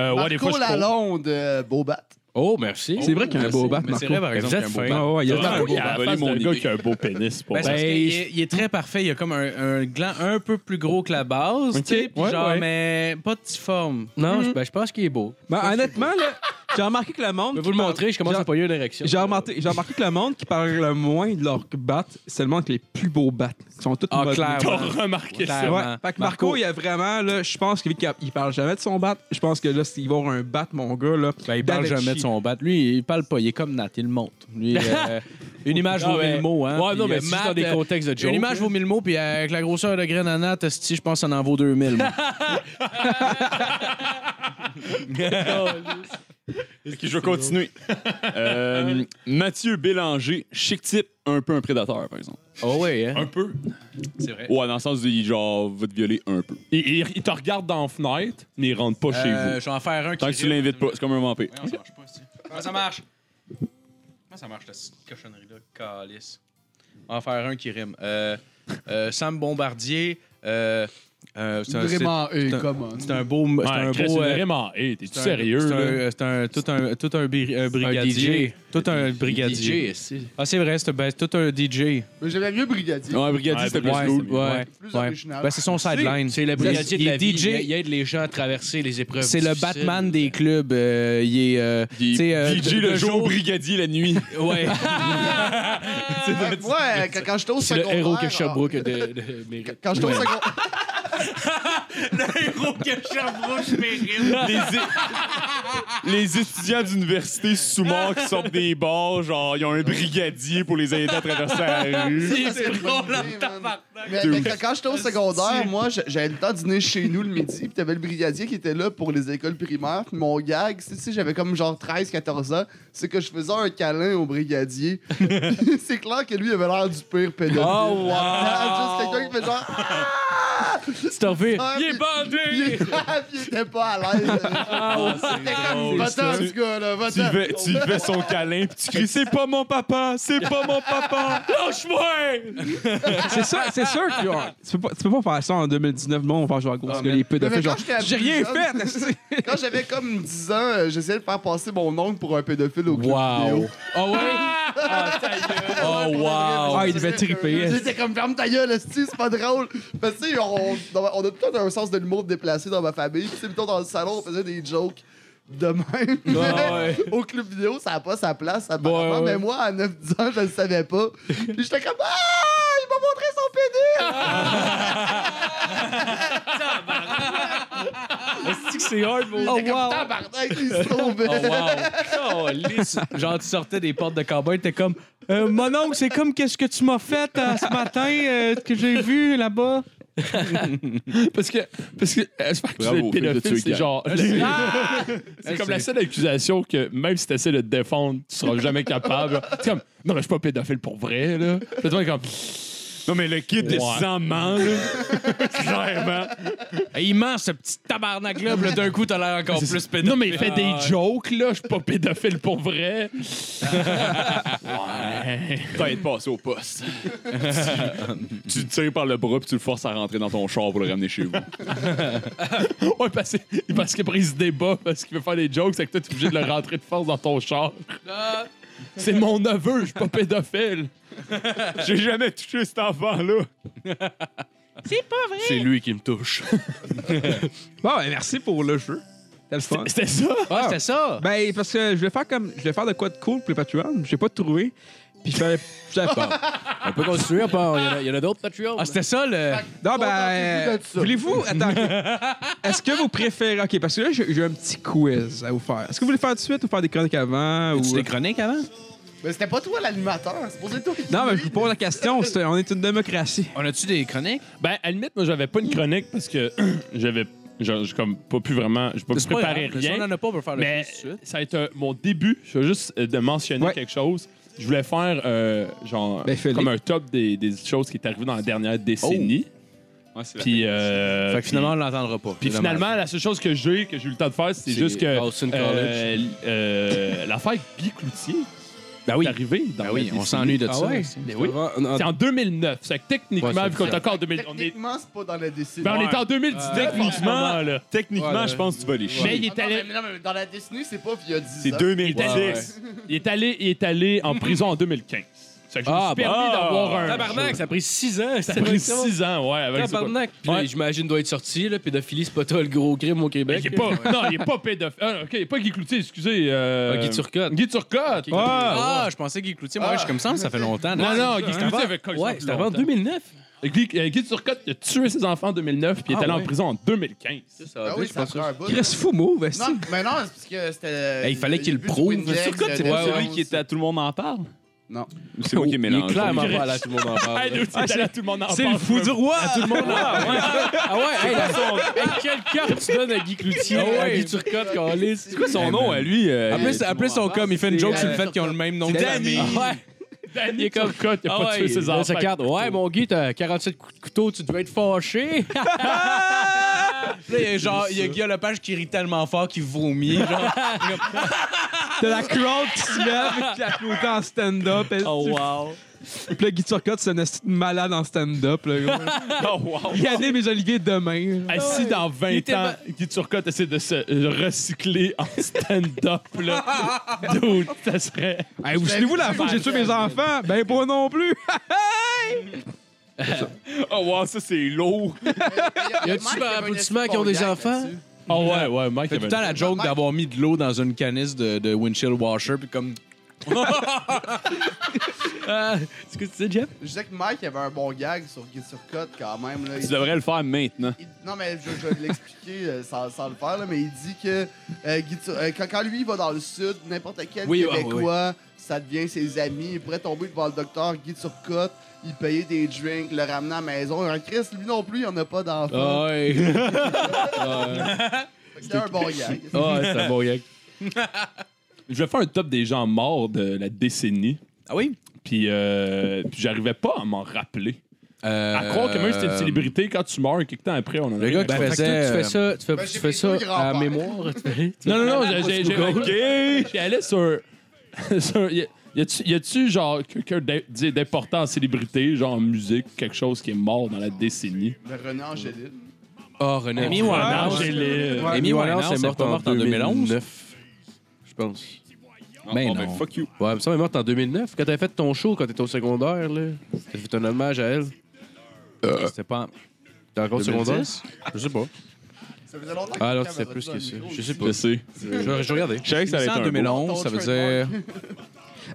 [SPEAKER 6] Euh, ouais, des fois,
[SPEAKER 5] Marco
[SPEAKER 6] je cours.
[SPEAKER 5] Lalonde, euh, Bobat.
[SPEAKER 3] Oh, merci.
[SPEAKER 1] C'est vrai qu'il y a un
[SPEAKER 4] merci.
[SPEAKER 1] beau bat,
[SPEAKER 4] Mais
[SPEAKER 1] Marco.
[SPEAKER 4] c'est vrai, par exemple,
[SPEAKER 3] Vous êtes
[SPEAKER 4] qu'il y a un beau
[SPEAKER 3] fin.
[SPEAKER 4] bat.
[SPEAKER 1] Ouais, ouais, il y a
[SPEAKER 6] Ah,
[SPEAKER 1] vraiment un beau
[SPEAKER 6] il y a la
[SPEAKER 1] bat.
[SPEAKER 2] volé
[SPEAKER 6] face
[SPEAKER 2] mon
[SPEAKER 6] d'un gars
[SPEAKER 2] idée.
[SPEAKER 6] qui a un beau pénis. Pour
[SPEAKER 4] Ben, c'est
[SPEAKER 6] vrai.
[SPEAKER 4] parce
[SPEAKER 3] Ben,
[SPEAKER 4] qu'il
[SPEAKER 3] je-
[SPEAKER 4] est- il est très parfait. Il a comme un, un gland un peu plus gros que la base.
[SPEAKER 6] Ok,
[SPEAKER 4] tu sais, puis
[SPEAKER 6] ouais,
[SPEAKER 4] genre,
[SPEAKER 6] ouais.
[SPEAKER 4] mais pas de forme.
[SPEAKER 3] Non,
[SPEAKER 2] Mhm.
[SPEAKER 3] je- ben, je pense qu'il est beau.
[SPEAKER 1] Ben, honnêtement, là, j'ai remarqué que le monde.
[SPEAKER 3] Je vais
[SPEAKER 1] qui
[SPEAKER 3] vous le
[SPEAKER 1] parle-
[SPEAKER 3] montrer, je commence
[SPEAKER 1] j'ai-
[SPEAKER 3] à pas une érection.
[SPEAKER 1] J'ai remarqué, j'ai remarqué que le monde qui parle le moins de leur bat, c'est le monde avec les plus beaux bats. Ils sont tous
[SPEAKER 4] Ah,
[SPEAKER 1] modelés.
[SPEAKER 4] clairement.
[SPEAKER 6] T'as remarqué
[SPEAKER 5] Ben,
[SPEAKER 6] ça.
[SPEAKER 1] Ouais.
[SPEAKER 4] Clairement.
[SPEAKER 1] Fait que Marco, il y a vraiment, là, je pense qu'il il parle jamais de son bat. Je pense que là, s'il va avoir un bat, mon gars, là.
[SPEAKER 4] Ben, il parle
[SPEAKER 1] d'Avecchi.
[SPEAKER 4] jamais de son bat. Lui, il parle pas. Il est comme Nat. Il monte.
[SPEAKER 3] <laughs>
[SPEAKER 4] Lui, euh, une image
[SPEAKER 3] Ah,
[SPEAKER 4] vaut
[SPEAKER 3] ouais.
[SPEAKER 4] mille mots. Hein,
[SPEAKER 3] Ouais, non,
[SPEAKER 4] Puis,
[SPEAKER 3] mais
[SPEAKER 4] euh,
[SPEAKER 3] c'est
[SPEAKER 4] Matt,
[SPEAKER 3] juste dans des
[SPEAKER 4] euh,
[SPEAKER 3] contextes de joke.
[SPEAKER 4] Une image vaut mille mots, puis euh, avec la grosseur de graine à Nat, esti, je pense que ça en vaut
[SPEAKER 3] <laughs>
[SPEAKER 4] 2000. moi.
[SPEAKER 2] Ok, je vais continuer. Euh, Mathieu Bélanger, chic type, un peu un prédateur, par exemple.
[SPEAKER 3] Oh, ouais, hein?
[SPEAKER 6] Un peu.
[SPEAKER 4] C'est vrai.
[SPEAKER 2] Ouais, dans le sens du genre, va te violer un peu.
[SPEAKER 6] Il, il- il te regarde dans la fenêtre, mais il rentre pas chez vous.
[SPEAKER 4] Euh, Je vais en faire un qui.
[SPEAKER 2] Tant que tu
[SPEAKER 4] rit.
[SPEAKER 2] l'invites pas, c'est comme un vampire.
[SPEAKER 4] Ouais, non, ça marche pas, esti. Comment ça marche? Comment ça marche, cette cochonnerie-là? Calice. On va en faire un qui rime. Euh, euh, Sam Bombardier. euh, euh, c'est un- c'est-
[SPEAKER 5] Vraiment,
[SPEAKER 4] c'est
[SPEAKER 5] euh,
[SPEAKER 4] un-
[SPEAKER 5] common.
[SPEAKER 4] C'est un beau. C'est
[SPEAKER 6] Ouais,
[SPEAKER 4] un
[SPEAKER 6] Chris,
[SPEAKER 4] beau. euh,
[SPEAKER 6] vraiment. Hey, t'es
[SPEAKER 4] c'est un-
[SPEAKER 6] sérieux,
[SPEAKER 4] c'est un-
[SPEAKER 6] là?
[SPEAKER 4] C'est un, tout un, tout un, bri- un brigadier.
[SPEAKER 3] DJ.
[SPEAKER 4] Tout un brigadier.
[SPEAKER 3] DJ, c'est-
[SPEAKER 4] Ah, c'est vrai, c'est ben, c'est tout un DJ.
[SPEAKER 5] Mais j'aimais mieux Brigadier.
[SPEAKER 2] Ouais, Brigadier,
[SPEAKER 6] Ouais,
[SPEAKER 2] c'était plus
[SPEAKER 6] Brigadier,
[SPEAKER 2] cool.
[SPEAKER 6] c'est-
[SPEAKER 4] Ouais.
[SPEAKER 5] Plus
[SPEAKER 4] ouais.
[SPEAKER 5] original.
[SPEAKER 4] Ben, c'est son sideline.
[SPEAKER 3] C'est le brigadier de
[SPEAKER 4] Il
[SPEAKER 3] la
[SPEAKER 4] est
[SPEAKER 3] vie.
[SPEAKER 4] DJ.
[SPEAKER 3] Il, il aide les gens à traverser les épreuves.
[SPEAKER 4] C'est le
[SPEAKER 3] difficiles.
[SPEAKER 4] Batman des clubs. euh, il est. euh, tu
[SPEAKER 2] Il
[SPEAKER 4] sais, euh,
[SPEAKER 2] est DJ
[SPEAKER 4] de- de
[SPEAKER 2] le jour, Brigadier la nuit.
[SPEAKER 5] Ouais,
[SPEAKER 4] Ouais.
[SPEAKER 5] ouais, quand, quand j'étais au
[SPEAKER 3] C'est
[SPEAKER 5] secondaire...
[SPEAKER 3] le héros que
[SPEAKER 5] ah,
[SPEAKER 3] Sherbrooke a de, de- <laughs>
[SPEAKER 5] Quand,
[SPEAKER 3] mérite.
[SPEAKER 5] quand j'étais au secondaire...
[SPEAKER 2] les, é- les étudiants d'université sous mort qui sortent des bars, genre, ils ont un brigadier pour les aider à traverser la rue.
[SPEAKER 5] Ça, c'est drôle, Mais, mais quand, quand j'étais au secondaire, moi, j'a- j'avais le temps de dîner chez nous le midi, puis t'avais le brigadier qui était là pour les écoles primaires. Puis mon gag, c'est- tu sais, j'avais comme genre 13-14 ans, c'est que je faisais un câlin au brigadier. <laughs> c'est clair que lui, il avait l'air du pire pédophile.
[SPEAKER 4] Oh, wow!
[SPEAKER 5] Ah, Juste quelqu'un qui fait genre... Ah,
[SPEAKER 3] Tu t'en fais.
[SPEAKER 5] il est <laughs> bandé! il était pas à l'aise. C'était comme, va-t'en, ce gars-là,
[SPEAKER 2] Tu
[SPEAKER 5] va-t'en.
[SPEAKER 2] lui fais, <laughs> tu lui fais son câlin, puis tu cries C'est pas mon papa, c'est pas mon papa, lâche-moi!
[SPEAKER 1] C'est ça, c'est sûr que genre, tu, peux pas, tu peux pas faire ça en 2019. Bon, on va jouer à gros. Parce que les
[SPEAKER 5] Mais
[SPEAKER 1] pédophiles,
[SPEAKER 5] quand
[SPEAKER 1] genre,
[SPEAKER 5] j'étais
[SPEAKER 1] j'ai rien
[SPEAKER 5] plus
[SPEAKER 1] fait.
[SPEAKER 5] jeune-
[SPEAKER 1] esti.
[SPEAKER 5] Quand j'avais comme 10 ans, euh, j'essayais de faire passer mon oncle pour un pédophile au club
[SPEAKER 4] Wow.
[SPEAKER 5] vidéo. Ah,
[SPEAKER 4] Oh, ouais.
[SPEAKER 5] Ouais, pour
[SPEAKER 4] wow.
[SPEAKER 5] la vraie,
[SPEAKER 1] Oh, Ah, il
[SPEAKER 5] c'est
[SPEAKER 1] devait
[SPEAKER 5] vrai que
[SPEAKER 1] triper,
[SPEAKER 5] J'étais comme ferme ta gueule, esti, c'est pas drôle. Parce que tu sais, on, dans ma- on a tout le temps un sens de l'humour déplacé dans ma famille. Puis, Tu sais, mettons dans le salon, on faisait des jokes de même.
[SPEAKER 4] Ouais.
[SPEAKER 5] au club vidéo, ça n'a pas sa place apparemment.
[SPEAKER 4] Ouais, ouais.
[SPEAKER 5] Mais moi, à 9-10 ans, je le savais pas. Puis j'étais comme Ah! Il m'a montré son pénis!
[SPEAKER 4] Ah! C'est hard, mon
[SPEAKER 5] J'étais comme tabarnak, il se trouvait.
[SPEAKER 4] <laughs> Oh, wow. Calisse. Genre, tu sortais des portes de cowboy, t'es comme. Euh, mon oncle, c'est comme qu'est-ce que tu m'as fait euh, ce matin euh, que j'ai vu là-bas.
[SPEAKER 6] Parce que, parce que, euh, j'espère que tu
[SPEAKER 2] Bravo, fille
[SPEAKER 6] es
[SPEAKER 2] de
[SPEAKER 6] pédophile,
[SPEAKER 2] tuer
[SPEAKER 6] c'est
[SPEAKER 2] Gab.
[SPEAKER 6] genre. c'est comme la seule accusation que même si tu essaies de te défendre, tu seras jamais capable. C'est comme, non, mais je suis pas pédophile pour vrai, là. Puis toi, comme,
[SPEAKER 2] Non, mais le kid de
[SPEAKER 6] Ouais.
[SPEAKER 2] 6 ans ment, là. Clairement.
[SPEAKER 4] Et il ment, ce petit tabarnak-là, puis là, d'un coup, t'as l'air encore plus pédophile.
[SPEAKER 6] non, mais il fait des jokes, là. Je suis pas pédophile pour vrai. ouais.
[SPEAKER 2] T'as être passé au
[SPEAKER 4] <laughs>
[SPEAKER 2] poste. tu, tu le tires par le bras, puis tu le forces à rentrer dans ton char pour le ramener chez vous.
[SPEAKER 6] Ouais, parce, que- parce qu'il brise des débats, parce qu'il veut faire des jokes, c'est que toi, t'es obligé de le rentrer de force dans ton char.
[SPEAKER 4] Ah.
[SPEAKER 6] C'est mon neveu, je suis pas pédophile.
[SPEAKER 2] J'ai jamais touché cet enfant-là.
[SPEAKER 3] C'est lui qui me touche.
[SPEAKER 1] Bon, ben, merci pour le jeu. C'était le fun.
[SPEAKER 6] C'était ça?
[SPEAKER 4] Ah, c'était ça.
[SPEAKER 1] Ben, parce que je voulais faire comme. Je voulais faire de quoi de cool pour les Patreon. J'ai pas trouvé. Puis je fallait. je savais <laughs> pas.
[SPEAKER 3] On peut continuer à part. Il y en a- Il y en a, d'autres, Patreon.
[SPEAKER 4] Ah, c'était ça, le.
[SPEAKER 1] Non,
[SPEAKER 5] Contentez-vous
[SPEAKER 1] ben. euh,
[SPEAKER 5] de ça.
[SPEAKER 1] Voulez-vous. Attends. Est-ce que vous préférez. Ok, parce que là, j'ai j'ai un petit quiz à vous faire. Est-ce que vous voulez faire tout de suite ou euh, faire des chroniques avant? Ou...
[SPEAKER 4] Tu des chroniques avant?
[SPEAKER 5] Mais c'était pas toi l'animateur, c'est posé toi. qui
[SPEAKER 1] Non, mais je
[SPEAKER 5] lis.
[SPEAKER 1] vous pose la question. c'est- On est une démocratie.
[SPEAKER 4] On a-tu des chroniques?
[SPEAKER 2] Ben, à la limite, moi, j'avais pas une chronique parce que <clears throat> j'avais je- je comme pas pu vraiment. J'ai pas pu préparer rien.
[SPEAKER 4] Si on en a pas, on peut faire le
[SPEAKER 2] Mais
[SPEAKER 4] quiz tout de suite.
[SPEAKER 2] ça a été un- mon début. Je veux juste euh, de mentionner
[SPEAKER 1] Ouais.
[SPEAKER 2] quelque chose. Je voulais faire euh, genre
[SPEAKER 1] Ben, fais-le.
[SPEAKER 2] comme un top des, des choses qui est arrivé dans la dernière décennie.
[SPEAKER 4] Oh.
[SPEAKER 7] Ouais, c'est la-
[SPEAKER 2] Puis, euh,
[SPEAKER 4] Fait que finalement, on l'entendra pas.
[SPEAKER 2] puis
[SPEAKER 4] C'est
[SPEAKER 2] finalement, la seule chose que j'ai que j'ai eu le temps de faire, c'est
[SPEAKER 3] C'est
[SPEAKER 2] juste que
[SPEAKER 3] Dawson
[SPEAKER 2] euh, euh, l'affaire avec Guy Cloutier
[SPEAKER 4] Ben oui.
[SPEAKER 2] est arrivée. Dans
[SPEAKER 3] Ben
[SPEAKER 2] la
[SPEAKER 3] oui, on
[SPEAKER 2] décennie.
[SPEAKER 3] s'ennuie de
[SPEAKER 6] Ah
[SPEAKER 3] ça.
[SPEAKER 4] Ah ouais?
[SPEAKER 3] Ben
[SPEAKER 2] oui. C'est en 2009. C'est que
[SPEAKER 3] Ouais,
[SPEAKER 2] techniquement,
[SPEAKER 3] c'est
[SPEAKER 2] vu qu'on est encore en 2000, on est,
[SPEAKER 5] Techniquement, c'est pas dans la Ah, décennie.
[SPEAKER 2] ben, on est en 2019 en ce moment. Là.
[SPEAKER 7] Techniquement,
[SPEAKER 3] Ouais,
[SPEAKER 7] je pense que tu vas les chier.
[SPEAKER 2] Mais il
[SPEAKER 5] Ah
[SPEAKER 2] est
[SPEAKER 5] non,
[SPEAKER 2] allé,
[SPEAKER 5] mais non, mais dans la décennie, c'est pas via 10 ans.
[SPEAKER 7] C'est 2010.
[SPEAKER 2] Ouais, ouais. il est allé, il est allé en prison en 2015. C'est que je me
[SPEAKER 3] Ah,
[SPEAKER 2] suis permis
[SPEAKER 7] bah.
[SPEAKER 2] d'avoir un.
[SPEAKER 3] Tabarnak, ça a pris 6 ans.
[SPEAKER 2] Ça a pris 6 ans, ouais, avec ça.
[SPEAKER 3] Tabarnak. Puis
[SPEAKER 2] Ouais.
[SPEAKER 3] là, j'imagine, doit être sorti, là. Pédophilie, c'est pas toi le gros crime au
[SPEAKER 2] Ben,
[SPEAKER 3] Québec.
[SPEAKER 2] il est pas, non, il est pas pédophile. Ah, ok, il est pas Guy Cloutier, excusez. euh,
[SPEAKER 3] Ah, Guy Turcotte.
[SPEAKER 2] Guy Turcotte.
[SPEAKER 3] Ok.
[SPEAKER 2] Ah,
[SPEAKER 4] Ah, je pensais Guy Cloutier. Moi, je comme ça, ça fait longtemps.
[SPEAKER 2] Non, non, Guy
[SPEAKER 4] c'est
[SPEAKER 2] Cloutier
[SPEAKER 4] avant-
[SPEAKER 2] avait colle
[SPEAKER 3] Ouais, c'était avant 2009.
[SPEAKER 2] Guy, euh, Guy Turcotte il a tué ses enfants en 2009 puis il est
[SPEAKER 3] Ah,
[SPEAKER 2] allé en
[SPEAKER 3] ouais.
[SPEAKER 2] prison en 2015.
[SPEAKER 5] Ah oui, ça prend un bout.
[SPEAKER 1] Chris fou move, est-ce
[SPEAKER 5] Non, mais non, c'est parce que c'était.
[SPEAKER 4] Eh, il fallait qu'il le
[SPEAKER 5] début du
[SPEAKER 4] prouve.
[SPEAKER 5] Windex,
[SPEAKER 4] Sur quoi,
[SPEAKER 5] de
[SPEAKER 4] t'es
[SPEAKER 7] C'est
[SPEAKER 4] Ouais,
[SPEAKER 7] celui
[SPEAKER 5] 2011.
[SPEAKER 7] qui était à Tout le monde en parle?
[SPEAKER 5] Non.
[SPEAKER 7] Ou C'est moi qui ai
[SPEAKER 3] Il est
[SPEAKER 7] mélangé.
[SPEAKER 3] clairement pas là, tout le monde en
[SPEAKER 2] Ah,
[SPEAKER 3] parle.
[SPEAKER 2] nous, c'est allé à tout le monde en
[SPEAKER 7] C'est le
[SPEAKER 2] parle.
[SPEAKER 7] fou du roi!
[SPEAKER 3] Tout le monde là. Ah ouais, hey, la- hey, quelle carte tu donnes à Guy Cloutier,
[SPEAKER 4] Ah ouais.
[SPEAKER 3] à Guy Turcotte, câlisse?
[SPEAKER 5] C'est
[SPEAKER 7] C'est quoi son nom à lui? euh,
[SPEAKER 4] Appelez,
[SPEAKER 7] tout le
[SPEAKER 4] appelez
[SPEAKER 7] monde
[SPEAKER 4] son
[SPEAKER 7] en parle?
[SPEAKER 4] com, il fait une joke
[SPEAKER 5] c'est-
[SPEAKER 4] sur le fait qu'ils ont le même nom de
[SPEAKER 7] Danny.
[SPEAKER 4] famille.
[SPEAKER 3] Ah ouais.
[SPEAKER 2] Danny Turcotte, il a
[SPEAKER 3] Ah
[SPEAKER 2] pas
[SPEAKER 3] ouais,
[SPEAKER 2] tué ses
[SPEAKER 3] il a sa
[SPEAKER 2] enfants.
[SPEAKER 3] carte. Ouais, mon Guy, t'as 47 coups de couteau, tu devais être fâché.
[SPEAKER 4] Là, il y a genre, il y a Guy Lepage qui rit tellement fort qu'il vomit. genre.
[SPEAKER 1] T'as la crowd qui se lève et qui applaudit en stand-up. Oh, wow. Puis là, Guy Turcotte, c'est un esti de malade en stand-up. là, gros.
[SPEAKER 2] Oh, wow.
[SPEAKER 1] Il y a des mes oliviers demain.
[SPEAKER 2] Assis dans
[SPEAKER 3] Il
[SPEAKER 2] 20
[SPEAKER 3] était
[SPEAKER 2] ans,
[SPEAKER 3] pas-
[SPEAKER 2] Guy Turcotte essaie de se recycler en stand-up. là. Dude, ça serait.
[SPEAKER 1] Hey, vous souvenez-vous la fois que j'ai tué mes enfants? Ben, pas non plus.
[SPEAKER 7] Oh wow, ça c'est lourd!
[SPEAKER 3] Y a-tu des applaudissements qui ont des enfants?
[SPEAKER 2] Oh, ouais, ouais, Mike.
[SPEAKER 4] Fait tout
[SPEAKER 2] avait-
[SPEAKER 4] le temps la joke d'avoir mis de l'eau dans une canisse de, de windshield washer, puis comme.
[SPEAKER 3] Ah, C'est ce que tu dis, Jeff?
[SPEAKER 5] Je disais que Mike avait un bon gag sur Guy Turcotte quand même. Là.
[SPEAKER 7] Tu
[SPEAKER 5] Il-
[SPEAKER 7] devrais le faire maintenant.
[SPEAKER 5] il- non, mais je, je vais l'expliquer euh, sans, sans le faire, là, mais il dit que euh, Guy Tur- euh, quand, quand lui il va dans le sud, n'importe quel
[SPEAKER 3] Oui, ah,
[SPEAKER 5] Québécois, ça devient ses amis. Il pourrait tomber devant le docteur Guy Turcotte, il payait des drinks, le ramener à la maison. En Chris, lui non plus, il en a pas d'enfant. <laughs>
[SPEAKER 3] ouais.
[SPEAKER 5] C'est un bon gag.
[SPEAKER 3] Ah, c'est un bon gag.
[SPEAKER 2] Je vais faire un top des gens morts de la décennie.
[SPEAKER 4] Ah oui?
[SPEAKER 2] Puis, euh, puis j'arrivais pas à m'en rappeler. À croire que même si t'es une célébrité, quand tu meurs, quelques temps après, on en
[SPEAKER 4] Le gars qui
[SPEAKER 3] Ben, fait que
[SPEAKER 4] faisait.
[SPEAKER 3] toi, tu fais
[SPEAKER 4] euh,
[SPEAKER 3] ça, tu fais,
[SPEAKER 5] Ben,
[SPEAKER 3] tu
[SPEAKER 5] j'ai
[SPEAKER 3] fais
[SPEAKER 5] mes deux
[SPEAKER 3] ça à
[SPEAKER 5] grands-pères.
[SPEAKER 3] mémoire. tu fais- tu-
[SPEAKER 2] Non, non, non, j'ai- j'ai- j'ai.
[SPEAKER 7] Google.
[SPEAKER 2] <laughs> OK! J'allais sur. sur y a- y a-tu- y a-tu, genre, quelqu'un d'im- d'im- d'important en célébrité, genre en musique, quelque chose qui est mort dans la décennie?
[SPEAKER 5] Le René Angélil.
[SPEAKER 4] Oh, René.
[SPEAKER 3] Amy
[SPEAKER 2] Ah,
[SPEAKER 3] Winehouse.
[SPEAKER 2] j'ai les.
[SPEAKER 1] Ouais.
[SPEAKER 4] Amy Winehouse est
[SPEAKER 3] elle
[SPEAKER 4] morte
[SPEAKER 3] pas
[SPEAKER 4] en 2011.
[SPEAKER 3] Je pense.
[SPEAKER 4] Ben
[SPEAKER 7] oh,
[SPEAKER 4] non.
[SPEAKER 7] Ben fuck you.
[SPEAKER 3] Ouais, mais ça, elle est morte en 2009. Quand t'avais fait ton show, quand t'étais au secondaire, là, t'as fait un hommage à elle. C'était pas. en- T'es encore au secondaire?
[SPEAKER 4] 2010?
[SPEAKER 3] Je sais pas.
[SPEAKER 5] Ça faisait longtemps
[SPEAKER 3] Ah, non,
[SPEAKER 5] quelqu'un
[SPEAKER 3] c'était
[SPEAKER 5] m'avait
[SPEAKER 3] plus
[SPEAKER 5] dit
[SPEAKER 3] que
[SPEAKER 5] un
[SPEAKER 3] ça.
[SPEAKER 5] micro.
[SPEAKER 3] Je sais pas.
[SPEAKER 7] Je sais.
[SPEAKER 3] Je je regardais.
[SPEAKER 7] Je savais que ça allait être
[SPEAKER 4] en
[SPEAKER 7] un beau.
[SPEAKER 4] 2011, ça veut dire.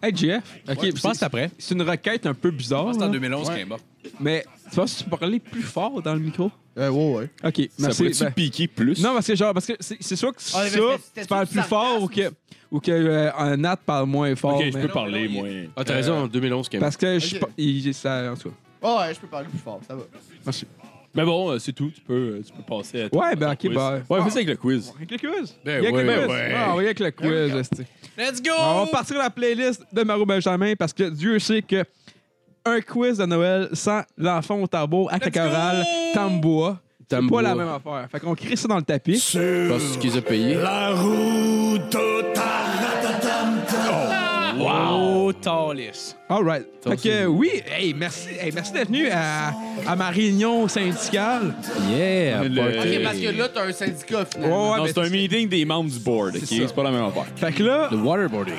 [SPEAKER 1] Hey, Jeff. OK,
[SPEAKER 4] Je pense
[SPEAKER 1] c'est-
[SPEAKER 4] après.
[SPEAKER 1] c'est une requête un peu bizarre.
[SPEAKER 4] C'est en
[SPEAKER 1] là.
[SPEAKER 4] 2011 qu'elle est morte.
[SPEAKER 1] Mais tu penses que tu parlais plus fort dans le micro?
[SPEAKER 5] Euh, ouais, ouais.
[SPEAKER 1] OK,
[SPEAKER 7] Ça
[SPEAKER 1] merci.
[SPEAKER 7] pourrait-tu
[SPEAKER 1] Ben-
[SPEAKER 7] piquer plus?
[SPEAKER 1] non, parce que genre, parce que c'est c'est soit que ça,
[SPEAKER 5] Ah, mais c'était-
[SPEAKER 1] tu parles
[SPEAKER 5] c'était
[SPEAKER 1] plus fort
[SPEAKER 5] sarcasme.
[SPEAKER 1] ou que, ou que euh, un Nat parle moins fort.
[SPEAKER 2] Ok, je
[SPEAKER 1] mais-
[SPEAKER 2] peux parler, moi.
[SPEAKER 3] Ah, t'as raison, en 2011 qu'elle est
[SPEAKER 1] Parce
[SPEAKER 3] morte.
[SPEAKER 1] que je suis
[SPEAKER 5] Ok.
[SPEAKER 1] pas. il- ça, en tout cas.
[SPEAKER 5] Ah ouais, je peux parler plus fort, ça va.
[SPEAKER 1] Merci.
[SPEAKER 2] Mais bon, euh, c'est tout. Tu peux, euh, tu peux passer à. ton-
[SPEAKER 1] Ouais, ben,
[SPEAKER 2] à ton
[SPEAKER 1] ok,
[SPEAKER 2] quiz.
[SPEAKER 1] ben-
[SPEAKER 7] Ouais, fais ça avec le quiz.
[SPEAKER 1] Avec le quiz.
[SPEAKER 3] Ben
[SPEAKER 1] Il y a que
[SPEAKER 3] ouais,
[SPEAKER 1] le quiz.
[SPEAKER 3] ouais.
[SPEAKER 1] Ah, oui, avec le quiz. esti.
[SPEAKER 4] Let's go!
[SPEAKER 1] On va partir la playlist de Maro Benjamin parce que Dieu sait que un quiz de Noël sans l'enfant au tambour, acte
[SPEAKER 4] Let's go!
[SPEAKER 1] choral, tambour, c'est
[SPEAKER 3] Tambour.
[SPEAKER 1] pas la même affaire. Fait qu'on crie ça dans le tapis.
[SPEAKER 3] Je pense qu'ils ont payé.
[SPEAKER 4] Wow! Ah! Oh, Talis.
[SPEAKER 1] All right. Fait que oui, hey, merci, hey, merci d'être venu à, à ma réunion syndicale.
[SPEAKER 3] Yeah!
[SPEAKER 7] Le-
[SPEAKER 5] Ok, parce que là, t'as un syndicat finalement.
[SPEAKER 1] Ouais,
[SPEAKER 7] Non,
[SPEAKER 1] mais
[SPEAKER 7] c'est un meeting des membres du board, ok? C'est pas la même affaire.
[SPEAKER 1] Fait que là,
[SPEAKER 3] Le waterboarding.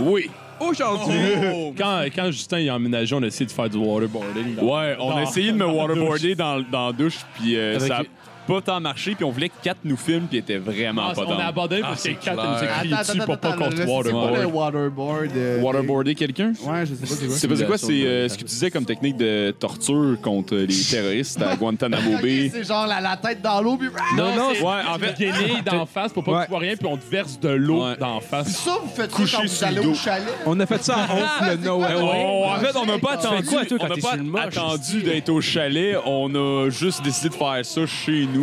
[SPEAKER 7] Oui.
[SPEAKER 1] aujourd'hui,
[SPEAKER 2] Quand, quand Justin il a emménagé, on a essayé de faire du waterboarding. dans-
[SPEAKER 7] Ouais, on
[SPEAKER 2] Dans-
[SPEAKER 6] <laughs>
[SPEAKER 7] a essayé de me
[SPEAKER 2] dans la
[SPEAKER 7] waterboarder dans, dans la douche, puis euh,
[SPEAKER 3] Avec-
[SPEAKER 7] ça a
[SPEAKER 2] pas tant marché, puis on voulait que Kat nous filme, puis elle était vraiment
[SPEAKER 6] Ah,
[SPEAKER 2] pas
[SPEAKER 6] on a
[SPEAKER 2] dans.
[SPEAKER 6] abandonné parce
[SPEAKER 4] c'est
[SPEAKER 6] que Kat
[SPEAKER 4] clair.
[SPEAKER 6] nous a crié
[SPEAKER 5] Attends,
[SPEAKER 6] dessus
[SPEAKER 5] attends,
[SPEAKER 6] pour pas
[SPEAKER 5] attends,
[SPEAKER 6] qu'on
[SPEAKER 5] là,
[SPEAKER 6] te
[SPEAKER 5] c'est
[SPEAKER 6] waterboard.
[SPEAKER 5] quoi le waterboard? euh,
[SPEAKER 2] Waterboarder quelqu'un?
[SPEAKER 5] des- Ouais, je sais pas c'est quoi.
[SPEAKER 2] C'est pas c'est quoi, c'est euh,
[SPEAKER 3] Simulation
[SPEAKER 2] ce que tu disais comme technique de torture contre
[SPEAKER 6] <laughs>
[SPEAKER 2] les terroristes à
[SPEAKER 5] <laughs>
[SPEAKER 2] Guantanamo
[SPEAKER 5] Ok,
[SPEAKER 2] Bay.
[SPEAKER 5] c'est genre la, la tête dans l'eau, puis...
[SPEAKER 6] Non, non,
[SPEAKER 2] c'est-
[SPEAKER 6] ouais, en fait, gainé d'en face pour pas que
[SPEAKER 1] Ouais.
[SPEAKER 6] tu vois rien, puis on te verse de l'eau
[SPEAKER 2] Ouais.
[SPEAKER 6] d'en
[SPEAKER 5] Puis
[SPEAKER 6] face.
[SPEAKER 5] Ah, ça, vous faites ça
[SPEAKER 2] Couché
[SPEAKER 5] quand vous
[SPEAKER 2] sur le
[SPEAKER 5] allez
[SPEAKER 2] dos.
[SPEAKER 5] au chalet?
[SPEAKER 1] On a fait ça en honte le Noël.
[SPEAKER 5] Ouais, ouais.
[SPEAKER 2] Oh, en fait, on n'a pas
[SPEAKER 5] Tu fais
[SPEAKER 2] attendu,
[SPEAKER 3] quoi, toi,
[SPEAKER 2] on
[SPEAKER 3] quand
[SPEAKER 2] n'a
[SPEAKER 3] t'es
[SPEAKER 2] pas
[SPEAKER 3] sur le moche,
[SPEAKER 2] attendu d'être au chalet. On a juste décidé de faire ça chez nous.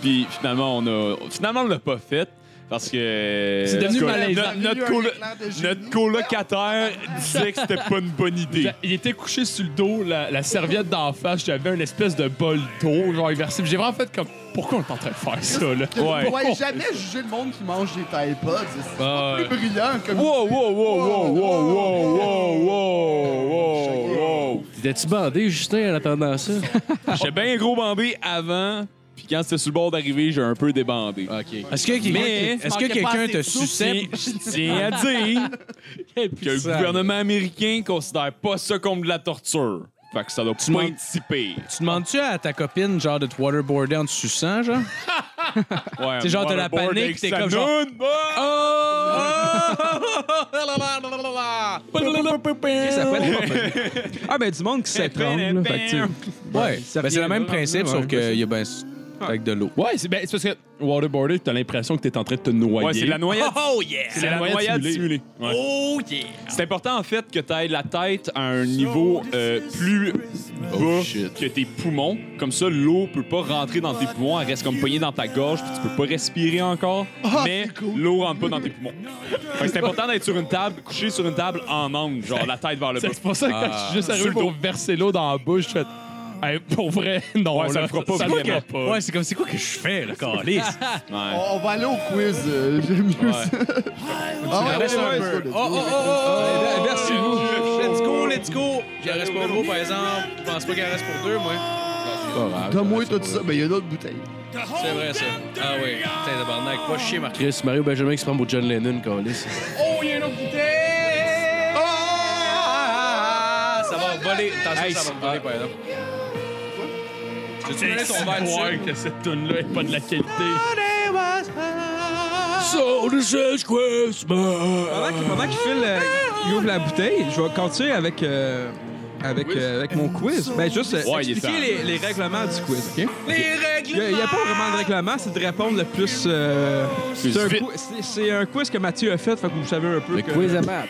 [SPEAKER 2] Puis finalement, on a, finalement, on l'a pas fait parce que
[SPEAKER 6] C'est devenu
[SPEAKER 2] en tout cas,
[SPEAKER 6] malaisant.
[SPEAKER 2] notre- Notre, colo- notre colocataire disait que c'était pas une bonne idée.
[SPEAKER 6] Il était couché sur le dos, la, la serviette d'en face, j'avais une espèce de bol d'eau, genre versé. Puis J'ai vraiment fait comme, pourquoi on est en train de faire ça, là?
[SPEAKER 5] Ouais.
[SPEAKER 2] Ouais.
[SPEAKER 5] ouais, jamais juger le monde qui mange des Tide Pods. C'est pas
[SPEAKER 6] Ah,
[SPEAKER 5] plus brillant comme...
[SPEAKER 2] Wow, wow, wow, wow, wow, wow, wow, wow, wow, wow.
[SPEAKER 3] T'étais-tu bandé, Justin, en attendant ça?
[SPEAKER 2] J'étais bien gros bandé avant, puis quand c'était sur le bord d'arriver, j'ai un peu débandé.
[SPEAKER 3] OK.
[SPEAKER 4] Est-ce que
[SPEAKER 2] Mais-
[SPEAKER 4] quelqu'un est-ce que quelqu'un
[SPEAKER 2] <laughs>
[SPEAKER 4] te
[SPEAKER 2] C'est
[SPEAKER 4] suçait?
[SPEAKER 2] à
[SPEAKER 4] <laughs>
[SPEAKER 2] dire que le
[SPEAKER 4] Puissant.
[SPEAKER 2] gouvernement américain considère pas ça comme de la torture. Fait que ça doit pas
[SPEAKER 4] m'en-
[SPEAKER 2] être si pire.
[SPEAKER 4] Tu demandes-tu à ta copine, genre, de te waterboarder en te suçant, genre?
[SPEAKER 2] Ouais,
[SPEAKER 4] C'est genre, t'as la
[SPEAKER 2] waterboard
[SPEAKER 4] panique,
[SPEAKER 2] avec
[SPEAKER 4] t'es
[SPEAKER 2] sa
[SPEAKER 4] comme genre- Oh!
[SPEAKER 2] noune. Ah! <laughs>
[SPEAKER 4] <laughs>
[SPEAKER 1] Ça peut être Ah, ben, du monde qui sait prendre. là, fait que, tu sais.
[SPEAKER 4] Ouais.
[SPEAKER 1] Ça
[SPEAKER 4] Ben, c'est
[SPEAKER 1] vient
[SPEAKER 4] le même
[SPEAKER 1] là,
[SPEAKER 4] principe,
[SPEAKER 1] ouais,
[SPEAKER 4] sauf
[SPEAKER 1] ouais,
[SPEAKER 4] qu'il y a ben avec de l'eau.
[SPEAKER 6] Ouais, c'est ben, c'est parce que waterboarder, t'as l'impression que t'es en train de te noyer.
[SPEAKER 2] Ouais, c'est de la noyade.
[SPEAKER 8] Oh yeah!
[SPEAKER 2] C'est la noyade simulée. Ouais.
[SPEAKER 8] Oh yeah!
[SPEAKER 2] C'est important en fait que tu ailles la tête à un niveau euh, plus bas que tes poumons. Comme ça, l'eau peut pas rentrer dans tes poumons, elle reste comme poignée dans ta gorge, puis tu peux pas respirer encore. mais l'eau rentre pas dans tes poumons. Fait que c'est important d'être sur une table, couché sur une table en angle, genre la tête vers le bas.
[SPEAKER 6] C'est pour ça que quand je suis juste arrivé pour verser l'eau dans la bouche, je fais. Hey,
[SPEAKER 4] <laughs>
[SPEAKER 6] pour vrai, non,
[SPEAKER 2] Ouais, ça
[SPEAKER 6] là,
[SPEAKER 2] le fera pas
[SPEAKER 6] ça
[SPEAKER 2] vraiment
[SPEAKER 6] le fera
[SPEAKER 2] pas.
[SPEAKER 6] pas.
[SPEAKER 4] Ouais, c'est comme, c'est quoi que je fais, là, calice?
[SPEAKER 5] On,
[SPEAKER 2] Ouais.
[SPEAKER 5] on va aller au quiz, euh, j'aime mieux ça. Ah ouais, ouais, ouais, ouais.
[SPEAKER 4] Merci vous. Let's go, let's go. J'en reste pour gros, par exemple. Je pense pas qu'il en reste pour deux, moi.
[SPEAKER 5] Donne-moi tout ça, mais il y a d'autres bouteilles.
[SPEAKER 4] C'est vrai, ça. Ah oui. Putain, tabarnak. Pas chier, Marc.
[SPEAKER 3] Chris, Mario Benjamin qui se prend pour John Lennon, câlisse.
[SPEAKER 4] Ça va voler. Attention, ça va voler, par exemple. Tu
[SPEAKER 6] Hey,
[SPEAKER 4] mets ton
[SPEAKER 6] c'est
[SPEAKER 4] verre dessus?
[SPEAKER 6] clair que cette tune-là est pas de la qualité.
[SPEAKER 1] Pendant qu'il pendant qu'il file, euh, il ouvre la bouteille, je vais continuer avec, euh, avec, euh, avec mon quiz. Ben, juste euh,
[SPEAKER 2] Ouais, il est
[SPEAKER 1] expliquer les,
[SPEAKER 2] tard.
[SPEAKER 1] les règlements du quiz, OK? Les règlements! Il n'y a, pas vraiment de règlement, c'est de répondre le plus... euh,
[SPEAKER 2] Plus
[SPEAKER 1] c'est un,
[SPEAKER 2] vite.
[SPEAKER 1] cou- c'est- c'est un quiz que Mathieu a fait, fait que vous savez un peu que...
[SPEAKER 3] à map.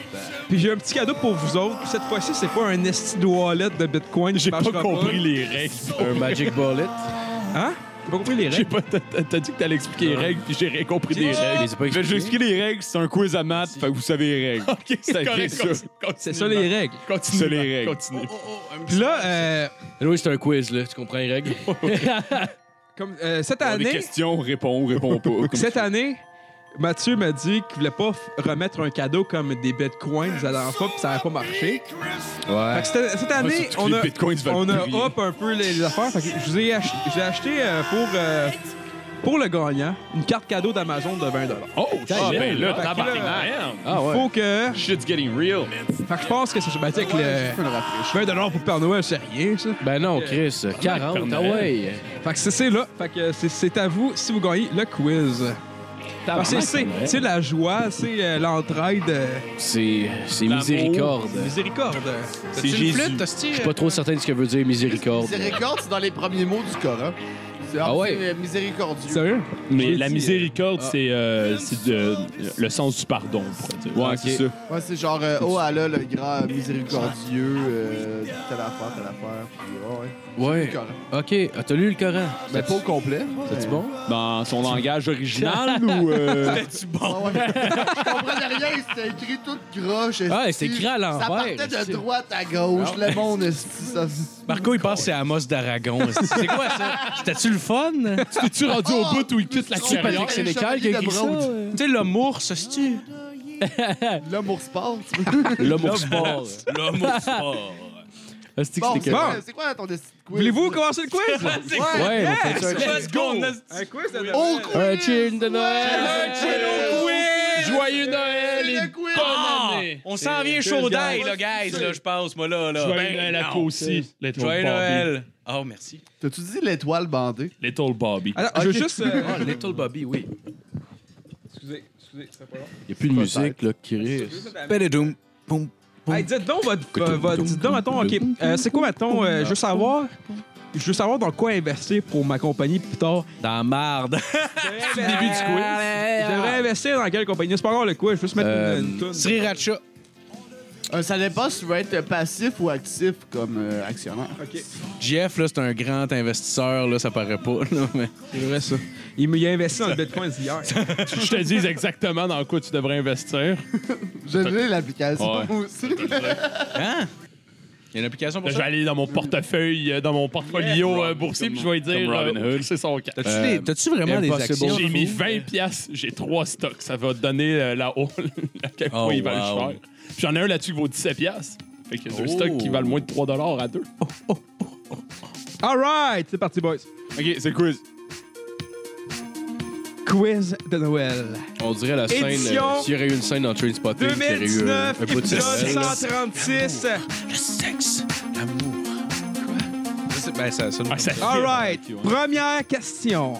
[SPEAKER 1] Puis j'ai un petit cadeau pour vous autres. Cette fois-ci, c'est pas un esti de wallet de Bitcoin qui
[SPEAKER 6] J'ai pas
[SPEAKER 1] marchera
[SPEAKER 6] compris les règles. <laughs>
[SPEAKER 3] Un Magic Bullet.
[SPEAKER 1] Hein? T'as pas compris les
[SPEAKER 6] J'ai
[SPEAKER 1] règles?
[SPEAKER 6] pas. T'as t'as dit que t'allais expliquer les règles, puis j'ai rien compris des règles.
[SPEAKER 3] Mais c'est pas
[SPEAKER 2] Je vais juste
[SPEAKER 3] expliqué.
[SPEAKER 2] expliquer les règles, c'est un quiz à maths, fait que vous savez les règles.
[SPEAKER 6] <laughs> Ok,
[SPEAKER 2] C'est écrit
[SPEAKER 6] correct,
[SPEAKER 2] ça.
[SPEAKER 6] continue, continue,
[SPEAKER 1] C'est ça les règles.
[SPEAKER 6] Continue,
[SPEAKER 2] C'est les
[SPEAKER 6] Marc,
[SPEAKER 2] règles.
[SPEAKER 6] Continue.
[SPEAKER 1] Puis là, euh,
[SPEAKER 3] Ah Oui, c'est un quiz, là. Tu comprends les règles?
[SPEAKER 1] comme, euh, cette
[SPEAKER 2] Des
[SPEAKER 1] année...
[SPEAKER 2] questions, réponds, réponds pas.
[SPEAKER 6] <laughs>
[SPEAKER 2] Comme-
[SPEAKER 1] Cette année, Mathieu m'a dit qu'il voulait pas f- remettre un cadeau comme des bitcoins à la dernière fois, puis ça n'avait pas marché. Fait
[SPEAKER 4] Ouais.
[SPEAKER 1] que cette, cette
[SPEAKER 2] Ouais,
[SPEAKER 1] année,
[SPEAKER 2] surtout que
[SPEAKER 1] on
[SPEAKER 2] les
[SPEAKER 1] a,
[SPEAKER 2] bitcoins valent
[SPEAKER 1] on
[SPEAKER 2] plus rien.
[SPEAKER 1] a up un peu les, les affaires. Fait que je vous ai ach- j'ai acheté euh, pour, euh, pour le gagnant une carte cadeau d'Amazon de 20
[SPEAKER 2] Oh, ah, ben là,
[SPEAKER 1] Fait que
[SPEAKER 2] tabarnak.
[SPEAKER 3] Ah ouais.
[SPEAKER 1] Faut que.
[SPEAKER 2] Shit's getting real.
[SPEAKER 1] Fait que je pense que ça se battait avec
[SPEAKER 5] Je peux
[SPEAKER 1] le.
[SPEAKER 5] le rafraîchir.
[SPEAKER 1] 20 pour Père Noël, c'est rien, ça.
[SPEAKER 4] Eh
[SPEAKER 3] Ben non, Chris. 40. Ah ouais.
[SPEAKER 1] Fait que c'est- c'est là. Fait que c'est- c'est à vous si vous gagnez le quiz. Parce que c'est- c'est c'est la joie, c'est euh, l'entraide. euh,
[SPEAKER 3] C'est c'est miséricorde.
[SPEAKER 1] Miséricorde.
[SPEAKER 2] C'est Jésus.
[SPEAKER 3] Je suis pas trop certain de ce que veut dire miséricorde.
[SPEAKER 5] Miséricorde, c'est dans les premiers mots du Coran. C'est-
[SPEAKER 3] Ah ouais?
[SPEAKER 5] c'est, euh, Miséricordieux.
[SPEAKER 1] Sérieux?
[SPEAKER 6] Mais
[SPEAKER 1] J'ai
[SPEAKER 6] la
[SPEAKER 1] dit,
[SPEAKER 6] miséricorde, c'est euh, c'est de- le sens du pardon. on pourrait dire.
[SPEAKER 2] Ouais, c'est ça.
[SPEAKER 5] Ouais, c'est genre, euh, oh Allah, le grand miséricordieux, euh, telle affaire, telle affaire. Puis, ouais, ouais.
[SPEAKER 3] Ouais.
[SPEAKER 5] Le Coran.
[SPEAKER 3] OK. Ah, T'as lu le Coran?
[SPEAKER 1] Ben,
[SPEAKER 5] Mais pas au complet.
[SPEAKER 3] C'est
[SPEAKER 5] mais-
[SPEAKER 3] bon?
[SPEAKER 2] Dans son langage
[SPEAKER 6] <laughs>
[SPEAKER 2] original ou. euh,
[SPEAKER 5] Ah ouais. Je comprenais rien, c'était écrit tout gros. je-
[SPEAKER 3] Ah, c'est écrit à l'envers,
[SPEAKER 5] Ça partait
[SPEAKER 3] c'est-
[SPEAKER 5] de droite à gauche, le monde, esti, ça...
[SPEAKER 4] Marco, il pense que c'est Amos <laughs> d'Aragon. C'est quoi ça? C'était-tu le <laughs> fun?
[SPEAKER 6] T'es-tu rendu au bout où il quitte la
[SPEAKER 5] C'est
[SPEAKER 6] carrière?
[SPEAKER 5] Patrick Sénécal qui a écrit ça,
[SPEAKER 4] Tu sais, l'homme ours, <laughs> c'est-tu?
[SPEAKER 5] L'homme au sport, tu
[SPEAKER 3] L'homme au sport.
[SPEAKER 2] L'homme au sport.
[SPEAKER 3] Est-ce que
[SPEAKER 5] Bon,
[SPEAKER 3] c'était
[SPEAKER 5] c'est
[SPEAKER 3] que-
[SPEAKER 5] quoi, c'est quoi ton esti de quiz?
[SPEAKER 1] Voulez-vous commencer le quiz?
[SPEAKER 5] Ouais.
[SPEAKER 3] <laughs> Ouais, on fait ça.
[SPEAKER 1] Let's go! Un quiz de
[SPEAKER 5] Au
[SPEAKER 1] Noël.
[SPEAKER 5] quiz!
[SPEAKER 3] Un cheer de Noël!
[SPEAKER 5] Un cheer de Noël!
[SPEAKER 6] Joyeux Noël!
[SPEAKER 5] C'est
[SPEAKER 6] les
[SPEAKER 5] le quiz!
[SPEAKER 6] bonnes années.
[SPEAKER 4] Ah, On s'en vient chaud d'ail, là, guys, là, je pense, moi, là. là.
[SPEAKER 6] Joyeux
[SPEAKER 4] Ben,
[SPEAKER 6] Noël
[SPEAKER 4] non.
[SPEAKER 6] à toi aussi, Little
[SPEAKER 4] Joyeux
[SPEAKER 6] Bobby.
[SPEAKER 4] Noël. Oh, merci.
[SPEAKER 5] T'as-tu dit l'étoile bandée?
[SPEAKER 6] Little Bobby.
[SPEAKER 1] Alors, je veux juste. euh,
[SPEAKER 3] Ah, Little Bobby, oui.
[SPEAKER 1] excusez, excusez, c'est pas long.
[SPEAKER 3] Il a plus de musique, là, qui risque.
[SPEAKER 4] Pededoum. Poum.
[SPEAKER 1] Hey, dites donc, votre, euh, votre- dites donc, mettons, OK, euh, c'est quoi, mettons, euh, je veux savoir, je veux savoir dans quoi investir pour ma compagnie plus tard.
[SPEAKER 4] Dans
[SPEAKER 1] <laughs>
[SPEAKER 4] la marde.
[SPEAKER 1] Début du quiz. J'aimerais investir dans quelle compagnie? C'est pas encore le quiz, je veux juste mettre
[SPEAKER 4] Euh,
[SPEAKER 1] une, une toune.
[SPEAKER 4] Sriracha.
[SPEAKER 5] Euh, ça dépend si tu veux être passif ou actif comme euh, actionnaire.
[SPEAKER 1] OK,
[SPEAKER 4] Jeff, là, c'est un grand investisseur, là, ça paraît pas, là, mais...
[SPEAKER 1] c'est vrai, ça. Il m'a il a investi dans le Bitcoin hier.
[SPEAKER 6] Je te dis exactement dans quoi tu devrais investir.
[SPEAKER 5] J'ai donné l'application
[SPEAKER 6] Ouais.
[SPEAKER 5] aussi.
[SPEAKER 4] Hein? Il y a une application
[SPEAKER 6] Là,
[SPEAKER 4] pour
[SPEAKER 6] je vais
[SPEAKER 4] ça?
[SPEAKER 6] aller dans mon portefeuille, euh, dans mon portfolio euh,
[SPEAKER 2] Comme
[SPEAKER 6] boursier, puis je
[SPEAKER 2] Robin-
[SPEAKER 6] vais dire
[SPEAKER 2] comme Robin
[SPEAKER 6] euh,
[SPEAKER 2] Hood.
[SPEAKER 6] c'est son cas.
[SPEAKER 1] T'as-tu
[SPEAKER 4] Euh,
[SPEAKER 1] des-
[SPEAKER 4] T'as-tu vraiment des
[SPEAKER 3] Impossible.
[SPEAKER 4] actions?
[SPEAKER 6] J'ai mis 20 pièces, j'ai 3 stocks. Ça va te donner euh, la haul <laughs> à quel point
[SPEAKER 4] Oh,
[SPEAKER 6] ils valent
[SPEAKER 4] wow.
[SPEAKER 6] cher. Puis j'en ai un là-dessus qui vaut 17 pièces. Fait qu'il y a deux
[SPEAKER 4] Oh.
[SPEAKER 6] stocks qui valent moins de 3 à deux.
[SPEAKER 1] All right, c'est parti, boys.
[SPEAKER 2] Ok, c'est quiz.
[SPEAKER 1] Quiz de Noël.
[SPEAKER 3] On dirait la scène.
[SPEAKER 1] Édition
[SPEAKER 3] euh, S'il y aurait eu une scène dans Trainspotting, il y aurait eu euh, un
[SPEAKER 1] 2019,
[SPEAKER 3] bout de
[SPEAKER 1] épisode
[SPEAKER 3] scène, là.
[SPEAKER 1] 136.
[SPEAKER 4] Le sexe, l'amour. Ça, c'est- Ben, ça, ça,
[SPEAKER 6] Ah, ça
[SPEAKER 1] All
[SPEAKER 6] fait-
[SPEAKER 1] right. Première question.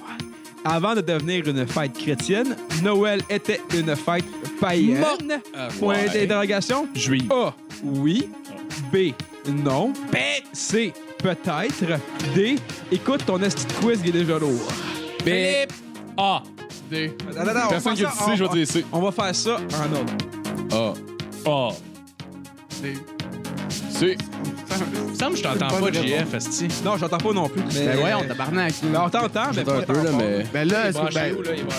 [SPEAKER 1] Avant de devenir une fête chrétienne, Noël était une fête païenne.
[SPEAKER 4] Ah,
[SPEAKER 1] Point
[SPEAKER 4] ouais.
[SPEAKER 1] d'interrogation.
[SPEAKER 6] Juif.
[SPEAKER 1] A. Oui. B. Non. B. C. Peut-être. D. Écoute, ton esti de quiz il est déjà lourd.
[SPEAKER 4] Ben,
[SPEAKER 6] Ah,
[SPEAKER 1] Attends, attends, on va
[SPEAKER 2] Personne qui a
[SPEAKER 1] faire
[SPEAKER 2] dit
[SPEAKER 1] ça
[SPEAKER 2] C, je
[SPEAKER 1] en-
[SPEAKER 2] vais dire C.
[SPEAKER 1] On va faire ça en ordre.
[SPEAKER 4] Ah.
[SPEAKER 6] ah.
[SPEAKER 2] C.
[SPEAKER 4] Il me semble que je t'entends pas, JF, esti.
[SPEAKER 1] Non, j'entends pas non plus.
[SPEAKER 5] Ben voyons, tabarnak.
[SPEAKER 1] Ben, on t'entend, mais pas
[SPEAKER 3] un peu, là,
[SPEAKER 1] tant fort.
[SPEAKER 3] mais.
[SPEAKER 5] Ben là, est-ce que. ben-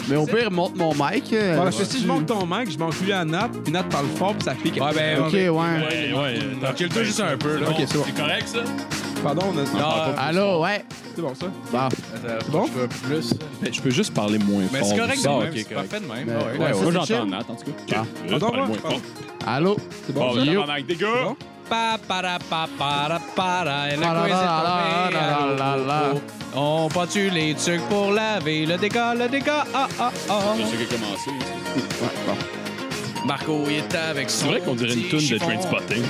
[SPEAKER 5] mais au pire, monte mon mic. euh,
[SPEAKER 1] Parce que si je monte ton mic, je m'enculais à Nat, puis Nat parle fort, puis ça pique.
[SPEAKER 4] Ouais, ben,
[SPEAKER 5] Ok, ouais.
[SPEAKER 2] Eh
[SPEAKER 6] Ouais, ouais.
[SPEAKER 4] euh,
[SPEAKER 2] euh,
[SPEAKER 4] le
[SPEAKER 2] ben,
[SPEAKER 4] toi juste un peu, là.
[SPEAKER 1] Ok, c'est bon.
[SPEAKER 6] C'est correct, ça?
[SPEAKER 1] Pardon, on a...
[SPEAKER 4] Non,
[SPEAKER 5] Allô, ouais.
[SPEAKER 1] c'est bon ça.
[SPEAKER 5] Bah,
[SPEAKER 1] C'est bon?
[SPEAKER 2] Je peux juste parler moins
[SPEAKER 4] mais Ben, c'est correct de
[SPEAKER 2] Ah,
[SPEAKER 4] même,
[SPEAKER 2] ok,
[SPEAKER 4] c'est
[SPEAKER 2] correct.
[SPEAKER 4] parfait de même.
[SPEAKER 5] Ben,
[SPEAKER 4] Ah ouais.
[SPEAKER 5] ouais.
[SPEAKER 2] Moi,
[SPEAKER 5] Ça, c'est
[SPEAKER 2] j'entends
[SPEAKER 5] chill.
[SPEAKER 2] Nat, en tout cas. Ok, je
[SPEAKER 1] Attends,
[SPEAKER 2] parle
[SPEAKER 1] moi,
[SPEAKER 2] moins
[SPEAKER 1] pardon.
[SPEAKER 2] fort.
[SPEAKER 5] allô.
[SPEAKER 1] C'est bon ben,
[SPEAKER 2] Bon,
[SPEAKER 1] ça?
[SPEAKER 2] tabarnak, des gars!
[SPEAKER 1] Bon.
[SPEAKER 4] Pa, pa, ra, pa, pa, ra, pa, ra, et le
[SPEAKER 5] Pa, ra,
[SPEAKER 4] quiz
[SPEAKER 5] ra,
[SPEAKER 4] est tombé
[SPEAKER 5] ra, ra,
[SPEAKER 4] à
[SPEAKER 5] ra,
[SPEAKER 4] l'eau.
[SPEAKER 5] ra.
[SPEAKER 4] On pend-tu les trucs pour laver le dégât, le dégât, ah, ah, ah.
[SPEAKER 2] Je sais que commencé.
[SPEAKER 4] Marco il est avec son
[SPEAKER 6] C'est vrai qu'on dirait une
[SPEAKER 4] petit
[SPEAKER 6] toune de
[SPEAKER 4] chiffon.
[SPEAKER 6] Trainspotting.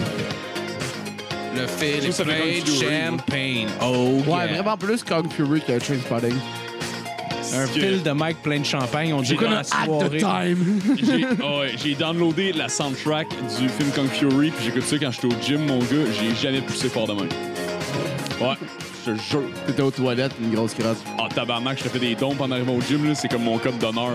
[SPEAKER 4] Le Philip
[SPEAKER 2] ça fait
[SPEAKER 4] Ray
[SPEAKER 2] comme du Dory,
[SPEAKER 4] Champagne, oh
[SPEAKER 5] Ouais,
[SPEAKER 4] yeah.
[SPEAKER 5] vraiment plus Kong Fury que Trainspotting.
[SPEAKER 4] Un fil de Mike plein de champagne, on dit
[SPEAKER 2] J'ai
[SPEAKER 4] dans
[SPEAKER 2] un
[SPEAKER 4] la soirée.
[SPEAKER 5] time.
[SPEAKER 2] J'ai ah ouais, j'ai downloadé la soundtrack du film Kung Fury, puis j'écoute ça quand j'étais au gym, mon gars. J'ai jamais poussé fort de même. Ouais, je te jure.
[SPEAKER 5] T'étais aux toilettes, une grosse crosse.
[SPEAKER 2] Ah, tabarnak, je te fais des dons en arrivant au gym, là. C'est comme mon code d'honneur.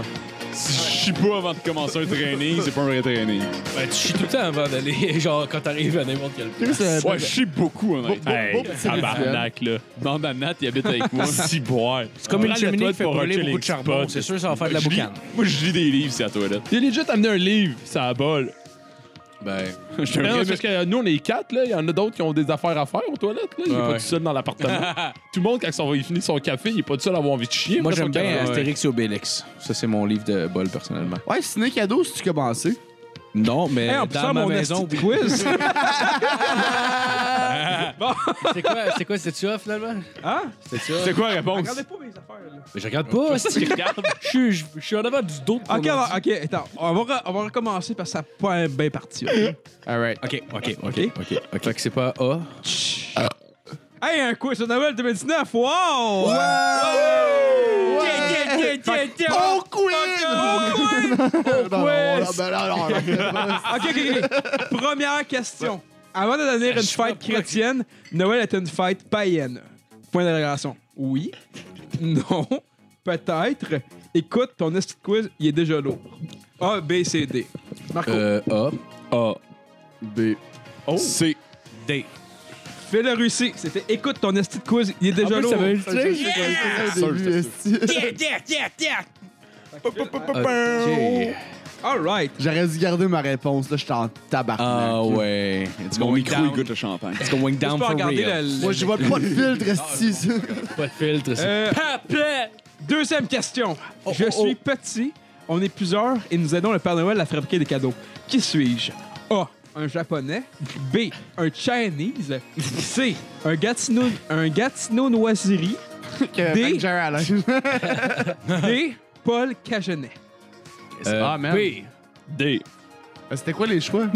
[SPEAKER 2] Si je chie pas avant de commencer un training, c'est pas un vrai training.
[SPEAKER 3] Ben, tu chies tout le temps avant d'aller, genre, quand t'arrives à n'importe quel place.
[SPEAKER 2] Ouais, je chie beaucoup, honnêtement.
[SPEAKER 6] Hey, tabarnak, là.
[SPEAKER 2] Dans ma natte, il habite avec moi.
[SPEAKER 6] Si boire.
[SPEAKER 4] C'est comme une cheminée qui fait brûler beaucoup de charbon, c'est sûr ça va faire de la
[SPEAKER 2] Je lis-
[SPEAKER 4] boucane.
[SPEAKER 2] Moi, je lis des livres, c'est à toi, là.
[SPEAKER 6] J'ai déjà amené un livre, ça a bol.
[SPEAKER 4] Ben,
[SPEAKER 2] Je suis un
[SPEAKER 6] Non,
[SPEAKER 2] vrai
[SPEAKER 6] c'est parce que nous, on est quatre, là. Il y en a d'autres qui ont des affaires à faire aux toilettes, là. Il est
[SPEAKER 4] Ouais.
[SPEAKER 6] pas tout seul dans l'appartement. tout le monde, quand son- il finit son café, il est pas tout seul à avoir envie de chier.
[SPEAKER 4] moi
[SPEAKER 6] après
[SPEAKER 4] j'aime
[SPEAKER 6] son
[SPEAKER 4] bien euh,
[SPEAKER 6] café.
[SPEAKER 4] Astérix et Obélix. Ça c'est mon livre de bol personnellement.
[SPEAKER 5] Ouais, ciné cadeau si tu commençais.
[SPEAKER 4] Non, mais
[SPEAKER 1] Hey, en poussant
[SPEAKER 4] dans
[SPEAKER 1] mon
[SPEAKER 4] ma
[SPEAKER 1] maison,
[SPEAKER 4] maison, oui.
[SPEAKER 1] quiz.
[SPEAKER 3] C'est quoi, c'est quoi, c'était ça, finalement?
[SPEAKER 1] Hein?
[SPEAKER 3] C'était ça?
[SPEAKER 2] C'est quoi la réponse?
[SPEAKER 1] Regardez pas mes affaires, là.
[SPEAKER 3] Mais je regarde pas, c'est- je suis- je je suis en avant du dos. de
[SPEAKER 1] OK,
[SPEAKER 3] ton
[SPEAKER 1] alors, OK, attends. On va, re- on va recommencer parce que ça n'a pas bien parti. ok?
[SPEAKER 4] Alright. OK, OK, OK,
[SPEAKER 1] OK.
[SPEAKER 4] OK. OK. Fait que c'est pas
[SPEAKER 3] Oh.
[SPEAKER 4] A.
[SPEAKER 1] hey, un quiz de Noël 2019. Wow! Wow! Yeah, yeah, yeah, yeah, yeah.
[SPEAKER 5] Oh, quiz!
[SPEAKER 1] Oh, quiz!
[SPEAKER 5] Non, non,
[SPEAKER 1] Ouais,
[SPEAKER 5] non, ben non, non, non.
[SPEAKER 1] Ah, OK, OK, OK. Première question. Avant de devenir une fête chrétienne, Noël est une fête païenne. Point d'intégration. Oui. Non. Peut-être. Écoute, ton esti de quiz, il est déjà lourd. A, B, C, D. Marco.
[SPEAKER 4] Euh, A.
[SPEAKER 2] A,
[SPEAKER 5] B.
[SPEAKER 2] C.
[SPEAKER 4] D.
[SPEAKER 1] Fais le Russie. C'était écoute, ton esti de quiz, il est déjà lourd.
[SPEAKER 4] OK.
[SPEAKER 1] All right.
[SPEAKER 5] J'aurais dû garder ma réponse, là, j'étais en tabarnak.
[SPEAKER 4] Ah ouais. It's
[SPEAKER 2] Mon
[SPEAKER 4] going
[SPEAKER 2] micro, il
[SPEAKER 4] down.
[SPEAKER 2] goûte le champagne.
[SPEAKER 4] It's going down
[SPEAKER 1] Tu peux
[SPEAKER 4] for
[SPEAKER 1] regarder
[SPEAKER 4] real.
[SPEAKER 1] le- le-
[SPEAKER 5] Moi, je vois pas de filtre, si.
[SPEAKER 3] Pas de filtre, c'est
[SPEAKER 1] Euh, Deuxième question.
[SPEAKER 4] Oh,
[SPEAKER 1] je suis petit, on est plusieurs et nous aidons le Père Noël à fabriquer des cadeaux. Qui suis-je? A. Un japonais. B. Un Chinese. C. Un Gatineau, un Gatineau noiserie. D. D. Paul Cagenet.
[SPEAKER 4] Euh,
[SPEAKER 5] Ah, man.
[SPEAKER 6] D.
[SPEAKER 5] Euh, C'était quoi les choix?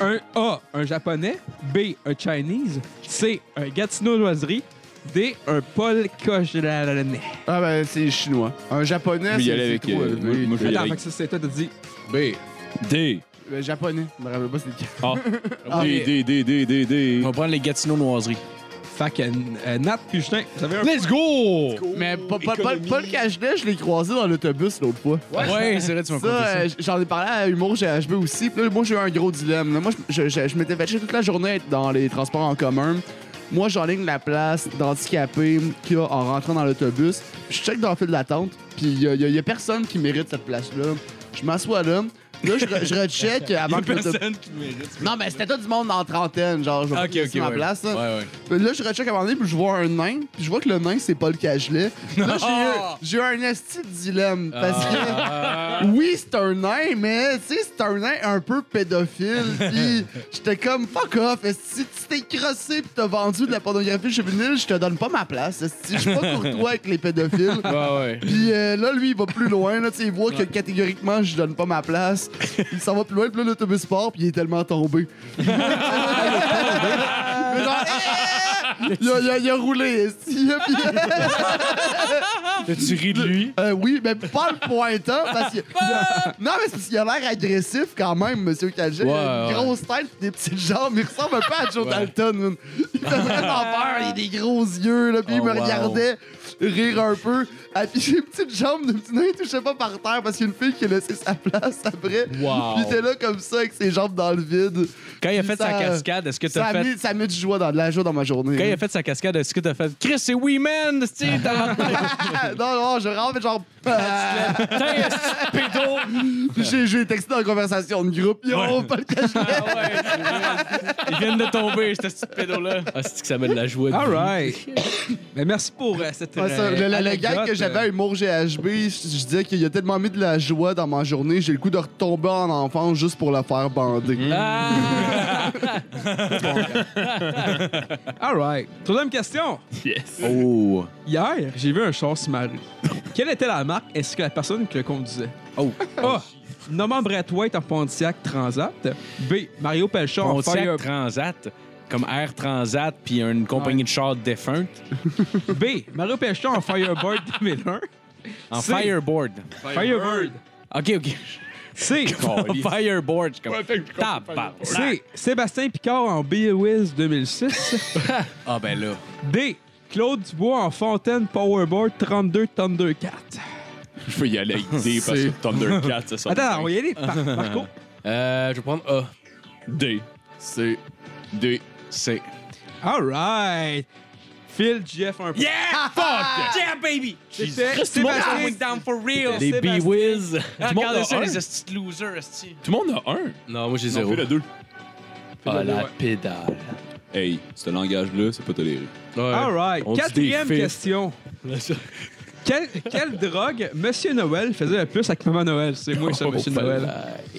[SPEAKER 1] Un A, un japonais. B, un Chinese. C, un Gatineau-Noiserie. D, un Paul Cogelanais.
[SPEAKER 5] Ah ben, c'est chinois. Un japonais,
[SPEAKER 2] Mais il y
[SPEAKER 4] Ah,
[SPEAKER 5] c'est
[SPEAKER 2] allait
[SPEAKER 5] c'est
[SPEAKER 2] avec,
[SPEAKER 5] trop,
[SPEAKER 2] euh,
[SPEAKER 5] euh,
[SPEAKER 2] moi-
[SPEAKER 5] oui.
[SPEAKER 2] moi, je-
[SPEAKER 1] Attends,
[SPEAKER 2] avec-
[SPEAKER 1] fait que ça, c'est toi, t'as dit.
[SPEAKER 4] B.
[SPEAKER 2] D.
[SPEAKER 5] Le Euh, japonais. Je me rappelle pas c'est lequel.
[SPEAKER 2] Ah.
[SPEAKER 5] <laughs> Ah,
[SPEAKER 2] D, D, D, D, D, D.
[SPEAKER 4] On va prendre les Gatineau-Noiseries.
[SPEAKER 1] Fait que euh, Nat puis Justin, vous avez un
[SPEAKER 4] Let's go!
[SPEAKER 5] Mais euh, pas, pas, pas, pas le cachelet, je l'ai croisé dans l'autobus l'autre fois.
[SPEAKER 4] Ouais, c'est vrai, tu m'as conté
[SPEAKER 5] Ça,
[SPEAKER 4] ça.
[SPEAKER 5] euh, j'en ai parlé à Humour GHB aussi. Puis là, moi, j'ai eu un gros dilemme. là. Moi, je, je- je- je m'étais fait chier toute la journée à être dans les transports en commun. Moi, j'enligne la place d'handicapé qu'il y a en rentrant dans l'autobus. Je check dans le fil d'attente, puis il y, a- il y a- il y a personne qui mérite cette place-là. Je m'assois là. Là, je, re- je recheck avant que l'autobus...
[SPEAKER 4] qui mérite.
[SPEAKER 5] Non, mais c'était tout du monde dans la trentaine, genre, je vais
[SPEAKER 4] Ok,
[SPEAKER 5] pas
[SPEAKER 4] ok.
[SPEAKER 5] laisser ma
[SPEAKER 4] ouais.
[SPEAKER 5] place. là.
[SPEAKER 4] Ouais, ouais.
[SPEAKER 5] Puis là, je recheck à un moment donné, puis je vois un nain, puis je vois que le nain, c'est pas le cagelet. Là, j'ai eu, j'ai eu un esti de dilemme, parce que <laughs> oui, c'est un nain, mais tu sais, c'est un nain un peu pédophile, puis j'étais comme fuck off, esti, tu t'es crossé puis t'as vendu de la pornographie chez vinyle, je te donne pas ma place, esti, je suis pas courtois avec les pédophiles.
[SPEAKER 4] Ouais, ouais.
[SPEAKER 5] Puis euh, là, lui, il va plus loin. Là, tu sais, il voit que catégoriquement, je lui donne pas ma place. Il s'en va plus loin. Puis là, l'autobus part. Puis il est tellement tombé. Mais genre, eh! <laughs> il, a, il a- il a roulé. esti, là,
[SPEAKER 4] <laughs>
[SPEAKER 5] puis-
[SPEAKER 3] Tu ris de lui.
[SPEAKER 5] Euh, oui, mais pas le pointant. Parce que, non, mais c'est parce qu'il a l'air agressif quand même, monsieur Cagé. Il a
[SPEAKER 4] Ouais,
[SPEAKER 5] une
[SPEAKER 4] ouais.
[SPEAKER 5] grosse tête pis des petites jambes. Il ressemble un peu à Joe Dalton. man. Il faisait vraiment peur. Il a des gros yeux. Là, puis il
[SPEAKER 4] Oh,
[SPEAKER 5] me
[SPEAKER 4] wow.
[SPEAKER 5] regardait rire un peu. Ah, puis ses petites jambes de petit nain, il touchait pas par terre parce qu'il y a une fille qui a laissé sa place après.
[SPEAKER 4] Wow.
[SPEAKER 5] Puis il était là comme ça avec ses jambes dans le vide.
[SPEAKER 4] Quand il a fait
[SPEAKER 5] Ça-
[SPEAKER 4] sa cascade, est-ce que
[SPEAKER 5] Ça
[SPEAKER 4] t'as
[SPEAKER 5] a,
[SPEAKER 4] fait.
[SPEAKER 5] mis, ça a mis du joie dans de la joie dans ma journée.
[SPEAKER 4] Quand il a fait sa cascade, est-ce que t'as fait. Chris, c'est Wee Man!
[SPEAKER 1] <laughs>
[SPEAKER 4] c'est-tu, t'as-
[SPEAKER 5] <laughs> non, non, je rentre, mais genre. Ah. Puis <laughs> J'ai j'ai texté dans la conversation de groupe. Yo, pas le cachelet.
[SPEAKER 4] Ils viennent de tomber, ce petit pédo-là.
[SPEAKER 3] Ah, c'est que ça met de la joie. de
[SPEAKER 1] All
[SPEAKER 3] vivre.
[SPEAKER 1] right. <coughs> Mais merci pour euh, cette.
[SPEAKER 5] Ouais, ça,
[SPEAKER 1] euh,
[SPEAKER 5] le, le- le gag
[SPEAKER 1] anecdote,
[SPEAKER 5] que j'avais à Humour GHB, je, je disais qu'il a tellement mis de la joie dans ma journée, j'ai le goût de retomber en enfance juste pour le faire bander.
[SPEAKER 1] Mm. euh, Ah! <laughs> All right. Troisième question.
[SPEAKER 2] Yes.
[SPEAKER 4] Oh.
[SPEAKER 1] Hier, j'ai vu un char sur ma rue. Quelle était la marque ainsi que la personne qui le conduisait?
[SPEAKER 4] Oh.
[SPEAKER 1] A. Norman Brett White en Pontiac Transat. B. Mario Pelchon en
[SPEAKER 4] Pontiac
[SPEAKER 1] Ah, Fire.
[SPEAKER 4] Transat, comme Air Transat, puis une compagnie de chars défunte.
[SPEAKER 1] B. Mario Pelchon en Firebird 2001.
[SPEAKER 4] En
[SPEAKER 1] C'est-
[SPEAKER 4] Fireboard.
[SPEAKER 1] Firebird.
[SPEAKER 4] OK, OK.
[SPEAKER 1] C.
[SPEAKER 4] <laughs> En Fireboard, je suis comme. tabarnak.
[SPEAKER 1] C. Sébastien Picard en B-Wiz 2006.
[SPEAKER 4] <laughs> Ah, ben là.
[SPEAKER 1] D. Claude Dubois en Fontaine Powerboard 32 Thundercat.
[SPEAKER 2] Je peux y aller avec D parce que Thundercat, ça sonne.
[SPEAKER 1] Attends,
[SPEAKER 2] bien.
[SPEAKER 1] on va y aller. Par
[SPEAKER 4] <laughs>
[SPEAKER 1] Marco.
[SPEAKER 3] Euh, je vais prendre A.
[SPEAKER 2] D.
[SPEAKER 5] C'est.
[SPEAKER 2] D.
[SPEAKER 4] C'est.
[SPEAKER 1] All right. Phil, Jeff, un peu.
[SPEAKER 4] Yeah! <laughs> Fuck! Yeah, baby!
[SPEAKER 1] C'était
[SPEAKER 4] Tout le monde
[SPEAKER 1] Sébastien-
[SPEAKER 4] went Ah, down for real.
[SPEAKER 3] Les
[SPEAKER 1] Sébastien.
[SPEAKER 3] B-Wiz.
[SPEAKER 4] Ah,
[SPEAKER 3] Tout le monde
[SPEAKER 4] Regardez
[SPEAKER 3] a
[SPEAKER 4] ça,
[SPEAKER 3] un.
[SPEAKER 4] les estis de losers, esti.
[SPEAKER 2] Tout le monde a un.
[SPEAKER 3] Non, moi j'ai
[SPEAKER 2] On
[SPEAKER 3] zéro.
[SPEAKER 2] fait le deux.
[SPEAKER 3] Ah, la
[SPEAKER 1] Ouais.
[SPEAKER 3] pédale.
[SPEAKER 2] Hey, ce langage-là, c'est pas toléré.
[SPEAKER 1] All right.
[SPEAKER 3] On dit
[SPEAKER 1] Quatrième
[SPEAKER 3] des fifs.
[SPEAKER 1] question. Quelle, quelle drogue Monsieur Noël faisait le plus avec Maman Noël? C'est moi, ça, Monsieur Noël.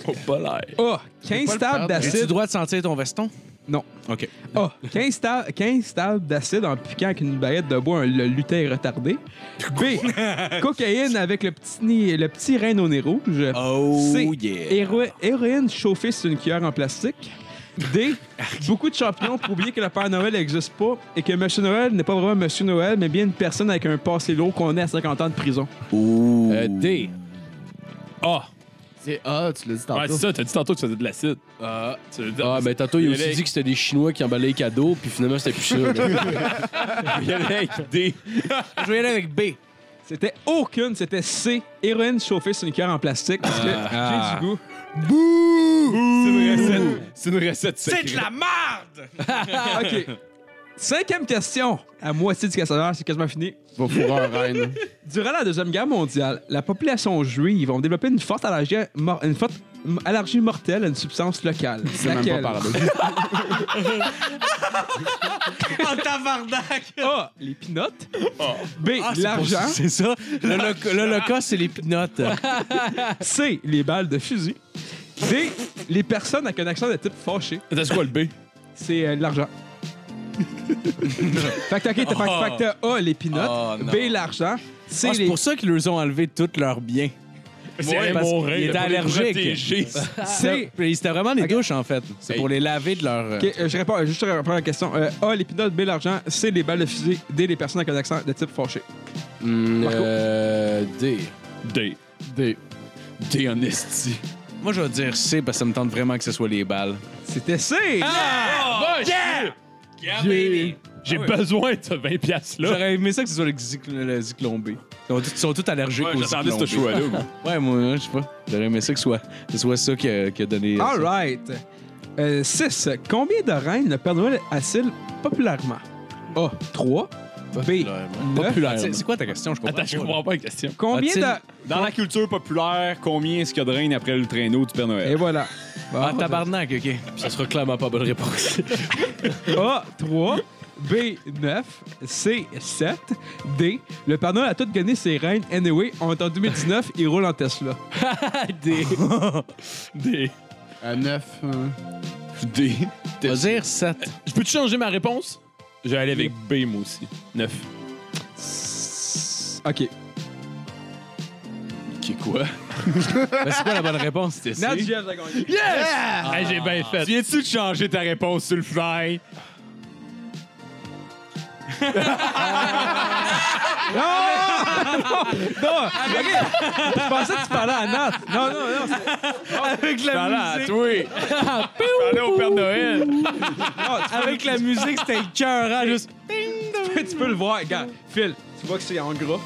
[SPEAKER 2] Oh, pas l'air.
[SPEAKER 1] A. 15 tables
[SPEAKER 4] As-tu le
[SPEAKER 1] d'acide.
[SPEAKER 4] droit de sentir ton veston?
[SPEAKER 1] Non. Ah,
[SPEAKER 4] OK.
[SPEAKER 1] A. 15, ta- 15 tables d'acide en piquant avec une baguette de bois un- le lutin est retardé. B.
[SPEAKER 4] <laughs>
[SPEAKER 1] Cocaïne avec le petit, nid- le petit rein au nez rouge.
[SPEAKER 4] Oh,
[SPEAKER 1] C.
[SPEAKER 4] yeah.
[SPEAKER 1] héro- héroïne chauffée sur une cuillère en plastique. D. Beaucoup de champignons pour oublier que le Père Noël n'existe pas et que Monsieur Noël n'est pas vraiment Monsieur Noël, mais bien une personne avec un passé lourd qu'on est à 50 ans de prison.
[SPEAKER 3] Euh, D.
[SPEAKER 2] Ah,
[SPEAKER 5] C'est A, tu l'as dit
[SPEAKER 2] ouais,
[SPEAKER 5] tantôt.
[SPEAKER 2] c'est ça. T'as dit tantôt que tu faisais de l'acide.
[SPEAKER 3] Ah.
[SPEAKER 2] Tu veux dire-
[SPEAKER 3] Ah, mais tantôt, il a
[SPEAKER 2] Il
[SPEAKER 3] aussi
[SPEAKER 2] allait-
[SPEAKER 3] dit que c'était des Chinois qui emballaient les cadeaux, puis finalement, c'était plus ça. <laughs> là.
[SPEAKER 2] Il y avait avec D.
[SPEAKER 4] Je vais y aller avec B.
[SPEAKER 1] C'était aucune, c'était C. Héroïne chauffée sur une cuillère en plastique. Parce que j'ai
[SPEAKER 4] Ah.
[SPEAKER 1] du goût.
[SPEAKER 2] C'est une recette. C'est une recette secrète.
[SPEAKER 4] merde!
[SPEAKER 1] <laughs> OK. Cinquième question. À moitié du casseur, c'est quasiment fini.
[SPEAKER 5] Va fourrer un reine.
[SPEAKER 1] Durant la Deuxième Guerre mondiale, la population juive ont développé une forte allergie, mor- une forte m- allergie mortelle à une substance locale.
[SPEAKER 5] C'est même pas
[SPEAKER 1] Laquelle?
[SPEAKER 5] parlé.
[SPEAKER 4] <laughs> En tabarnak!
[SPEAKER 1] A. Les pinottes. B.
[SPEAKER 4] L'argent.
[SPEAKER 1] L'argent.
[SPEAKER 4] C'est ça. Le, loca- le loca, c'est les pinottes.
[SPEAKER 1] C. Les balles de fusil. D. Les personnes avec un accent de type fâché.
[SPEAKER 2] Attends, c'est quoi le <laughs> B?
[SPEAKER 1] C'est euh,
[SPEAKER 4] <laughs>
[SPEAKER 1] l'argent. fait que, OK, t'as fait- fait que t'as A, les pinottes.
[SPEAKER 4] Oh, non.
[SPEAKER 1] B, l'argent. C,
[SPEAKER 4] Ah, c'est
[SPEAKER 1] les...
[SPEAKER 4] pour ça qu'ils leur ont enlevé tous leurs biens.
[SPEAKER 6] C'est
[SPEAKER 4] Ouais,
[SPEAKER 6] un
[SPEAKER 4] parce
[SPEAKER 6] bon
[SPEAKER 4] qu'il
[SPEAKER 6] règle,
[SPEAKER 4] était
[SPEAKER 6] pour les
[SPEAKER 4] allergique.
[SPEAKER 6] protéger.
[SPEAKER 1] C'est.
[SPEAKER 4] Puis C'était vraiment des douches, en fait. C'est
[SPEAKER 2] Hey.
[SPEAKER 4] pour les laver de leur. euh,
[SPEAKER 1] Ok, euh, je réponds, euh, juste reprendre la question. Euh, A, les pilotes, B, l'argent, C, les balles de fusil, D, les personnes avec un accent de type fâché.
[SPEAKER 3] Hmm,
[SPEAKER 1] Marco.
[SPEAKER 3] euh, D.
[SPEAKER 2] D.
[SPEAKER 3] D.
[SPEAKER 2] D en esti.
[SPEAKER 4] Moi, je vais dire C parce que ça me tente vraiment que ce soit les balles.
[SPEAKER 1] C'était C!
[SPEAKER 6] Ah, yeah!
[SPEAKER 3] baby!
[SPEAKER 2] Ah
[SPEAKER 6] J'ai besoin de ce 20 pièces là.
[SPEAKER 4] J'aurais aimé ça que ce soit le, zyc- le zyklon B. Ils, ont tous- ils sont tous allergiques
[SPEAKER 2] Ouais,
[SPEAKER 4] aux
[SPEAKER 2] J'attendais
[SPEAKER 4] zyklons
[SPEAKER 2] ce
[SPEAKER 4] B.
[SPEAKER 2] choix-là. <laughs> moi.
[SPEAKER 4] Ouais, moi, hein, je sais pas. J'aurais aimé ça que ce soit, ce soit ça qui a, qui a donné. euh,
[SPEAKER 1] All right. 6. Combien de reines le Père Noël a-t-il populairement? A. 3. B.
[SPEAKER 3] Populairement.
[SPEAKER 1] 9.
[SPEAKER 4] Ah, c'est c'est quoi ta question? Je comprends.
[SPEAKER 6] Attends, je
[SPEAKER 4] pas, là.
[SPEAKER 6] comprends pas la question.
[SPEAKER 1] Combien
[SPEAKER 4] A-t-il-
[SPEAKER 1] de...
[SPEAKER 2] Dans la culture populaire, combien est-ce qu'il y a de reines après le traîneau du Père
[SPEAKER 1] Et
[SPEAKER 2] Noël?
[SPEAKER 1] voilà. Bon.
[SPEAKER 4] Ah, tabarnak, ok.
[SPEAKER 3] Ça sera clairement pas bonne réponse.
[SPEAKER 1] A. 3. B. 9. C. 7. D. Le Père Noël a tout gagné ses reines. Anyway, on est en 2019, il roule en Tesla.
[SPEAKER 3] D.
[SPEAKER 6] Des-
[SPEAKER 5] À 9.
[SPEAKER 2] D.
[SPEAKER 4] Je vais dire 7.
[SPEAKER 6] Je peux-tu changer ma réponse? Je vais aller avec B, moi aussi. 9.
[SPEAKER 1] S- OK.
[SPEAKER 2] Qui est quoi?
[SPEAKER 4] <laughs> Ben, c'est quoi la bonne réponse? C'était C.
[SPEAKER 1] Nat Jeff a <laughs> gagné.
[SPEAKER 6] Yes! Ah, j'ai bien fait.
[SPEAKER 2] Viens-tu de changer ta réponse sur le fly?
[SPEAKER 1] Non! OK. Je pensais que tu parlais à Nat. Non, non, non. c'est-
[SPEAKER 4] Avec la
[SPEAKER 2] Voilà, à toi! Allez au Père Noël!
[SPEAKER 1] non, tu-
[SPEAKER 4] Avec la musique, c'était écœurant. Juste...
[SPEAKER 1] <laughs> tu peux le voir. Regarde, Phil, tu vois que c'est en gras.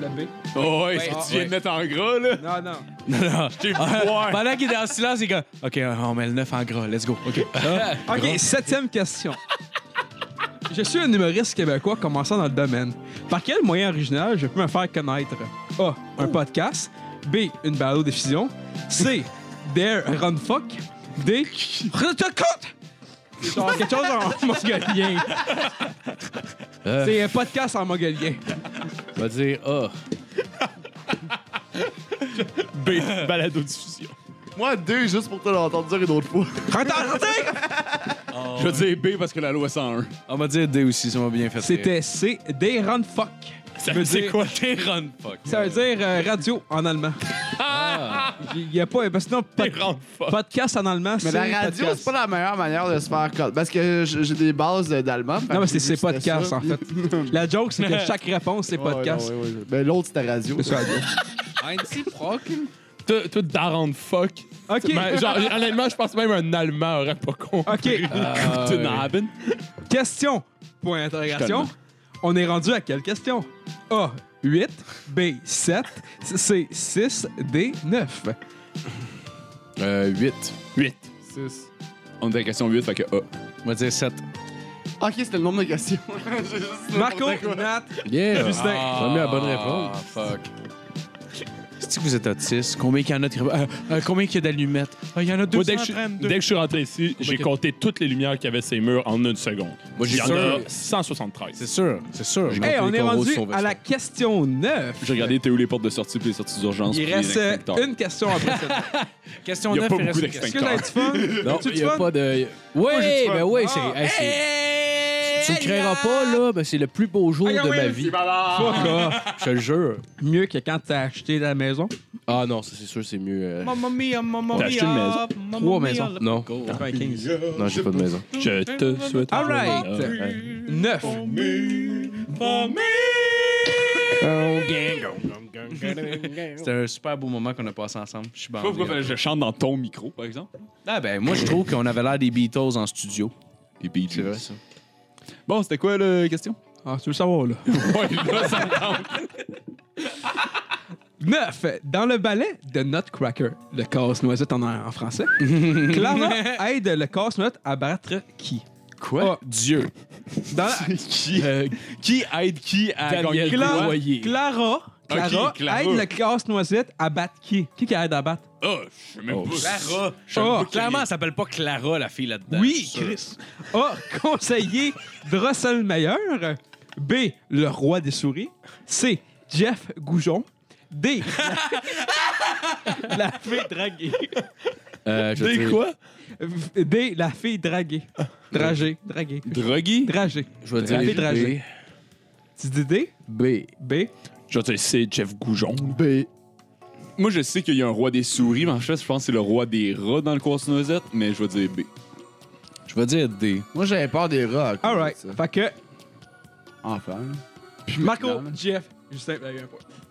[SPEAKER 1] Le B.
[SPEAKER 2] Oh, ouais, ce que
[SPEAKER 1] ah,
[SPEAKER 2] tu viens
[SPEAKER 1] ouais.
[SPEAKER 2] de mettre en gras, là?
[SPEAKER 1] Non, non.
[SPEAKER 4] Non, non.
[SPEAKER 2] J'ai <laughs> vu voir.
[SPEAKER 4] Pendant qu'il est en silence, il est comme... OK, on met le 9 en gras. Let's go. OK.
[SPEAKER 1] OK, septième question. Je suis un humoriste québécois commençant dans le domaine. Par quel moyen original je peux me faire connaître? A. Un podcast. B. Une balade diffusion. C. Dare Run Fuck. D. Retourne te compte! Genre quelque chose en <laughs> mongolien.
[SPEAKER 3] Euh.
[SPEAKER 1] C'est un podcast en mongolien.
[SPEAKER 3] On va dire A.
[SPEAKER 6] B, balado-diffusion.
[SPEAKER 5] Moi, 2 juste pour te l'entendre dire une autre
[SPEAKER 1] <laughs>
[SPEAKER 5] fois.
[SPEAKER 1] Rentre, rentre!
[SPEAKER 2] Je vais dire B parce que la loi 101.
[SPEAKER 4] On va dire D aussi, ça m'a bien fait. rire.
[SPEAKER 1] C'était C. Dare Run Fuck.
[SPEAKER 6] Ça
[SPEAKER 1] veut
[SPEAKER 6] c'est
[SPEAKER 1] dire-
[SPEAKER 6] quoi?
[SPEAKER 4] Des run fuck.
[SPEAKER 1] Ça veut dire euh, radio en allemand. Il n'y a pas. Parce que sinon, pod-
[SPEAKER 6] Des grandes fuck.
[SPEAKER 1] podcast en allemand,
[SPEAKER 5] Mais
[SPEAKER 1] c'est.
[SPEAKER 5] la radio,
[SPEAKER 1] podcast.
[SPEAKER 5] c'est pas la meilleure manière de se faire code. Parce que j- j'ai des bases euh, d'allemand.
[SPEAKER 1] Non, mais c'est- c'est podcast,
[SPEAKER 5] <laughs>
[SPEAKER 1] en fait. La joke, c'est que chaque réponse, c'est podcast.
[SPEAKER 5] Mais Ben, l'autre, c'était radio.
[SPEAKER 1] C'est ça, la
[SPEAKER 4] Un petit proc.
[SPEAKER 6] Toi, toi, daron de fuck.
[SPEAKER 1] joke. OK.
[SPEAKER 2] <laughs>
[SPEAKER 6] Ben, genre, honnêtement, je pense même un Allemand aurait pas compris.
[SPEAKER 1] OK.
[SPEAKER 2] Ah,
[SPEAKER 6] Guten Abend.
[SPEAKER 1] Question. Point d'interrogation. On est rendu à quelle question? A. 8. B. 7. C. 6. D. 9.
[SPEAKER 4] Euh, 8.
[SPEAKER 6] 8.
[SPEAKER 2] On est à la question 8, fait que euh. A.
[SPEAKER 4] On va dire 7.
[SPEAKER 5] Ok, c'était le nombre de questions. <laughs> J'ai juste
[SPEAKER 1] Marco,
[SPEAKER 5] n'importe quoi.
[SPEAKER 1] Nat,
[SPEAKER 4] Yeah.
[SPEAKER 1] Justin.
[SPEAKER 4] Ah, mis la bonne réponse. fuck. Est-ce que vous êtes autiste? Combien qu'il y en a de... euh, euh, Combien qu'il y a d'allumettes? Ah, Il y en a
[SPEAKER 6] Moi, dès, que je,
[SPEAKER 4] 232.
[SPEAKER 6] dès que je suis rentré ici, j'ai compté toutes les lumières qu'il y avait sur ces murs en une seconde.
[SPEAKER 4] Moi, j'ai
[SPEAKER 6] Il y en
[SPEAKER 4] sûr.
[SPEAKER 6] a
[SPEAKER 4] C'est
[SPEAKER 6] 173.
[SPEAKER 4] sûr. C'est sûr. J'ai
[SPEAKER 1] Hey,
[SPEAKER 4] compté
[SPEAKER 1] on
[SPEAKER 4] les
[SPEAKER 1] est
[SPEAKER 4] coraux
[SPEAKER 1] rendu
[SPEAKER 4] sur
[SPEAKER 1] à la question 9.
[SPEAKER 2] J'ai regardé t'es où les portes de sortie puis les sorties d'urgence. puis
[SPEAKER 1] Il
[SPEAKER 2] les
[SPEAKER 1] reste euh,
[SPEAKER 2] extincteurs.
[SPEAKER 1] une question après
[SPEAKER 5] <laughs>
[SPEAKER 1] ça.
[SPEAKER 4] Vesta. Question
[SPEAKER 2] Il y a
[SPEAKER 4] 9.
[SPEAKER 2] pas
[SPEAKER 4] il reste
[SPEAKER 2] beaucoup
[SPEAKER 4] une question.
[SPEAKER 1] Est-ce que t'as du fun?
[SPEAKER 3] Non,
[SPEAKER 1] As-tu
[SPEAKER 3] il
[SPEAKER 1] du
[SPEAKER 3] n'y a
[SPEAKER 1] fun?
[SPEAKER 3] pas de. Oui, ben oui, c'est. hey, c'est- tu me créeras pas, là, mais c'est le plus beau jour
[SPEAKER 1] Ah,
[SPEAKER 3] de
[SPEAKER 1] oui,
[SPEAKER 3] ma vie.
[SPEAKER 1] Fuck off.
[SPEAKER 3] Je te le jure.
[SPEAKER 1] Mieux que quand t'as acheté la maison.
[SPEAKER 3] Ah non, ça c'est sûr, c'est mieux. euh,
[SPEAKER 6] T'as acheté une maison.
[SPEAKER 3] Trois maisons. Non, non, j'ai pas de maison.
[SPEAKER 6] Je te souhaite. Ah,
[SPEAKER 1] All right. 9.
[SPEAKER 4] C'était un super beau moment qu'on a passé ensemble. Je suis bon.
[SPEAKER 2] Je sais pas pourquoi je chante dans ton micro, par exemple.
[SPEAKER 4] Ah ben, moi, je trouve qu'on avait l'air des Beatles en studio.
[SPEAKER 2] Et puis,
[SPEAKER 4] C'est vrai, ça.
[SPEAKER 2] Bon, c'était quoi la question?
[SPEAKER 1] Ah, tu veux le savoir,
[SPEAKER 2] <laughs>
[SPEAKER 1] là.
[SPEAKER 2] Ouais, là, ça tente.
[SPEAKER 1] 9. Dans le ballet de Nutcracker, le casse-noisette en, en
[SPEAKER 2] <laughs>
[SPEAKER 1] français, Clara aide le casse-noisette à battre qui?
[SPEAKER 4] Quoi?
[SPEAKER 1] Ah.
[SPEAKER 4] Dieu.
[SPEAKER 1] Dans la-
[SPEAKER 2] <laughs> qui, qui aide qui à
[SPEAKER 3] Daniel
[SPEAKER 2] gagner le
[SPEAKER 1] Cla-
[SPEAKER 2] droit?
[SPEAKER 1] Clara, Clara
[SPEAKER 2] Ok, Clara.
[SPEAKER 1] aide le casse-noisette à battre qui? Qui qui aide à battre?
[SPEAKER 2] Ah, je sais même
[SPEAKER 6] Oh,
[SPEAKER 2] pas.
[SPEAKER 4] Clara. Oh,
[SPEAKER 1] Ah,
[SPEAKER 4] clairement, elle s'appelle pas Clara, la fille là-dedans.
[SPEAKER 1] Oui, Chris. A. Conseiller Drosselmeyer. B. Le roi des souris. C. Jeff Goujon. D. La, <laughs> la fée draguée.
[SPEAKER 3] Euh, je veux
[SPEAKER 6] Des
[SPEAKER 3] dire-
[SPEAKER 6] quoi?
[SPEAKER 1] V- D. La fille draguée. Dragée. Draguée.
[SPEAKER 2] Drogué?
[SPEAKER 1] Dragée.
[SPEAKER 3] Je vais
[SPEAKER 1] La fille
[SPEAKER 3] dire
[SPEAKER 1] dragée. Tu dis D?
[SPEAKER 3] B. B.
[SPEAKER 1] B.
[SPEAKER 6] Je vais te laisser Jeff Goujon.
[SPEAKER 5] B.
[SPEAKER 2] moi, je sais qu'il y a un roi des souris, mais en fait, je pense que c'est le roi des rats dans le course noisette, mais je vais dire B.
[SPEAKER 4] Je vais dire D.
[SPEAKER 5] Moi, j'avais peur des rats. à cause
[SPEAKER 1] All
[SPEAKER 5] de
[SPEAKER 1] right.
[SPEAKER 5] ça.
[SPEAKER 1] Fait que
[SPEAKER 5] Enfin.
[SPEAKER 1] Marco, Jeff, Justin,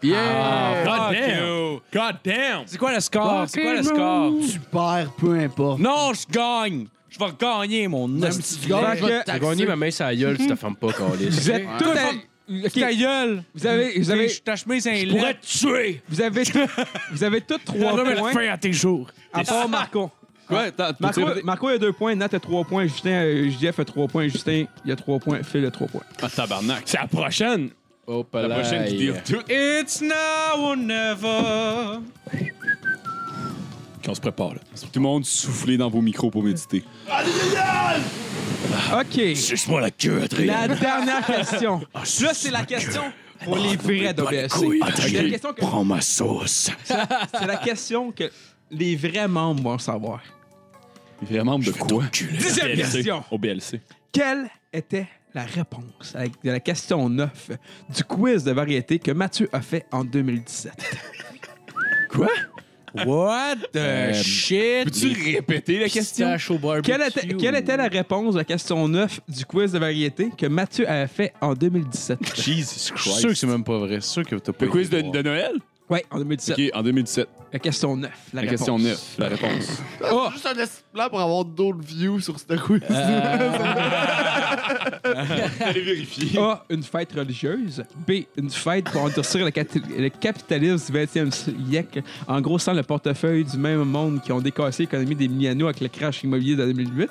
[SPEAKER 1] il y a un point.
[SPEAKER 5] Ah.
[SPEAKER 4] Yeah!
[SPEAKER 6] God
[SPEAKER 4] Fuck you.
[SPEAKER 6] damn! God damn!
[SPEAKER 4] C'est quoi le score? C'est quoi le score?
[SPEAKER 5] Tu perds, peu importe.
[SPEAKER 4] Non, je gagne! Je vais regagner, mon
[SPEAKER 5] Même
[SPEAKER 4] hostie.
[SPEAKER 5] si tu gagnes,
[SPEAKER 1] Fait
[SPEAKER 5] je vais te
[SPEAKER 1] que-
[SPEAKER 3] T'as
[SPEAKER 5] taxer.
[SPEAKER 3] gagné ma main sur la gueule, tu te fermes pas,
[SPEAKER 1] <laughs>
[SPEAKER 3] câlisse.
[SPEAKER 1] Vous êtes tous à- Ok,
[SPEAKER 4] Ta gueule!
[SPEAKER 1] Vous avez, vous avez,
[SPEAKER 4] Je t'achemins un
[SPEAKER 3] Je
[SPEAKER 4] lait.
[SPEAKER 3] pourrais te tuer!
[SPEAKER 1] vous avez, vous avez tous trois
[SPEAKER 3] J'aurais mis Ah, la
[SPEAKER 1] points,
[SPEAKER 3] fin à tes jours.
[SPEAKER 1] à part
[SPEAKER 3] <laughs>
[SPEAKER 1] Marco.
[SPEAKER 2] Quoi? Attends,
[SPEAKER 1] Marco, Marco il a deux points, Nat a trois points, Justin, euh, Jeff a trois points, Justin, il a trois points, Phil a trois points.
[SPEAKER 2] Ah, tabarnak.
[SPEAKER 6] C'est la prochaine!
[SPEAKER 3] Oh,
[SPEAKER 2] La prochaine qui tire tout.
[SPEAKER 4] It's now or never.
[SPEAKER 6] Qu'on se prépare, là.
[SPEAKER 2] Tout le monde soufflez dans vos micros pour méditer.
[SPEAKER 1] OK.
[SPEAKER 3] <laughs>
[SPEAKER 6] Suce-moi la queue,
[SPEAKER 1] La
[SPEAKER 6] Adrien.
[SPEAKER 1] dernière question.
[SPEAKER 3] Ah,
[SPEAKER 1] Là, c'est la question pour les vrais WSC.
[SPEAKER 3] Ah,
[SPEAKER 1] C'est la question que-
[SPEAKER 6] Prends ma sauce.
[SPEAKER 1] C'est la question que les vrais membres vont savoir.
[SPEAKER 2] Vraiment, de quoi?
[SPEAKER 1] Dixième question.
[SPEAKER 2] Au BLC.
[SPEAKER 1] Quelle était la réponse à la question 9 du quiz de variété que Mathieu a fait en
[SPEAKER 2] <laughs>
[SPEAKER 1] 2017?
[SPEAKER 4] What the shit?
[SPEAKER 2] Euh, Peux-tu répéter la question?
[SPEAKER 3] Pistache au barbecue.
[SPEAKER 1] Quelle était, quelle était la réponse à la question 9 du quiz de variété que Mathieu avait fait en 2017?
[SPEAKER 2] Jesus
[SPEAKER 4] Je suis sûr que c'est même pas vrai. Je suis sûr que t'as pas
[SPEAKER 2] Le quiz de,
[SPEAKER 4] été voir.
[SPEAKER 2] de Noël?
[SPEAKER 1] Oui, en 2017.
[SPEAKER 2] Ok, en 2017.
[SPEAKER 1] La question 9. La,
[SPEAKER 2] La
[SPEAKER 1] réponse. Oh!
[SPEAKER 2] question 9. La réponse.
[SPEAKER 5] C'est Juste un laisse-plan pour avoir d'autres views sur cette quiz.
[SPEAKER 2] Allez vérifier.
[SPEAKER 1] Euh. A. Une fête religieuse. B. Une fête pour endurcir le, cati- le capitalisme du 20e siècle, en grossant le portefeuille du même monde qui ont décassé l'économie des Milano avec le crash immobilier de 2008.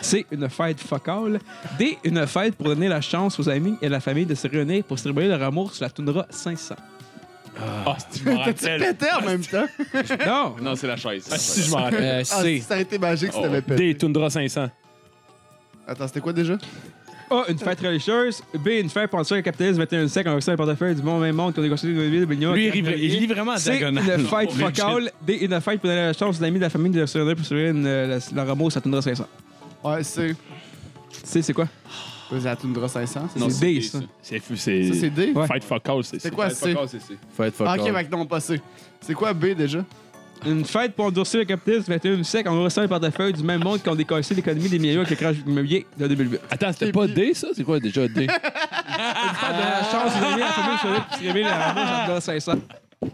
[SPEAKER 1] C. Une fête focale. D. Une fête pour donner la chance aux amis et la famille de se réunir pour célébrer leur amour sur la toundra 500.
[SPEAKER 6] Ah, si tu me
[SPEAKER 5] T'as-tu
[SPEAKER 6] rappelles.
[SPEAKER 5] <laughs> pété en même temps?
[SPEAKER 1] Non!
[SPEAKER 2] Non, c'est la chaise.
[SPEAKER 6] Ah, si je me rappelle.
[SPEAKER 3] Euh,
[SPEAKER 5] Ah, <laughs> si
[SPEAKER 3] C.
[SPEAKER 5] ça aurait été magique si
[SPEAKER 2] Oh.
[SPEAKER 5] t'avais pété.
[SPEAKER 6] Des Tundra 500.
[SPEAKER 5] Attends, c'était quoi déjà?
[SPEAKER 1] A. Une fête religieuse. B. Une fête pour endurcir le capitalisme du 21e siècle, en grossant le portefeuille du même monde qui ont décassé l'économie des Milano.
[SPEAKER 4] Lui, il, rit- il lit vraiment en
[SPEAKER 1] C'est une
[SPEAKER 4] diagonale. <laughs>
[SPEAKER 1] fête focale, des- une fête pour donner la chance aux amis de la famille de se réunir pour surveiller une, euh, la- leur amour, ça tournera 500.
[SPEAKER 5] Ouais, c'est.
[SPEAKER 1] Tu sais, c'est quoi?
[SPEAKER 5] C'est la Tundra 500. c'est
[SPEAKER 1] Non,
[SPEAKER 5] ça?
[SPEAKER 1] c'est D, ça.
[SPEAKER 6] C'est.
[SPEAKER 5] Ça, c'est
[SPEAKER 6] C'est.
[SPEAKER 5] D?
[SPEAKER 1] Ouais.
[SPEAKER 6] Fight fuck all, c'est ça.
[SPEAKER 5] C'est quoi C?
[SPEAKER 3] Faut être fuck
[SPEAKER 5] Ah, ok,
[SPEAKER 3] off.
[SPEAKER 5] mec, non, pas C. C'est quoi B déjà?
[SPEAKER 1] Une fête pour endurcir le capitalisme 21 siècle en grossissant les portefeuilles du même monde qui ont décassé l'économie des millions avec le crash immobilier de 2008.
[SPEAKER 6] Attends, c'était pas D, ça? C'est quoi déjà D?
[SPEAKER 1] Une fête de la
[SPEAKER 4] Ah!
[SPEAKER 1] chance aux amis de la famille de se réunir pour surveiller leur amour, ça tournera 500.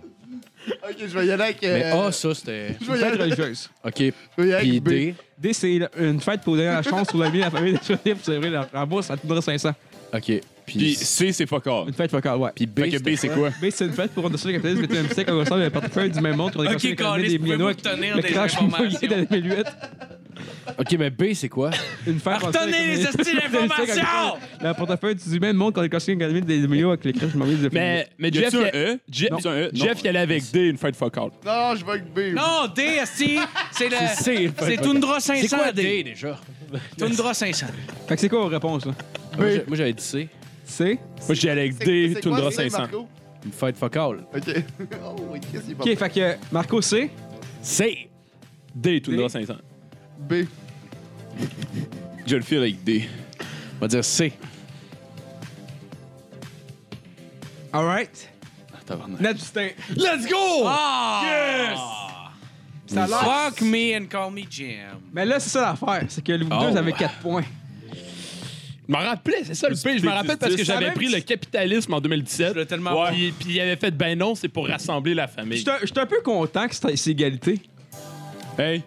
[SPEAKER 5] Ok, je vais y aller avec. euh,
[SPEAKER 3] Mais A, Ah, ça, c'était.
[SPEAKER 5] je
[SPEAKER 1] Une
[SPEAKER 5] vais y
[SPEAKER 1] fête
[SPEAKER 5] aller,
[SPEAKER 1] religieuse.
[SPEAKER 3] OK.
[SPEAKER 5] je vais y aller
[SPEAKER 3] Puis
[SPEAKER 5] avec B.
[SPEAKER 3] D.
[SPEAKER 1] D, c'est la- une fête pour donner la chance aux amis de la famille de se réunir pour célébrer leur amour, ça tournera 500.
[SPEAKER 3] OK.
[SPEAKER 2] Puis
[SPEAKER 3] Puis.
[SPEAKER 2] C, c'est fuck all.
[SPEAKER 1] Une fête focale, ouais.
[SPEAKER 3] Puis B.
[SPEAKER 2] Fait que B, c'est quoi?
[SPEAKER 1] B, c'est une fête pour endurcir le capitalisme 21 siècle en grossissant les portefeuilles du même monde qui ont décassé l'économie des millions avec
[SPEAKER 4] tenir
[SPEAKER 1] le crash immobilier de 2008.
[SPEAKER 3] OK, mais B, c'est quoi?
[SPEAKER 1] Une fête <laughs>
[SPEAKER 4] Retenez les hosties d'informations!
[SPEAKER 1] La portefeuille du même monde quand les costumes gagnent des millions avec les crèches mauvaises de
[SPEAKER 6] Mais, mais
[SPEAKER 2] Y
[SPEAKER 6] Jeff,
[SPEAKER 2] a-tu un
[SPEAKER 6] il
[SPEAKER 2] E?
[SPEAKER 6] Jeff,
[SPEAKER 2] Non. Y a-tu un E? Non.
[SPEAKER 6] Jeff, il allait avec D, une fête fuck all.
[SPEAKER 5] Non, je vais avec B.
[SPEAKER 4] Non, D, esti, c'est le.
[SPEAKER 6] C,
[SPEAKER 4] C'est Tundra
[SPEAKER 3] C'est
[SPEAKER 4] 500
[SPEAKER 3] quoi D
[SPEAKER 4] D.
[SPEAKER 3] déjà?
[SPEAKER 4] Tundra 500.
[SPEAKER 1] Fait que c'est quoi vos réponses, là?
[SPEAKER 3] Moi, j'ai- moi, j'avais dit C.
[SPEAKER 1] C'est?
[SPEAKER 6] Moi, j'y allais avec
[SPEAKER 5] C'est-
[SPEAKER 6] D,
[SPEAKER 5] c'est quoi,
[SPEAKER 6] Tundra
[SPEAKER 5] c'est,
[SPEAKER 6] 500.
[SPEAKER 5] Marco?
[SPEAKER 3] Une fête fuck all.
[SPEAKER 5] Ok. <laughs> Oh, oui, qu'est-ce qu'il
[SPEAKER 1] OK,
[SPEAKER 5] parle?
[SPEAKER 1] fait que Marco, c'est?
[SPEAKER 6] C. D, Tundra 500.
[SPEAKER 5] B.
[SPEAKER 2] Je le fais avec D.
[SPEAKER 3] On va dire C.
[SPEAKER 1] All right.
[SPEAKER 4] Ah,
[SPEAKER 2] Tabarnak.
[SPEAKER 1] Nat Justin.
[SPEAKER 4] Let's go!
[SPEAKER 1] Ça a l'air-
[SPEAKER 4] Ah! Fuck me and call me Jim.
[SPEAKER 1] Mais là, c'est ça l'affaire. C'est que vous
[SPEAKER 6] Oh.
[SPEAKER 1] deux avez 4 points.
[SPEAKER 6] Je m'en rappelais, c'est ça le pire. Je m'en rappelle parce que j'avais pris le capitalisme en 2017.
[SPEAKER 4] l'ai tellement
[SPEAKER 6] Ouais. Puis, puis il avait fait ben non, c'est pour rassembler la famille.
[SPEAKER 1] J'étais j'étais un peu content que c'était c'est égalité.
[SPEAKER 6] Hey,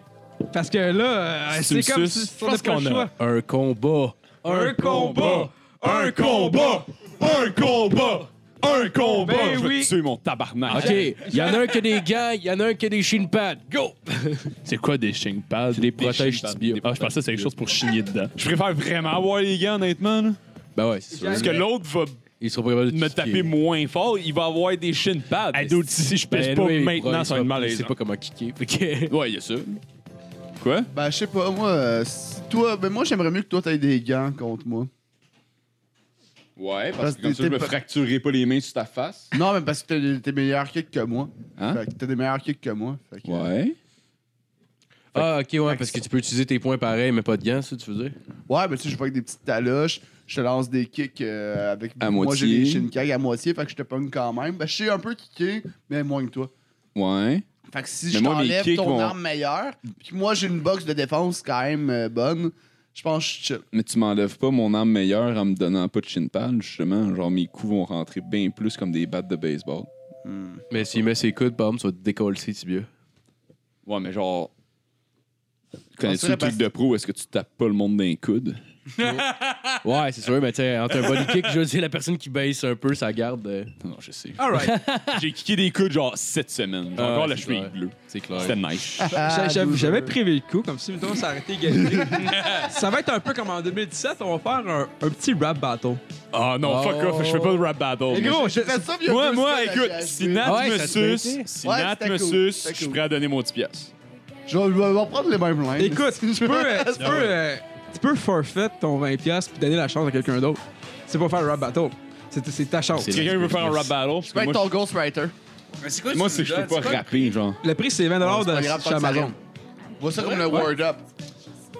[SPEAKER 1] Parce que là, euh,
[SPEAKER 2] Si tu
[SPEAKER 1] c'est
[SPEAKER 2] me
[SPEAKER 1] comme
[SPEAKER 2] suces,
[SPEAKER 1] si
[SPEAKER 6] je pense
[SPEAKER 1] pas le
[SPEAKER 6] qu'on a-
[SPEAKER 1] choix.
[SPEAKER 3] Un combat.
[SPEAKER 1] Un combat!
[SPEAKER 6] Un combat! Un combat! Un combat!
[SPEAKER 1] Ben
[SPEAKER 2] Je vais
[SPEAKER 1] oui.
[SPEAKER 2] tuer mon tabarnak.
[SPEAKER 3] OK, il y en a un qui a des gants, il y en a un qui a des shin pads. Go!
[SPEAKER 6] C'est quoi des shin pads? Des
[SPEAKER 3] protèges tibiaux.
[SPEAKER 6] Ah, je pensais que c'était quelque chose pour chigner dedans.
[SPEAKER 2] Je préfère vraiment avoir les gants, honnêtement. là.
[SPEAKER 3] Ben ouais, c'est sûr.
[SPEAKER 2] Parce que l'autre va
[SPEAKER 3] Ils seront pas capables de
[SPEAKER 2] me
[SPEAKER 3] te kicker.
[SPEAKER 2] taper moins fort, il va avoir des shin pads.
[SPEAKER 6] Hey, dude, si je pèse
[SPEAKER 3] Ben
[SPEAKER 6] pas
[SPEAKER 3] oui,
[SPEAKER 6] maintenant, ça va être
[SPEAKER 3] Je sais
[SPEAKER 6] malaisant.
[SPEAKER 3] pas comment kicker. Fait que-
[SPEAKER 2] Ouais, il y a ça. Quoi?
[SPEAKER 5] Ben, je sais pas, moi, euh, si toi. Ben, moi, j'aimerais mieux que toi, t'aies des gants contre moi.
[SPEAKER 2] Ouais,
[SPEAKER 5] Parce que comme ça, je me
[SPEAKER 2] fracturerai pas les mains sur ta face.
[SPEAKER 5] Non, mais parce que t'as des- t'es meilleur kick que moi.
[SPEAKER 2] Hein?
[SPEAKER 5] Fait que t'as des meilleurs kicks que moi. Fait que,
[SPEAKER 2] Ouais.
[SPEAKER 3] Ah, ok, ouais, parce que tu peux utiliser tes points pareil, mais pas de gants, ça, tu veux dire?
[SPEAKER 5] Ouais, mais tu sais, je vois avec des petites taloches. Je te lance des kicks euh, avec.
[SPEAKER 2] À
[SPEAKER 5] Moi, j'ai
[SPEAKER 2] moitié.
[SPEAKER 5] des shinkags à moitié, fait que je te pogne quand même. Ben, je sais un peu kicker, mais moins que toi.
[SPEAKER 2] Ouais.
[SPEAKER 5] Fait que si
[SPEAKER 2] Mais
[SPEAKER 5] je
[SPEAKER 2] moi, mes
[SPEAKER 5] t'enlève
[SPEAKER 2] kicks
[SPEAKER 5] ton
[SPEAKER 2] vont-
[SPEAKER 5] arme meilleure, puis moi j'ai une box de défense quand même euh, bonne, je pense que je suis chill.
[SPEAKER 2] Mais tu m'enlèves pas mon arme meilleure en me donnant pas de chin pad, justement. Genre, mes coups vont rentrer bien plus comme des battes de baseball.
[SPEAKER 3] Mais s'il met ses coudes, par exemple, tu vas te décoller le tibia.
[SPEAKER 2] Ouais, mais genre.
[SPEAKER 5] On
[SPEAKER 2] Connais-tu
[SPEAKER 5] serait
[SPEAKER 2] le truc
[SPEAKER 5] pas-
[SPEAKER 2] de pro où est-ce que tu tapes pas le monde d'un coude?
[SPEAKER 3] Ouais, c'est sûr, mais tu sais, entre un body kick, je veux dire, la personne qui baisse un peu sa garde, euh,
[SPEAKER 2] Non, je sais.
[SPEAKER 1] All right.
[SPEAKER 2] <laughs> J'ai kické des coudes genre cette semaine. J'ai
[SPEAKER 3] Ah,
[SPEAKER 2] encore la
[SPEAKER 3] c'est
[SPEAKER 2] cheville
[SPEAKER 3] clair.
[SPEAKER 2] bleue.
[SPEAKER 3] c'est clair.
[SPEAKER 2] C'était nice.
[SPEAKER 5] Ah,
[SPEAKER 1] J'a- j'a-
[SPEAKER 5] double.
[SPEAKER 1] J'avais prévu le coup, comme si mettons, ça arrêtait égalité. ça va être un peu comme en 2017, on va faire un, un petit rap battle.
[SPEAKER 2] <laughs> Ah non, fuck off, je fais pas de rap battle.
[SPEAKER 1] Mais gros, je-
[SPEAKER 5] J'aimerais ça, puis il y a
[SPEAKER 2] Moi,
[SPEAKER 5] deux
[SPEAKER 2] moi,
[SPEAKER 5] semaines à
[SPEAKER 2] écoute,
[SPEAKER 5] GHB.
[SPEAKER 2] si Nat
[SPEAKER 3] Ouais,
[SPEAKER 2] me
[SPEAKER 3] ça te
[SPEAKER 2] suce,
[SPEAKER 3] fait
[SPEAKER 2] si
[SPEAKER 5] Ouais,
[SPEAKER 2] Nat
[SPEAKER 5] c'était
[SPEAKER 2] me
[SPEAKER 5] cool,
[SPEAKER 2] suce,
[SPEAKER 5] c'était
[SPEAKER 2] je suis
[SPEAKER 5] cool.
[SPEAKER 2] prêt à donner mon 10 piastres.
[SPEAKER 5] Je vais, je vais- on va prendre les mêmes lines. <laughs>
[SPEAKER 1] Écoute, tu peux, euh, tu peux, euh, tu peux forfeit ton 20$ puis donner la chance à quelqu'un d'autre. C'est pas faire un rap battle. C'est c'est ta chance.
[SPEAKER 3] C'est
[SPEAKER 2] Si quelqu'un veut faire un rap battle, parce
[SPEAKER 5] Tu peux
[SPEAKER 2] que
[SPEAKER 5] être
[SPEAKER 2] moi,
[SPEAKER 5] ton
[SPEAKER 3] Ben,
[SPEAKER 5] ghostwriter.
[SPEAKER 2] je- moi, c'est que je peux pas rapper, genre.
[SPEAKER 1] Le prix, c'est 20$
[SPEAKER 5] C'est pas
[SPEAKER 1] de
[SPEAKER 5] grave,
[SPEAKER 1] chez
[SPEAKER 5] tant que ça
[SPEAKER 1] Amazon.
[SPEAKER 5] rime. Vois ça comme le word up.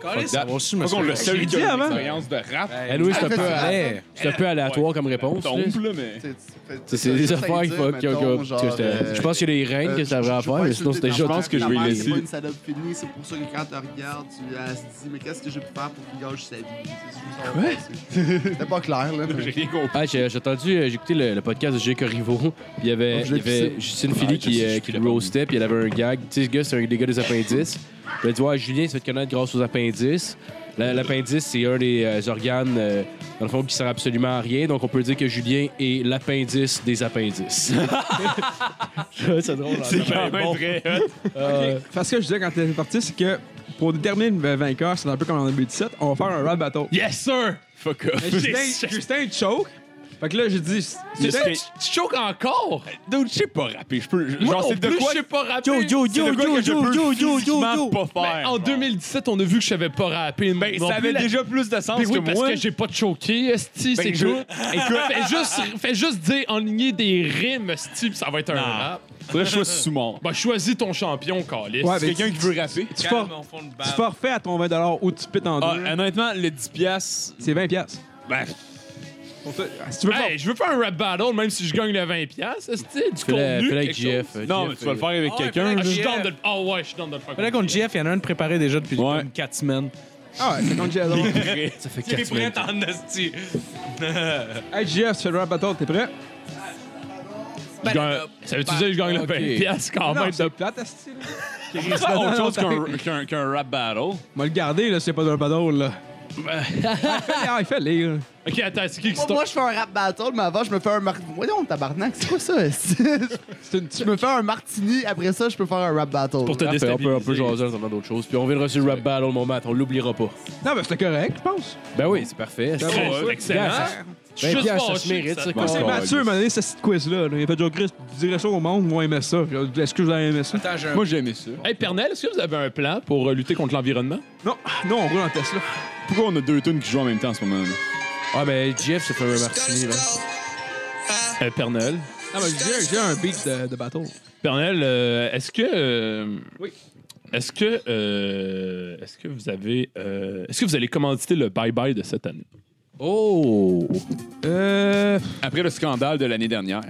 [SPEAKER 2] Fuck that.
[SPEAKER 3] va aussi, je me
[SPEAKER 2] Pas qu'on
[SPEAKER 3] suis-
[SPEAKER 2] le seul
[SPEAKER 1] J'ai
[SPEAKER 2] qui
[SPEAKER 1] dit
[SPEAKER 2] a une
[SPEAKER 1] avant.
[SPEAKER 2] expérience de rap.
[SPEAKER 3] Eh, Louis, c'est un
[SPEAKER 5] Ah,
[SPEAKER 3] peu,
[SPEAKER 5] fais ça.
[SPEAKER 3] eh, c'est un peu aléatoire comme réponse. là.
[SPEAKER 2] Tombe, là, Ben, mais.
[SPEAKER 3] C'est c'est des affaires qui font- qui ont- qui ont- que
[SPEAKER 5] euh,
[SPEAKER 3] c'était- euh, Je pense qu'il y a des reines que ça devrait faire, mais sinon, c'était déjà
[SPEAKER 2] Euh, je pense que je vais
[SPEAKER 5] les
[SPEAKER 2] laisser.
[SPEAKER 5] C'est pas une salope finie, c'est pour ça que quand tu regardes, tu elle se dis, mais qu'est-ce que j'ai pu faire pour qu'il gâche sa vie? C'est juste ça. C'était pas clair, là.
[SPEAKER 2] <laughs> <laughs> J'ai rien compris.
[SPEAKER 3] Ah, j'ai j'ai entendu, euh, j'ai écouté le, le podcast de G. Corriveau. puis Il y avait,
[SPEAKER 5] je
[SPEAKER 3] il y
[SPEAKER 5] l'ai
[SPEAKER 3] avait
[SPEAKER 5] pissé.
[SPEAKER 3] Justine
[SPEAKER 2] Ah,
[SPEAKER 3] Philly
[SPEAKER 2] je
[SPEAKER 3] qui,
[SPEAKER 2] sais,
[SPEAKER 3] euh,
[SPEAKER 2] je
[SPEAKER 3] qui
[SPEAKER 2] l'ai
[SPEAKER 3] le
[SPEAKER 2] pas
[SPEAKER 3] roastait, puis il avait un gag. Tu sais, ce gars, c'est un des gars des appendices. Il a dit Ouais, Julien, tu vas te connaître grâce aux appendices. La- L'appendice, c'est un des euh, organes, euh, dans le fond, qui sert absolument à rien. Donc, on peut dire que Julien est l'appendice des appendices. c'est drôle.
[SPEAKER 2] C'est quand même Ben, vrai.
[SPEAKER 1] Parce que je disais quand t'es parti, c'est que pour déterminer le vainqueur, c'est un peu comme en 2017, on va faire un rap battle.
[SPEAKER 2] <laughs> Yes, sir! Fuck
[SPEAKER 1] Mais
[SPEAKER 2] off.
[SPEAKER 1] Justin, Justin choke. Fait que là, j'ai dit. Justin,
[SPEAKER 2] Tu choques encore? Dude, je sais pas rapper. Je peux.
[SPEAKER 6] Moi
[SPEAKER 2] Genre,
[SPEAKER 6] non
[SPEAKER 2] c'est de
[SPEAKER 6] plus,
[SPEAKER 2] quoi?
[SPEAKER 6] je sais pas rapper.
[SPEAKER 2] Yo, yo, yo, yo, yo, yo, yo, yo, pas
[SPEAKER 6] Mais
[SPEAKER 2] faire.
[SPEAKER 6] Ben, en 2017, on a vu que je savais pas rapper.
[SPEAKER 2] Ben,
[SPEAKER 6] non
[SPEAKER 2] ça
[SPEAKER 6] plus,
[SPEAKER 2] avait
[SPEAKER 6] la-
[SPEAKER 2] déjà plus de sens
[SPEAKER 6] Ben oui,
[SPEAKER 2] que
[SPEAKER 6] parce
[SPEAKER 2] moi. Ben,
[SPEAKER 6] que j'ai pas choqué, esti,
[SPEAKER 2] <laughs>
[SPEAKER 6] c'est
[SPEAKER 2] je-
[SPEAKER 6] tout. fais juste, fais juste dire, enligner des rimes, esti, puis ça va être un rap.
[SPEAKER 2] Faudrait que je sois <laughs> sous-mort.
[SPEAKER 6] Ben, choisis ton champion, Calis.
[SPEAKER 1] Ouais, mais-
[SPEAKER 2] Quelqu'un qui veut rapper?
[SPEAKER 1] tu, for- tu forfais à ton 20$ ou tu pites en
[SPEAKER 2] Ah,
[SPEAKER 1] deux.
[SPEAKER 2] honnêtement, le 10 piastres,
[SPEAKER 1] C'est 20$.
[SPEAKER 2] ben,
[SPEAKER 1] Pour te- Si tu veux pas.
[SPEAKER 6] Hey, je veux faire un rap battle, même si je gagne le 20$, piastres, esti, du
[SPEAKER 3] Fais-le
[SPEAKER 6] contenu.
[SPEAKER 3] fais-le avec
[SPEAKER 6] quelque chose.
[SPEAKER 3] GF. euh,
[SPEAKER 2] non,
[SPEAKER 3] GF,
[SPEAKER 2] mais tu vas le
[SPEAKER 3] euh,
[SPEAKER 2] faire avec quelqu'un.
[SPEAKER 6] Ah, je suis
[SPEAKER 2] là.
[SPEAKER 6] down de le- Ah ouais, je suis down de le faire. <laughs>
[SPEAKER 4] Là, contre Jeff, il y en a un de préparé déjà depuis
[SPEAKER 2] Ouais.
[SPEAKER 4] comme 4 semaines.
[SPEAKER 1] Ah ouais, c'est contre Jason.
[SPEAKER 3] Ça fait 4 semaines.
[SPEAKER 8] en esti.
[SPEAKER 1] <laughs> hey, Jeff, tu fais le rap battle, t'es prêt?
[SPEAKER 6] Je gagne- Ça veut-tu dire que je gagne
[SPEAKER 4] ben,
[SPEAKER 6] le
[SPEAKER 3] <laughs> Ok.
[SPEAKER 6] 20$ piastres quand
[SPEAKER 1] Non,
[SPEAKER 6] même? de-
[SPEAKER 1] c'est plate, à style.
[SPEAKER 2] C'est autre chose qu'un- qu'un qu'un rap battle.
[SPEAKER 1] On va le garder, là, c'est pas d'un paddle, là. ah, il fait- ah, il fait lire.
[SPEAKER 6] Ok, attends, c'est qui qui se
[SPEAKER 5] Moi, moi, je fais un rap battle, mais avant, je me fais un martini. Voyons, tabarnak, c'est quoi ça? <laughs> esti?
[SPEAKER 1] C'est une petite.
[SPEAKER 5] je me fais un martini, après ça, je peux faire un rap battle.
[SPEAKER 6] pour te
[SPEAKER 3] Après, on
[SPEAKER 6] déstabiliser?
[SPEAKER 3] peut, on peut jaser en attendant d'autres choses. Puis on reviendra sur le rap battle, mon mat, on l'oubliera pas.
[SPEAKER 1] Non, mais c'était correct, je pense.
[SPEAKER 3] Ben oui, c'est parfait.
[SPEAKER 1] Ben
[SPEAKER 6] Chris,
[SPEAKER 1] Ouais.
[SPEAKER 6] excellent. Je suis
[SPEAKER 3] Ben,
[SPEAKER 6] juste
[SPEAKER 3] Pierre, ça
[SPEAKER 6] fâché
[SPEAKER 3] se mérite,
[SPEAKER 6] que
[SPEAKER 3] ça,
[SPEAKER 1] Moi, c'est
[SPEAKER 3] Oh,
[SPEAKER 1] Mathieu m'a donné ce petit quiz-là. là. Il a fait genre, Chris, tu dirais ça au monde, ils vont aimer ça. J'ai dit, Est-ce que vous allez aimer ça?
[SPEAKER 2] Moi, j'ai aimé ça.
[SPEAKER 6] Hey, Pernel, est-ce que vous avez un plan pour euh, lutter contre l'environnement?
[SPEAKER 1] Non, non, on roule en Tesla.
[SPEAKER 2] Pourquoi on a deux tunes qui jouent en même temps en ce moment?
[SPEAKER 3] Ah, ben Jeff, c'est fait un martini, là.
[SPEAKER 6] Euh, Pernel.
[SPEAKER 1] Non, mais j'ai- j'ai un beat de, de battle.
[SPEAKER 6] Pernel, euh, est-ce que. euh,
[SPEAKER 1] Oui.
[SPEAKER 6] Est-ce que. euh, est-ce que vous avez. euh, est-ce que vous allez commanditer le bye-bye de cette année?
[SPEAKER 3] Oh!
[SPEAKER 1] Euh,
[SPEAKER 2] Après le scandale de l'année dernière.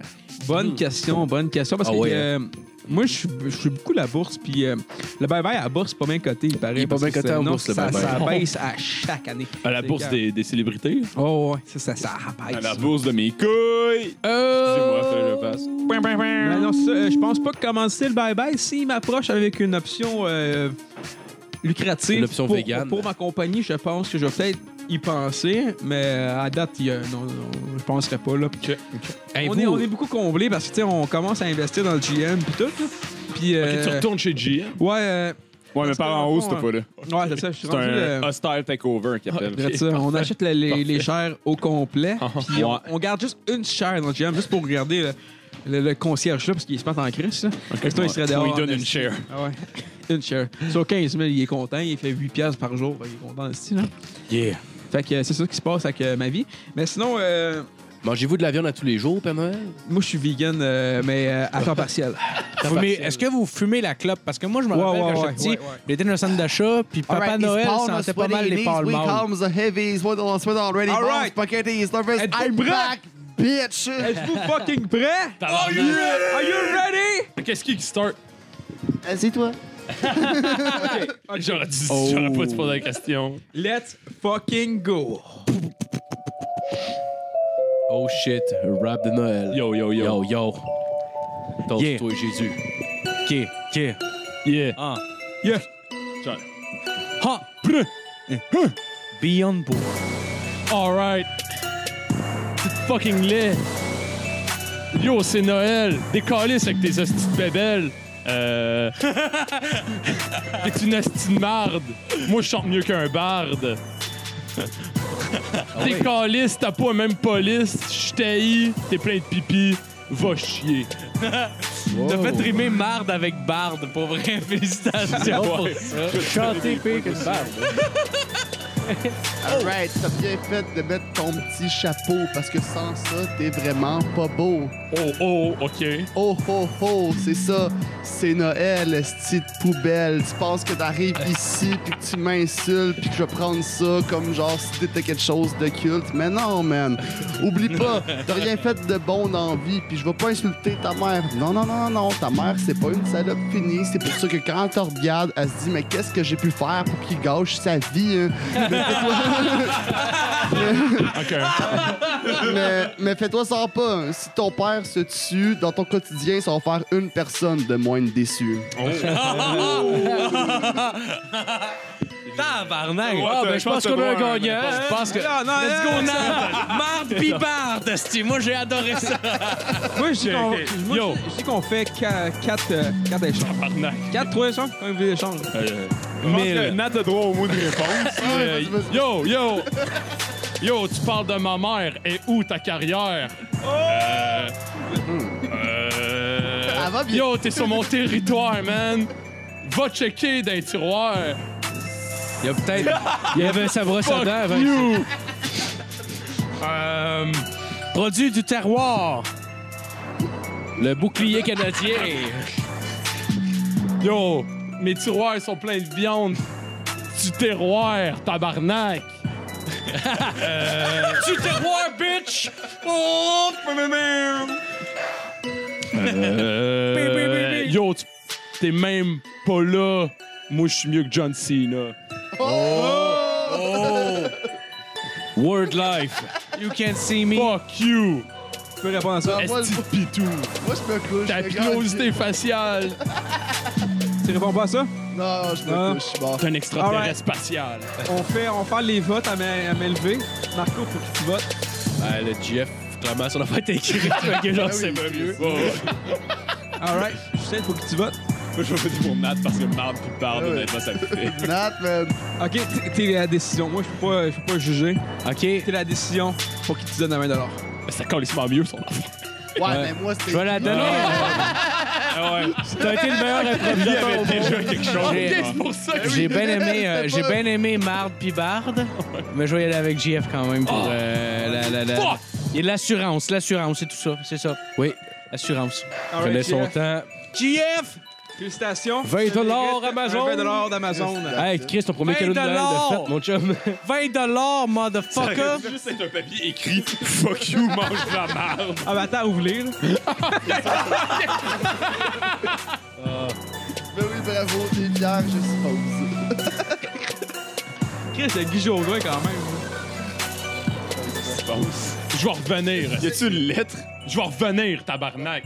[SPEAKER 1] bonne question, bonne question. Parce
[SPEAKER 3] Mmh. Ah
[SPEAKER 1] que
[SPEAKER 3] ouais,
[SPEAKER 1] euh, moi, je suis- je suis beaucoup la bourse. Puis euh, le bye-bye à la bourse, c'est pas bien coté, il paraît.
[SPEAKER 3] Il est pas
[SPEAKER 1] parce
[SPEAKER 3] bien
[SPEAKER 1] que
[SPEAKER 3] coté
[SPEAKER 1] c'est-
[SPEAKER 3] en
[SPEAKER 1] non,
[SPEAKER 3] bourse, le
[SPEAKER 1] ça,
[SPEAKER 3] bye-bye.
[SPEAKER 1] ça baisse à chaque année.
[SPEAKER 6] À la
[SPEAKER 1] C'est
[SPEAKER 6] bourse
[SPEAKER 1] quand-
[SPEAKER 6] des, des célébrités?
[SPEAKER 1] Oh, ouais, ça, ça, ça baisse. Oh!
[SPEAKER 2] À la bourse de mes couilles! Excusez-moi, fallait que je passe.
[SPEAKER 1] Mais non, ça, euh, je pense pas que commencer le bye-bye s'il m'approche avec une option euh, lucrative.
[SPEAKER 3] Une option
[SPEAKER 1] pour,
[SPEAKER 3] végane.
[SPEAKER 1] Pour ma compagnie, je pense que je vais peut-être y penser, mais euh, à date, il y a- non, non, non, je penserais pas. Là.
[SPEAKER 3] Hey,
[SPEAKER 1] on,
[SPEAKER 3] vous-
[SPEAKER 1] est, on est beaucoup comblés parce que tu sais, on commence à investir dans le GM puis tout. là. Puis,
[SPEAKER 6] Ok, tu
[SPEAKER 1] euh,
[SPEAKER 6] retournes chez GM.
[SPEAKER 2] hein?
[SPEAKER 1] ouais, euh,
[SPEAKER 2] Ouais, mais par en haut, c'était pas là.
[SPEAKER 1] ouais, c'est ça. Je suis
[SPEAKER 2] C'est
[SPEAKER 1] hein, rendu. euh, Ah,
[SPEAKER 2] un hostile takeover qui appelle.
[SPEAKER 1] vrai de ça. on achète les, les- les shares au complet. puis on,
[SPEAKER 2] Ouais.
[SPEAKER 1] on garde juste une share dans le GM, juste pour regarder le, le- le concierge là, parce qu'il se met en crise. Là. Sinon, il serait dehors.
[SPEAKER 2] On lui donne
[SPEAKER 1] en
[SPEAKER 2] une share.
[SPEAKER 1] Ah ouais. <coughs> Une share. Sur 15 000, il est content. Il fait 8 piastres par jour. Il est content aussi, là.
[SPEAKER 3] Yeah.
[SPEAKER 1] Fait que euh, c'est ça qui se passe avec euh, ma vie. Mais sinon, euh,
[SPEAKER 3] Mangez-vous de la viande à tous les jours, Père Noël?
[SPEAKER 1] moi, je suis vegan, euh, mais euh, à temps
[SPEAKER 4] <laughs>
[SPEAKER 1] partiel.
[SPEAKER 4] Fumez- Est-ce que vous fumez la clope? Parce que moi, je me
[SPEAKER 1] Ouais,
[SPEAKER 4] rappelle
[SPEAKER 1] ouais,
[SPEAKER 4] quand
[SPEAKER 1] ouais,
[SPEAKER 4] j'étais petit,
[SPEAKER 1] ouais, ouais.
[SPEAKER 4] j'étais dans le centre d'achat, puis Papa
[SPEAKER 5] Alright, he's
[SPEAKER 4] Noël
[SPEAKER 5] born,
[SPEAKER 4] sentait
[SPEAKER 5] I'm
[SPEAKER 4] pas mal
[SPEAKER 5] sweaty,
[SPEAKER 4] les
[SPEAKER 5] knees,
[SPEAKER 4] pâles
[SPEAKER 5] We comes the heavies, what else with already
[SPEAKER 1] Alright.
[SPEAKER 5] bombs, spaghetti, nervous,
[SPEAKER 1] Êtes-vous
[SPEAKER 5] I'm
[SPEAKER 1] prêts?
[SPEAKER 5] back, bitch!
[SPEAKER 1] Êtes-vous fucking prêts? Are
[SPEAKER 6] Tabarnak.
[SPEAKER 1] you ready?
[SPEAKER 6] Qu'est-ce qui start?
[SPEAKER 5] Assieds-toi.
[SPEAKER 6] J'aurais dit, j'aurais pas dû poser la question.
[SPEAKER 1] Let's fucking go.
[SPEAKER 3] Oh shit, rap de Noël.
[SPEAKER 6] Yo, yo, yo.
[SPEAKER 3] yo. yo.
[SPEAKER 4] Yeah.
[SPEAKER 3] toi Jésus.
[SPEAKER 4] OK, OK.
[SPEAKER 6] Yeah.
[SPEAKER 4] Ah.
[SPEAKER 1] Yeah.
[SPEAKER 6] Genre.
[SPEAKER 4] Ha! Prr! Huh! Beyond Board.
[SPEAKER 6] Alright. C'est fucking laid. Yo, c'est Noël. Décalisse avec tes hosties de bébelles. Euh. T'es une hostie de marde. Moi, je chante mieux qu'un barde. T'es calisse, t'as pas même police. Je t'haïs, t'es plein de pipi. Va chier.
[SPEAKER 4] T'as fait rimer marde avec barde, pour vrai. <laughs> Félicitations pour ça.
[SPEAKER 3] Chanter pire que ça.
[SPEAKER 5] Alright, t'as bien fait de mettre ton petit chapeau parce que sans ça, t'es vraiment pas beau.
[SPEAKER 6] Oh, oh, ok.
[SPEAKER 5] Oh oh oh, c'est ça, c'est Noël, esti de poubelle. Tu penses que t'arrives
[SPEAKER 6] Ah.
[SPEAKER 5] ici puis que tu m'insultes puis que je vais prendre ça comme genre si t'étais quelque chose de culte. Mais non, man. Oublie pas, t'as rien fait de bon dans la vie puis je vais pas insulter ta mère. Non, non, non, non, non, ta mère, c'est pas une salope finie. C'est pour ça que quand elle te regarde, elle se dit, mais qu'est-ce que j'ai pu faire pour qu'il gâche sa vie, hein?
[SPEAKER 6] Ok.
[SPEAKER 5] mais, mais fais-toi sans pas. hein. Si ton père se tue, dans ton quotidien, ça va faire une personne de moins de déçue.
[SPEAKER 4] Tabarnak!
[SPEAKER 2] Ouais,
[SPEAKER 3] ben, je pense qu'on a un gagnant.
[SPEAKER 4] Je pense que...
[SPEAKER 1] Non, non,
[SPEAKER 4] Let's
[SPEAKER 1] non,
[SPEAKER 4] go
[SPEAKER 1] non.
[SPEAKER 4] now! Marde pis barde, esti. Moi, j'ai adoré ça.
[SPEAKER 1] Moi, je dis qu'on-
[SPEAKER 6] Ok, ok.
[SPEAKER 1] moi,
[SPEAKER 6] Yo.
[SPEAKER 1] je- je dis qu'on fait 4 échanges.
[SPEAKER 6] Tabarnak.
[SPEAKER 1] 4, 3 échanges? Quand vous voulez échanges.
[SPEAKER 6] Euh,
[SPEAKER 2] Je pense que
[SPEAKER 6] mille.
[SPEAKER 2] Nat a droit au mot de réponse.
[SPEAKER 6] Euh, yo, yo. Yo, tu parles de ma mère et où ta carrière? Euh, euh,
[SPEAKER 5] Elle Ah, va bien.
[SPEAKER 6] yo, t'es sur mon territoire, man. Va checker dans les tiroirs.
[SPEAKER 3] Il y a peut-être. Il y avait sa brosse à
[SPEAKER 6] Fuck
[SPEAKER 3] dents avant.
[SPEAKER 6] you. Euh,
[SPEAKER 4] Produit du terroir.
[SPEAKER 3] Le bouclier canadien.
[SPEAKER 6] yo, mes tiroirs sont pleins de viande. Du terroir, tabarnak.
[SPEAKER 3] Euh.
[SPEAKER 6] <laughs>
[SPEAKER 4] Du terroir, bitch! Oh!
[SPEAKER 6] Euh, yo, tu- t'es même pas là. Moi, je suis mieux que John Cena.
[SPEAKER 3] oh,
[SPEAKER 5] Oh,
[SPEAKER 3] Word life.
[SPEAKER 4] You can see me.
[SPEAKER 6] Fuck you!
[SPEAKER 1] Tu peux répondre à
[SPEAKER 3] oh,
[SPEAKER 1] ça.
[SPEAKER 5] Ah, moi,
[SPEAKER 6] Esti de pitou!
[SPEAKER 5] Moi, je me couche.
[SPEAKER 6] Ta
[SPEAKER 5] je me gâche.
[SPEAKER 6] pilosité faciale!
[SPEAKER 1] Tu réponds pas à ça?
[SPEAKER 5] Non, je
[SPEAKER 3] Hein?
[SPEAKER 1] Ah.
[SPEAKER 5] me couche. Bon.
[SPEAKER 6] T'es un extraterrestre
[SPEAKER 1] Alright.
[SPEAKER 6] spatial!
[SPEAKER 1] On fait, on fait les votes à main, à main levée. Marco, faut que tu votes.
[SPEAKER 3] Ben, le GF, clairement, son affaire était écrite. Fait que
[SPEAKER 5] Ben
[SPEAKER 3] genre, c'est pas mieux.
[SPEAKER 1] All right. Je sais, faut que tu votes.
[SPEAKER 2] Moi, je vais dire pour Nat parce que marde puis barde,
[SPEAKER 1] Ah
[SPEAKER 5] Ouais.
[SPEAKER 2] honnêtement, ça me fait.
[SPEAKER 5] Nat, man.
[SPEAKER 1] OK, t'es- t'es la décision. Moi, je peux pas, je peux pas juger.
[SPEAKER 3] <laughs> OK.
[SPEAKER 1] T'es la décision. Faut qu'il te donne un 20
[SPEAKER 6] Mais ça colissement mieux son enfant!
[SPEAKER 5] Ouais, mais moi, c'est.
[SPEAKER 3] Je vais la donner.
[SPEAKER 2] Ah ouais.
[SPEAKER 3] T'as été le meilleur improvisateur au monde.
[SPEAKER 2] déjà quelque chose.
[SPEAKER 3] J'ai-
[SPEAKER 2] hein.
[SPEAKER 6] pour ça que
[SPEAKER 3] J'ai bien
[SPEAKER 5] <laughs>
[SPEAKER 3] aimé, euh,
[SPEAKER 5] C'était
[SPEAKER 3] j'ai
[SPEAKER 5] Ben pas-
[SPEAKER 3] bien aimé Marde puis Barde, mais je vais y aller avec JF quand même pour euh, la, la, la-
[SPEAKER 6] Fuck!
[SPEAKER 3] Il y a de l'assurance, l'assurance, c'est tout ça, c'est ça. Oui, l'assurance.
[SPEAKER 1] All
[SPEAKER 3] son
[SPEAKER 1] GF.
[SPEAKER 3] temps. JF!
[SPEAKER 1] Félicitations.
[SPEAKER 3] 20 dollars
[SPEAKER 1] Un
[SPEAKER 3] Amazon.
[SPEAKER 1] 20 dollars d'Amazon.
[SPEAKER 5] Ben
[SPEAKER 3] Hey, Chris, ton premier 20 cadeau de Noël de dollars. fête, mon chum.
[SPEAKER 4] 20 dollars, motherfucker!
[SPEAKER 2] C'est juste être un papier écrit Fuck you, mange de la marde.
[SPEAKER 1] Ah, bah attends, ouvre-les. là.
[SPEAKER 5] Ben oui, bravo, t'es fier, je suppose.
[SPEAKER 1] Chris, le Guy Jourdain, quand même.
[SPEAKER 6] Je vais revenir!
[SPEAKER 2] Y a-tu une lettre?
[SPEAKER 6] Je vais revenir, tabarnak!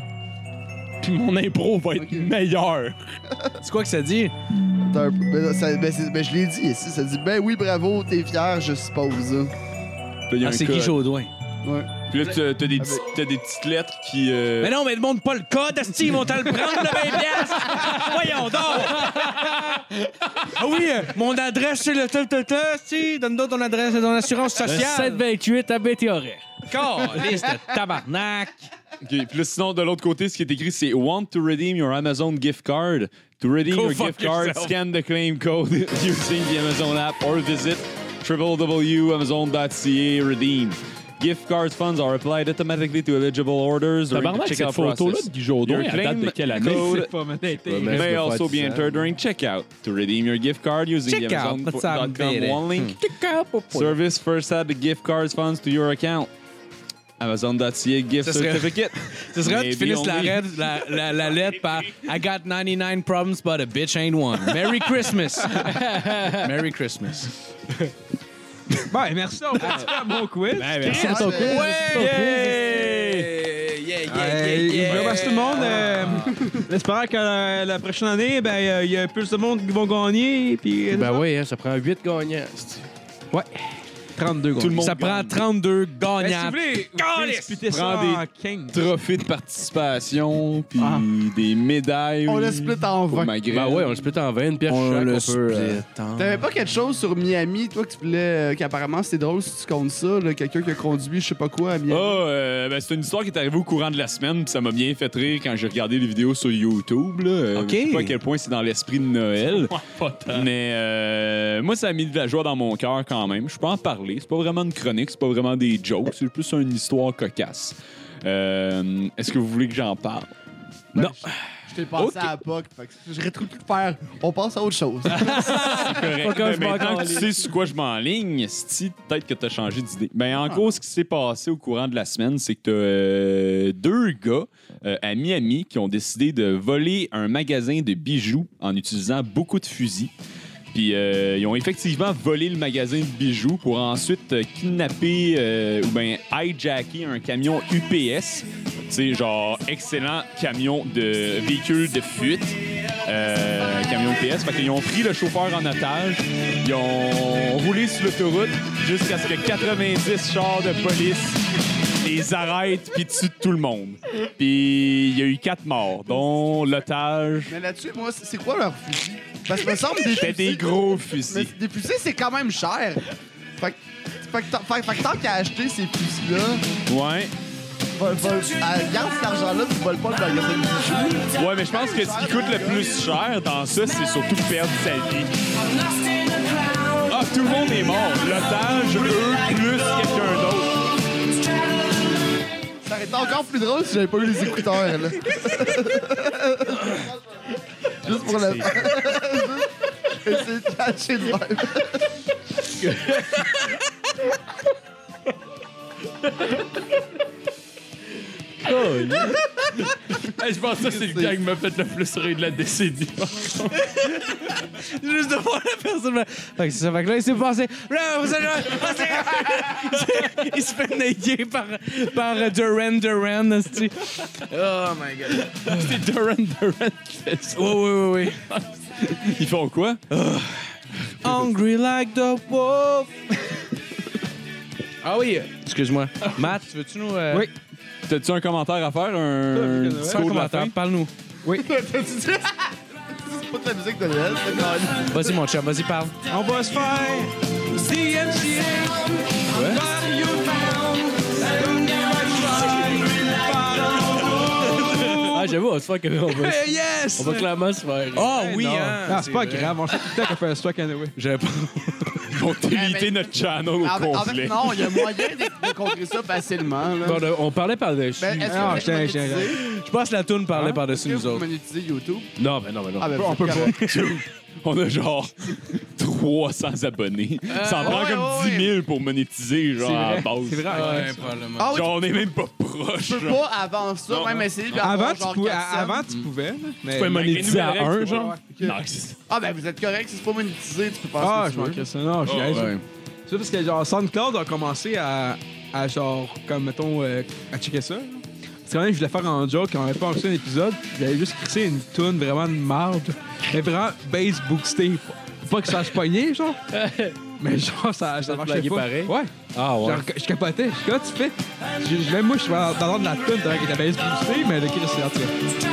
[SPEAKER 6] Puis mon impro va être meilleur!
[SPEAKER 4] C'est quoi que ça dit?
[SPEAKER 5] T'as un peu- Ben, ça- ben, c'est- ben, je l'ai dit ici, ça dit ben oui, bravo, t'es fier, je suppose.
[SPEAKER 2] Il y a
[SPEAKER 3] Ah,
[SPEAKER 2] un
[SPEAKER 3] c'est
[SPEAKER 2] code.
[SPEAKER 3] Guy Jodoin.
[SPEAKER 5] Ouais.
[SPEAKER 2] Puis là, t'as- t'as des, petits- t'as des petites lettres qui. euh,
[SPEAKER 4] Mais non, mais demande pas le code, Asti, ils vont te le prendre, le 20 piastres. <laughs> Voyons donc! Ah oui, euh, mon adresse, c'est le tel, tel, tel, Asti. Donne-nous ton adresse de ton assurance sociale.
[SPEAKER 3] 728 à Béthéoret.
[SPEAKER 4] Calice de <laughs> tabarnak!
[SPEAKER 2] OK. Puis là, sinon, de l'autre côté, ce qui est écrit, c'est Want to redeem your Amazon gift card? To redeem your
[SPEAKER 4] fuck
[SPEAKER 2] gift card,
[SPEAKER 4] yourself.
[SPEAKER 2] scan the claim code <laughs> using the Amazon app or visit www.amazon.ca redeem. Gift card funds are applied automatically to eligible orders. during the
[SPEAKER 6] Tabarnak,
[SPEAKER 2] checkout
[SPEAKER 6] cette photo-là
[SPEAKER 2] process.
[SPEAKER 6] de Guy Jodoin,
[SPEAKER 2] Your
[SPEAKER 6] elle date
[SPEAKER 2] claim
[SPEAKER 6] de quelle année?
[SPEAKER 1] Je
[SPEAKER 2] code
[SPEAKER 1] sais pas, man.
[SPEAKER 3] mais-
[SPEAKER 2] may
[SPEAKER 3] Merde,
[SPEAKER 2] also
[SPEAKER 3] faut
[SPEAKER 2] be
[SPEAKER 3] être
[SPEAKER 2] entered during checkout. To redeem your gift card using the
[SPEAKER 3] Checkout, that's how I'm
[SPEAKER 2] Amazon.com
[SPEAKER 3] doing it.
[SPEAKER 2] one link. Service first add the gift cards funds to your account. Amazon.ca, gift
[SPEAKER 4] Ça serait-
[SPEAKER 2] certificate.
[SPEAKER 4] Ce serait hot
[SPEAKER 2] Maybe
[SPEAKER 4] qu'ils finissent la,
[SPEAKER 2] only.
[SPEAKER 4] raide- la, la, la lettre par I got 99 problems, but a bitch ain't one. Merry <laughs> Christmas. Merry Christmas.
[SPEAKER 1] Ben, merci
[SPEAKER 3] <laughs>
[SPEAKER 1] d'avoir participé à mon quiz.
[SPEAKER 3] Ben
[SPEAKER 6] C'est ton quiz.
[SPEAKER 4] Yeah! Yeah,
[SPEAKER 1] Je remercie tout le monde. euh, en espérant que euh, la prochaine année, ben, euh, il y a plus de monde qui vont gagner. Puis, euh,
[SPEAKER 3] Ben oui, hein, ça prend 8 gagnants.
[SPEAKER 1] 32
[SPEAKER 2] Tout le monde
[SPEAKER 4] Ça prend 32 gagnants.
[SPEAKER 1] Ben, si vous voulez, disputer ça
[SPEAKER 2] Prends des-
[SPEAKER 1] en 15.
[SPEAKER 2] Trophée de participation, puis
[SPEAKER 1] Ah.
[SPEAKER 2] des médailles.
[SPEAKER 5] On le split en
[SPEAKER 2] pour
[SPEAKER 5] 20.
[SPEAKER 2] ma graine.
[SPEAKER 3] Ben ouais, on le split en 20, une pièce
[SPEAKER 4] On
[SPEAKER 3] chaque.
[SPEAKER 4] le
[SPEAKER 3] on peut, euh,
[SPEAKER 4] split en-
[SPEAKER 5] T'avais pas quelque chose sur Miami, toi, que tu voulais. euh, qu'apparemment c'était drôle si tu comptes ça, là, quelqu'un qui a conduit je sais pas quoi à
[SPEAKER 2] Ah,
[SPEAKER 5] Miami.
[SPEAKER 2] euh, ben, c'est une histoire qui est arrivée au courant de la semaine, puis ça m'a bien fait rire quand j'ai regardé les vidéos sur YouTube. Là. Euh,
[SPEAKER 4] Ok.
[SPEAKER 2] Je sais pas à quel point c'est dans l'esprit de Noël. Mais euh, moi, ça a mis de la joie dans mon cœur quand même. Je peux en parler. C'est pas vraiment une chronique, c'est pas vraiment des jokes, c'est plus une histoire cocasse. Euh, Est-ce que vous voulez que j'en parle?
[SPEAKER 5] Ben,
[SPEAKER 2] non.
[SPEAKER 5] je- Je t'ai passé
[SPEAKER 2] Ok.
[SPEAKER 5] à la POC, fait que j'aurais trop tout faire. On passe à autre chose.
[SPEAKER 2] correct.
[SPEAKER 6] Pas comme
[SPEAKER 2] Mais
[SPEAKER 6] je m'en
[SPEAKER 2] maintenant que tu
[SPEAKER 6] calisse.
[SPEAKER 2] sais sur quoi je m'enligne, si peut-être que tu as changé d'idée. Ben, en gros, ce qui s'est passé au courant de la semaine, c'est que tu deux gars euh, à Miami qui ont décidé de voler un magasin de bijoux en utilisant beaucoup de fusils. Puis euh, ils ont effectivement volé le magasin de bijoux pour ensuite euh, kidnapper euh, ou bien hijacker un camion UPS. Tu sais, genre excellent camion de véhicule de fuite. euh, camion UPS. Fait qu'ils ont pris le chauffeur en otage. Ils ont roulé sur l'autoroute jusqu'à ce que 90 chars de police les arrêtent puis tuent tout le monde. Puis il y a eu quatre morts, dont l'otage.
[SPEAKER 5] <laughs> Mais là-dessus, moi, c'est c'est quoi leur fusil? Parce que me semble des
[SPEAKER 2] C'était des
[SPEAKER 5] fusils-
[SPEAKER 2] gros
[SPEAKER 5] Mais
[SPEAKER 2] fusils.
[SPEAKER 5] des fusils, c'est quand même cher. Fait que, fait que, tant- fait- fait que tant qu'à acheter ces fusils-là,
[SPEAKER 2] Ouais.
[SPEAKER 5] vol- vol- à- garde cet argent-là, tu voles pas le magasin de bijoux.
[SPEAKER 2] Ouais, mais je pense que ce qui coûte le plus cher dans ça, c'est surtout de perdre sa vie. Ah, tout le monde est mort. L'otage, eux, plus quelqu'un d'autre.
[SPEAKER 5] Ça aurait été encore plus drôle si j'avais pas eu les écouteurs, là. Juste pour le. <laughs> Essayer de cacher de même.
[SPEAKER 6] Hey, Je pense que ça, c'est le gars qui m'a fait le plus rire de la décennie.
[SPEAKER 3] Juste de voir la personne. faire- Fait que c'est ça. Fait que là, il s'est passé. Là, vous allez- Ah, <laughs> il se fait naguer par, par euh, Duran Duran. esti.
[SPEAKER 6] C'est Duran Duran qui fait ça.
[SPEAKER 3] Oh Oui, oui, oui, oui.
[SPEAKER 2] Ils font quoi?
[SPEAKER 3] Hungry like the wolf. Ah oui. Excuse-moi. Matt, veux-tu nous. euh,
[SPEAKER 1] Oui.
[SPEAKER 2] T'as-tu un commentaire à faire?
[SPEAKER 1] Vu
[SPEAKER 2] Un
[SPEAKER 1] que Noël-
[SPEAKER 2] discours
[SPEAKER 3] Faire
[SPEAKER 2] de la
[SPEAKER 3] commentaire.
[SPEAKER 2] fin?
[SPEAKER 3] Parle-nous.
[SPEAKER 5] C'est pas de la musique de Noël, c'est quand même.
[SPEAKER 3] Vas-y, mon chum, vas-y, parle.
[SPEAKER 1] On va se faire DMCA par Youtube.
[SPEAKER 3] Ah, j'avoue, on se fait qu'on va. <laughs> On va clairement se faire.
[SPEAKER 4] Ah oui,
[SPEAKER 1] Non.
[SPEAKER 4] hein!
[SPEAKER 1] Non, c'est pas grave. On sait tout le temps qu'on fait un stock anyway.
[SPEAKER 4] J'avais pas-
[SPEAKER 2] Ils vont déliter notre channel au
[SPEAKER 5] En fait- en fait,
[SPEAKER 2] complet.
[SPEAKER 5] non, il y a moyen de, de contrer ça facilement, là.
[SPEAKER 3] On, on parlait par-dessus.
[SPEAKER 5] Ben, est-ce que
[SPEAKER 1] Non,
[SPEAKER 5] vous
[SPEAKER 1] j'étais-
[SPEAKER 5] monétisez?
[SPEAKER 1] j'étais-
[SPEAKER 3] Je pense que la toune parlait par-dessus
[SPEAKER 5] Est-ce que
[SPEAKER 3] nous
[SPEAKER 5] vous
[SPEAKER 3] autres.
[SPEAKER 5] monétisez YouTube?
[SPEAKER 3] Non, ben non, ben non.
[SPEAKER 5] ben,
[SPEAKER 1] on
[SPEAKER 5] c'est
[SPEAKER 1] peut pas.
[SPEAKER 5] correct.
[SPEAKER 2] On a genre 300 abonnés. Ça en prend
[SPEAKER 5] ouais,
[SPEAKER 2] comme
[SPEAKER 5] Euh, ouais,
[SPEAKER 2] 10 0000 pour monétiser, genre, à la base.
[SPEAKER 1] C'est vrai.
[SPEAKER 4] Ouais, probablement.
[SPEAKER 5] Ah oui,
[SPEAKER 2] Genre, on est même pas proche.
[SPEAKER 5] tu peux pas avant ça, même essayer de
[SPEAKER 1] Avant,
[SPEAKER 5] avoir
[SPEAKER 1] tu
[SPEAKER 5] genre
[SPEAKER 1] pouvais,
[SPEAKER 5] 4 cents.
[SPEAKER 1] avant, tu pouvais. là, Mais...
[SPEAKER 2] monétiser
[SPEAKER 3] à un,
[SPEAKER 2] genre?
[SPEAKER 5] Ah ben vous êtes correct, si c'est pas monétisé, tu peux passer
[SPEAKER 1] Ah, je m'en crisse. Non, je suis
[SPEAKER 4] Ouais.
[SPEAKER 1] C'est parce que genre SoundCloud a commencé à, à genre, comme mettons, euh, à checker ça. là. Parce que quand même, je voulais faire un joke, on avait pas enregistré un épisode, j'avais juste crissé une toune vraiment de marde. Mais vraiment, base bookstay. Faut Pas que ça se pognait, <laughs> genre. Mais genre, ça, ça
[SPEAKER 3] te
[SPEAKER 1] marchait
[SPEAKER 3] blaguais
[SPEAKER 1] pas.
[SPEAKER 3] pareil?
[SPEAKER 1] Ouais.
[SPEAKER 3] Ah ouais.
[SPEAKER 1] Genre, je capotais. Je dis, Comment tu fais? Je- même moi, je suis dans dans de la toune, t'as la base bookstay, mais le Chris, c'est en tout cas.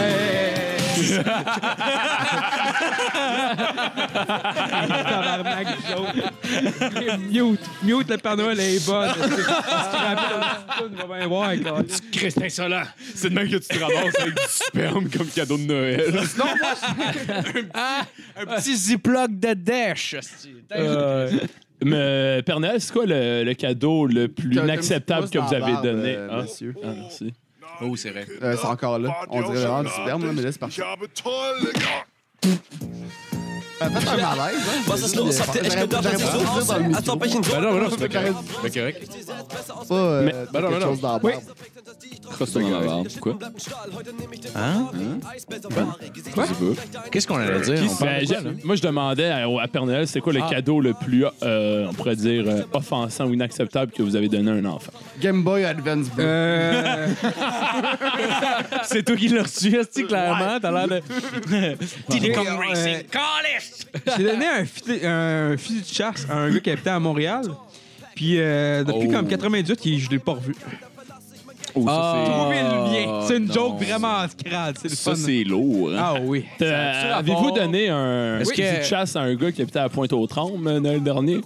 [SPEAKER 1] Hey, hey, hey, hey. Tabarnak, joke. Mute. Mute, le Père Noël est bonne. Est-ce que- est-ce qu'il rappelle un petit peu, on va bien voir, quoi.
[SPEAKER 3] Christ insolent.
[SPEAKER 2] C'est de même que tu te ramasses avec du sperme comme cadeau de Noël.
[SPEAKER 3] Un petit ziploc de dèche.
[SPEAKER 6] Euh, mais euh, Père Noël, c'est quoi le, le cadeau le plus inacceptable que vous avez donné?
[SPEAKER 5] euh,
[SPEAKER 6] Ah,
[SPEAKER 2] hein.
[SPEAKER 5] monsieur.
[SPEAKER 6] ah, merci.
[SPEAKER 4] Oh, c'est vrai.
[SPEAKER 5] Euh, c'est encore là. On dirait vraiment du sperme, là, mais là, c'est parti. Euh, Faites un malaise, hein.
[SPEAKER 8] Was ist los? Habt ihr echt
[SPEAKER 5] J'aurais-
[SPEAKER 8] gedacht, dass
[SPEAKER 5] j'aurais
[SPEAKER 8] ich
[SPEAKER 5] pas
[SPEAKER 8] so
[SPEAKER 5] dû le dire dans le
[SPEAKER 8] aussehe? Als
[SPEAKER 5] micro.
[SPEAKER 8] ob ich ein
[SPEAKER 3] Ben non, ben non,
[SPEAKER 5] C'est
[SPEAKER 3] c'est pas
[SPEAKER 5] correct.
[SPEAKER 3] correct. C'est pas correct.
[SPEAKER 5] pas euh,
[SPEAKER 6] Mais-
[SPEAKER 5] t'as
[SPEAKER 3] Ben non,
[SPEAKER 5] quelque
[SPEAKER 3] ben non.
[SPEAKER 5] chose dans la
[SPEAKER 1] Oui.
[SPEAKER 5] barbe.
[SPEAKER 2] Crosse-toi dans la barbe. Quoi?
[SPEAKER 4] Hein?
[SPEAKER 2] Je sais pas.
[SPEAKER 4] Qu'est-ce qu'on allait dire? On parle
[SPEAKER 6] Ben,
[SPEAKER 4] de quoi,
[SPEAKER 6] j'ai-
[SPEAKER 4] là?
[SPEAKER 6] moi, je demandais à, à Père Noël, c'était quoi le cadeau le plus, euh, on pourrait dire, euh, offensant ou inacceptable que vous avez donné à un enfant?
[SPEAKER 5] Game Boy Advance Blue.
[SPEAKER 1] Euh,
[SPEAKER 3] C'est toi qui l'as reçu, est clairement? T'as l'air de.
[SPEAKER 1] Télécom Racing. J'ai donné un filet, un filet de chasse à un gars qui habitait à Montréal. Puis euh, depuis
[SPEAKER 4] Oh.
[SPEAKER 1] comme 98, il- je l'ai pas revu.
[SPEAKER 2] Oh,
[SPEAKER 1] J'ai
[SPEAKER 2] ça,
[SPEAKER 1] trouvé le lien. C'est une
[SPEAKER 4] non.
[SPEAKER 1] joke vraiment crade. C'est
[SPEAKER 2] c'est...
[SPEAKER 1] le
[SPEAKER 2] Ça,
[SPEAKER 1] fun.
[SPEAKER 2] c'est lourd, hein?
[SPEAKER 1] Ah oui.
[SPEAKER 6] Euh, Avez-vous donné un
[SPEAKER 4] Est-ce
[SPEAKER 6] petit
[SPEAKER 4] que-
[SPEAKER 6] chasse à un gars qui habitait à Pointe-aux-Trembles euh, Noël dernier?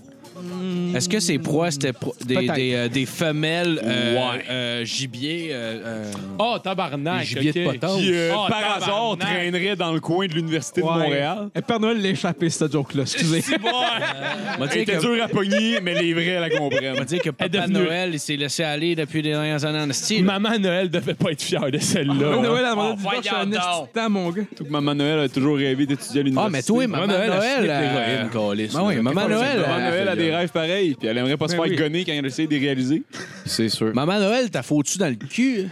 [SPEAKER 4] Est-ce que ces proies, c'était pro- des,
[SPEAKER 1] Peut-être.
[SPEAKER 4] des, euh, des femelles euh,
[SPEAKER 2] Ouais.
[SPEAKER 4] euh, gibier? euh, euh,
[SPEAKER 6] Oh, tabarnak!
[SPEAKER 4] Les gibiers de
[SPEAKER 6] ok.
[SPEAKER 4] potage.
[SPEAKER 2] Qui, euh,
[SPEAKER 6] Oh,
[SPEAKER 2] par
[SPEAKER 6] tabarnak.
[SPEAKER 2] hasard, traînerait dans le coin de l'Université
[SPEAKER 1] Ouais.
[SPEAKER 2] de Montréal.
[SPEAKER 1] Et Ben, Père Noël l'a échappé, cette joke-là.
[SPEAKER 2] <laughs>
[SPEAKER 1] Excusez.
[SPEAKER 4] on va
[SPEAKER 2] Elle
[SPEAKER 4] dire
[SPEAKER 2] était
[SPEAKER 4] que-
[SPEAKER 2] dure à pogner, mais les vrais la
[SPEAKER 4] on va
[SPEAKER 2] comprennent.
[SPEAKER 4] dire que Papa
[SPEAKER 6] devenue-
[SPEAKER 4] Noël, il s'est laissé aller depuis les dernières années en style.
[SPEAKER 6] Maman Noël devait pas être fière de celle-là.
[SPEAKER 1] Père Noël a
[SPEAKER 4] Oh,
[SPEAKER 1] demandé du divorce à un
[SPEAKER 4] voyons
[SPEAKER 1] esti
[SPEAKER 4] donc.
[SPEAKER 1] de temps, mon gars.
[SPEAKER 2] Donc, <laughs> Maman Noël a toujours rêvé d'étudier à l'université.
[SPEAKER 4] Ah, mais toi, Maman Noël,
[SPEAKER 3] Noël,
[SPEAKER 4] euh,
[SPEAKER 3] l'héroïne, câlisse,
[SPEAKER 4] Ben oui,
[SPEAKER 3] là.
[SPEAKER 4] Maman
[SPEAKER 3] Qu'est-ce qu'on
[SPEAKER 4] Noël,
[SPEAKER 3] fait de
[SPEAKER 2] Maman
[SPEAKER 4] euh,
[SPEAKER 2] Noël a des rêves pareils, puis elle aimerait pas se
[SPEAKER 1] Ben
[SPEAKER 2] faire
[SPEAKER 1] oui.
[SPEAKER 2] gonner quand elle essaie de les réaliser.
[SPEAKER 3] C'est sûr.
[SPEAKER 4] Maman Noël, t'as foutu dans le cul.